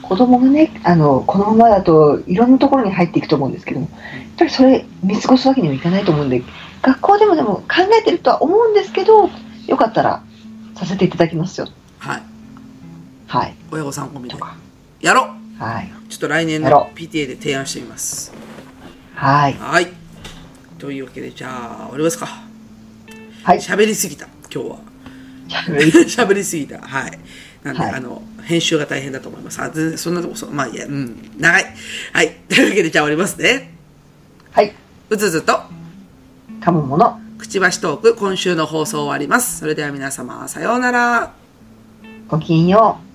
Speaker 3: 子供がね、あの、このままだといろんなところに入っていくと思うんですけども、やっぱりそれ見過ごすわけにはいかないと思うんで、学校でもでも考えてるとは思うんですけど、よかったらさせていただきますよ。
Speaker 2: はい
Speaker 3: はい。
Speaker 2: 親御さん込みで
Speaker 3: とか。
Speaker 2: やろ
Speaker 3: はい。
Speaker 2: うちょっと来年の
Speaker 3: やろ
Speaker 2: PTA で提案してみます
Speaker 3: はい。
Speaker 2: はいというわけでじゃあ終わりますか
Speaker 3: はい。
Speaker 2: 喋りすぎた今日は喋りすぎたはいなんで、
Speaker 3: はい
Speaker 2: あの編集が大変だと思いますあ全然そんなとこそまあいいやうん長いはいというわけでじゃあ終わりますね
Speaker 3: はい。
Speaker 2: うつうつと
Speaker 3: 噛むもの。
Speaker 2: くちばしトーク今週の放送終わりますそれでは皆様さようなら
Speaker 3: ごきげんよう。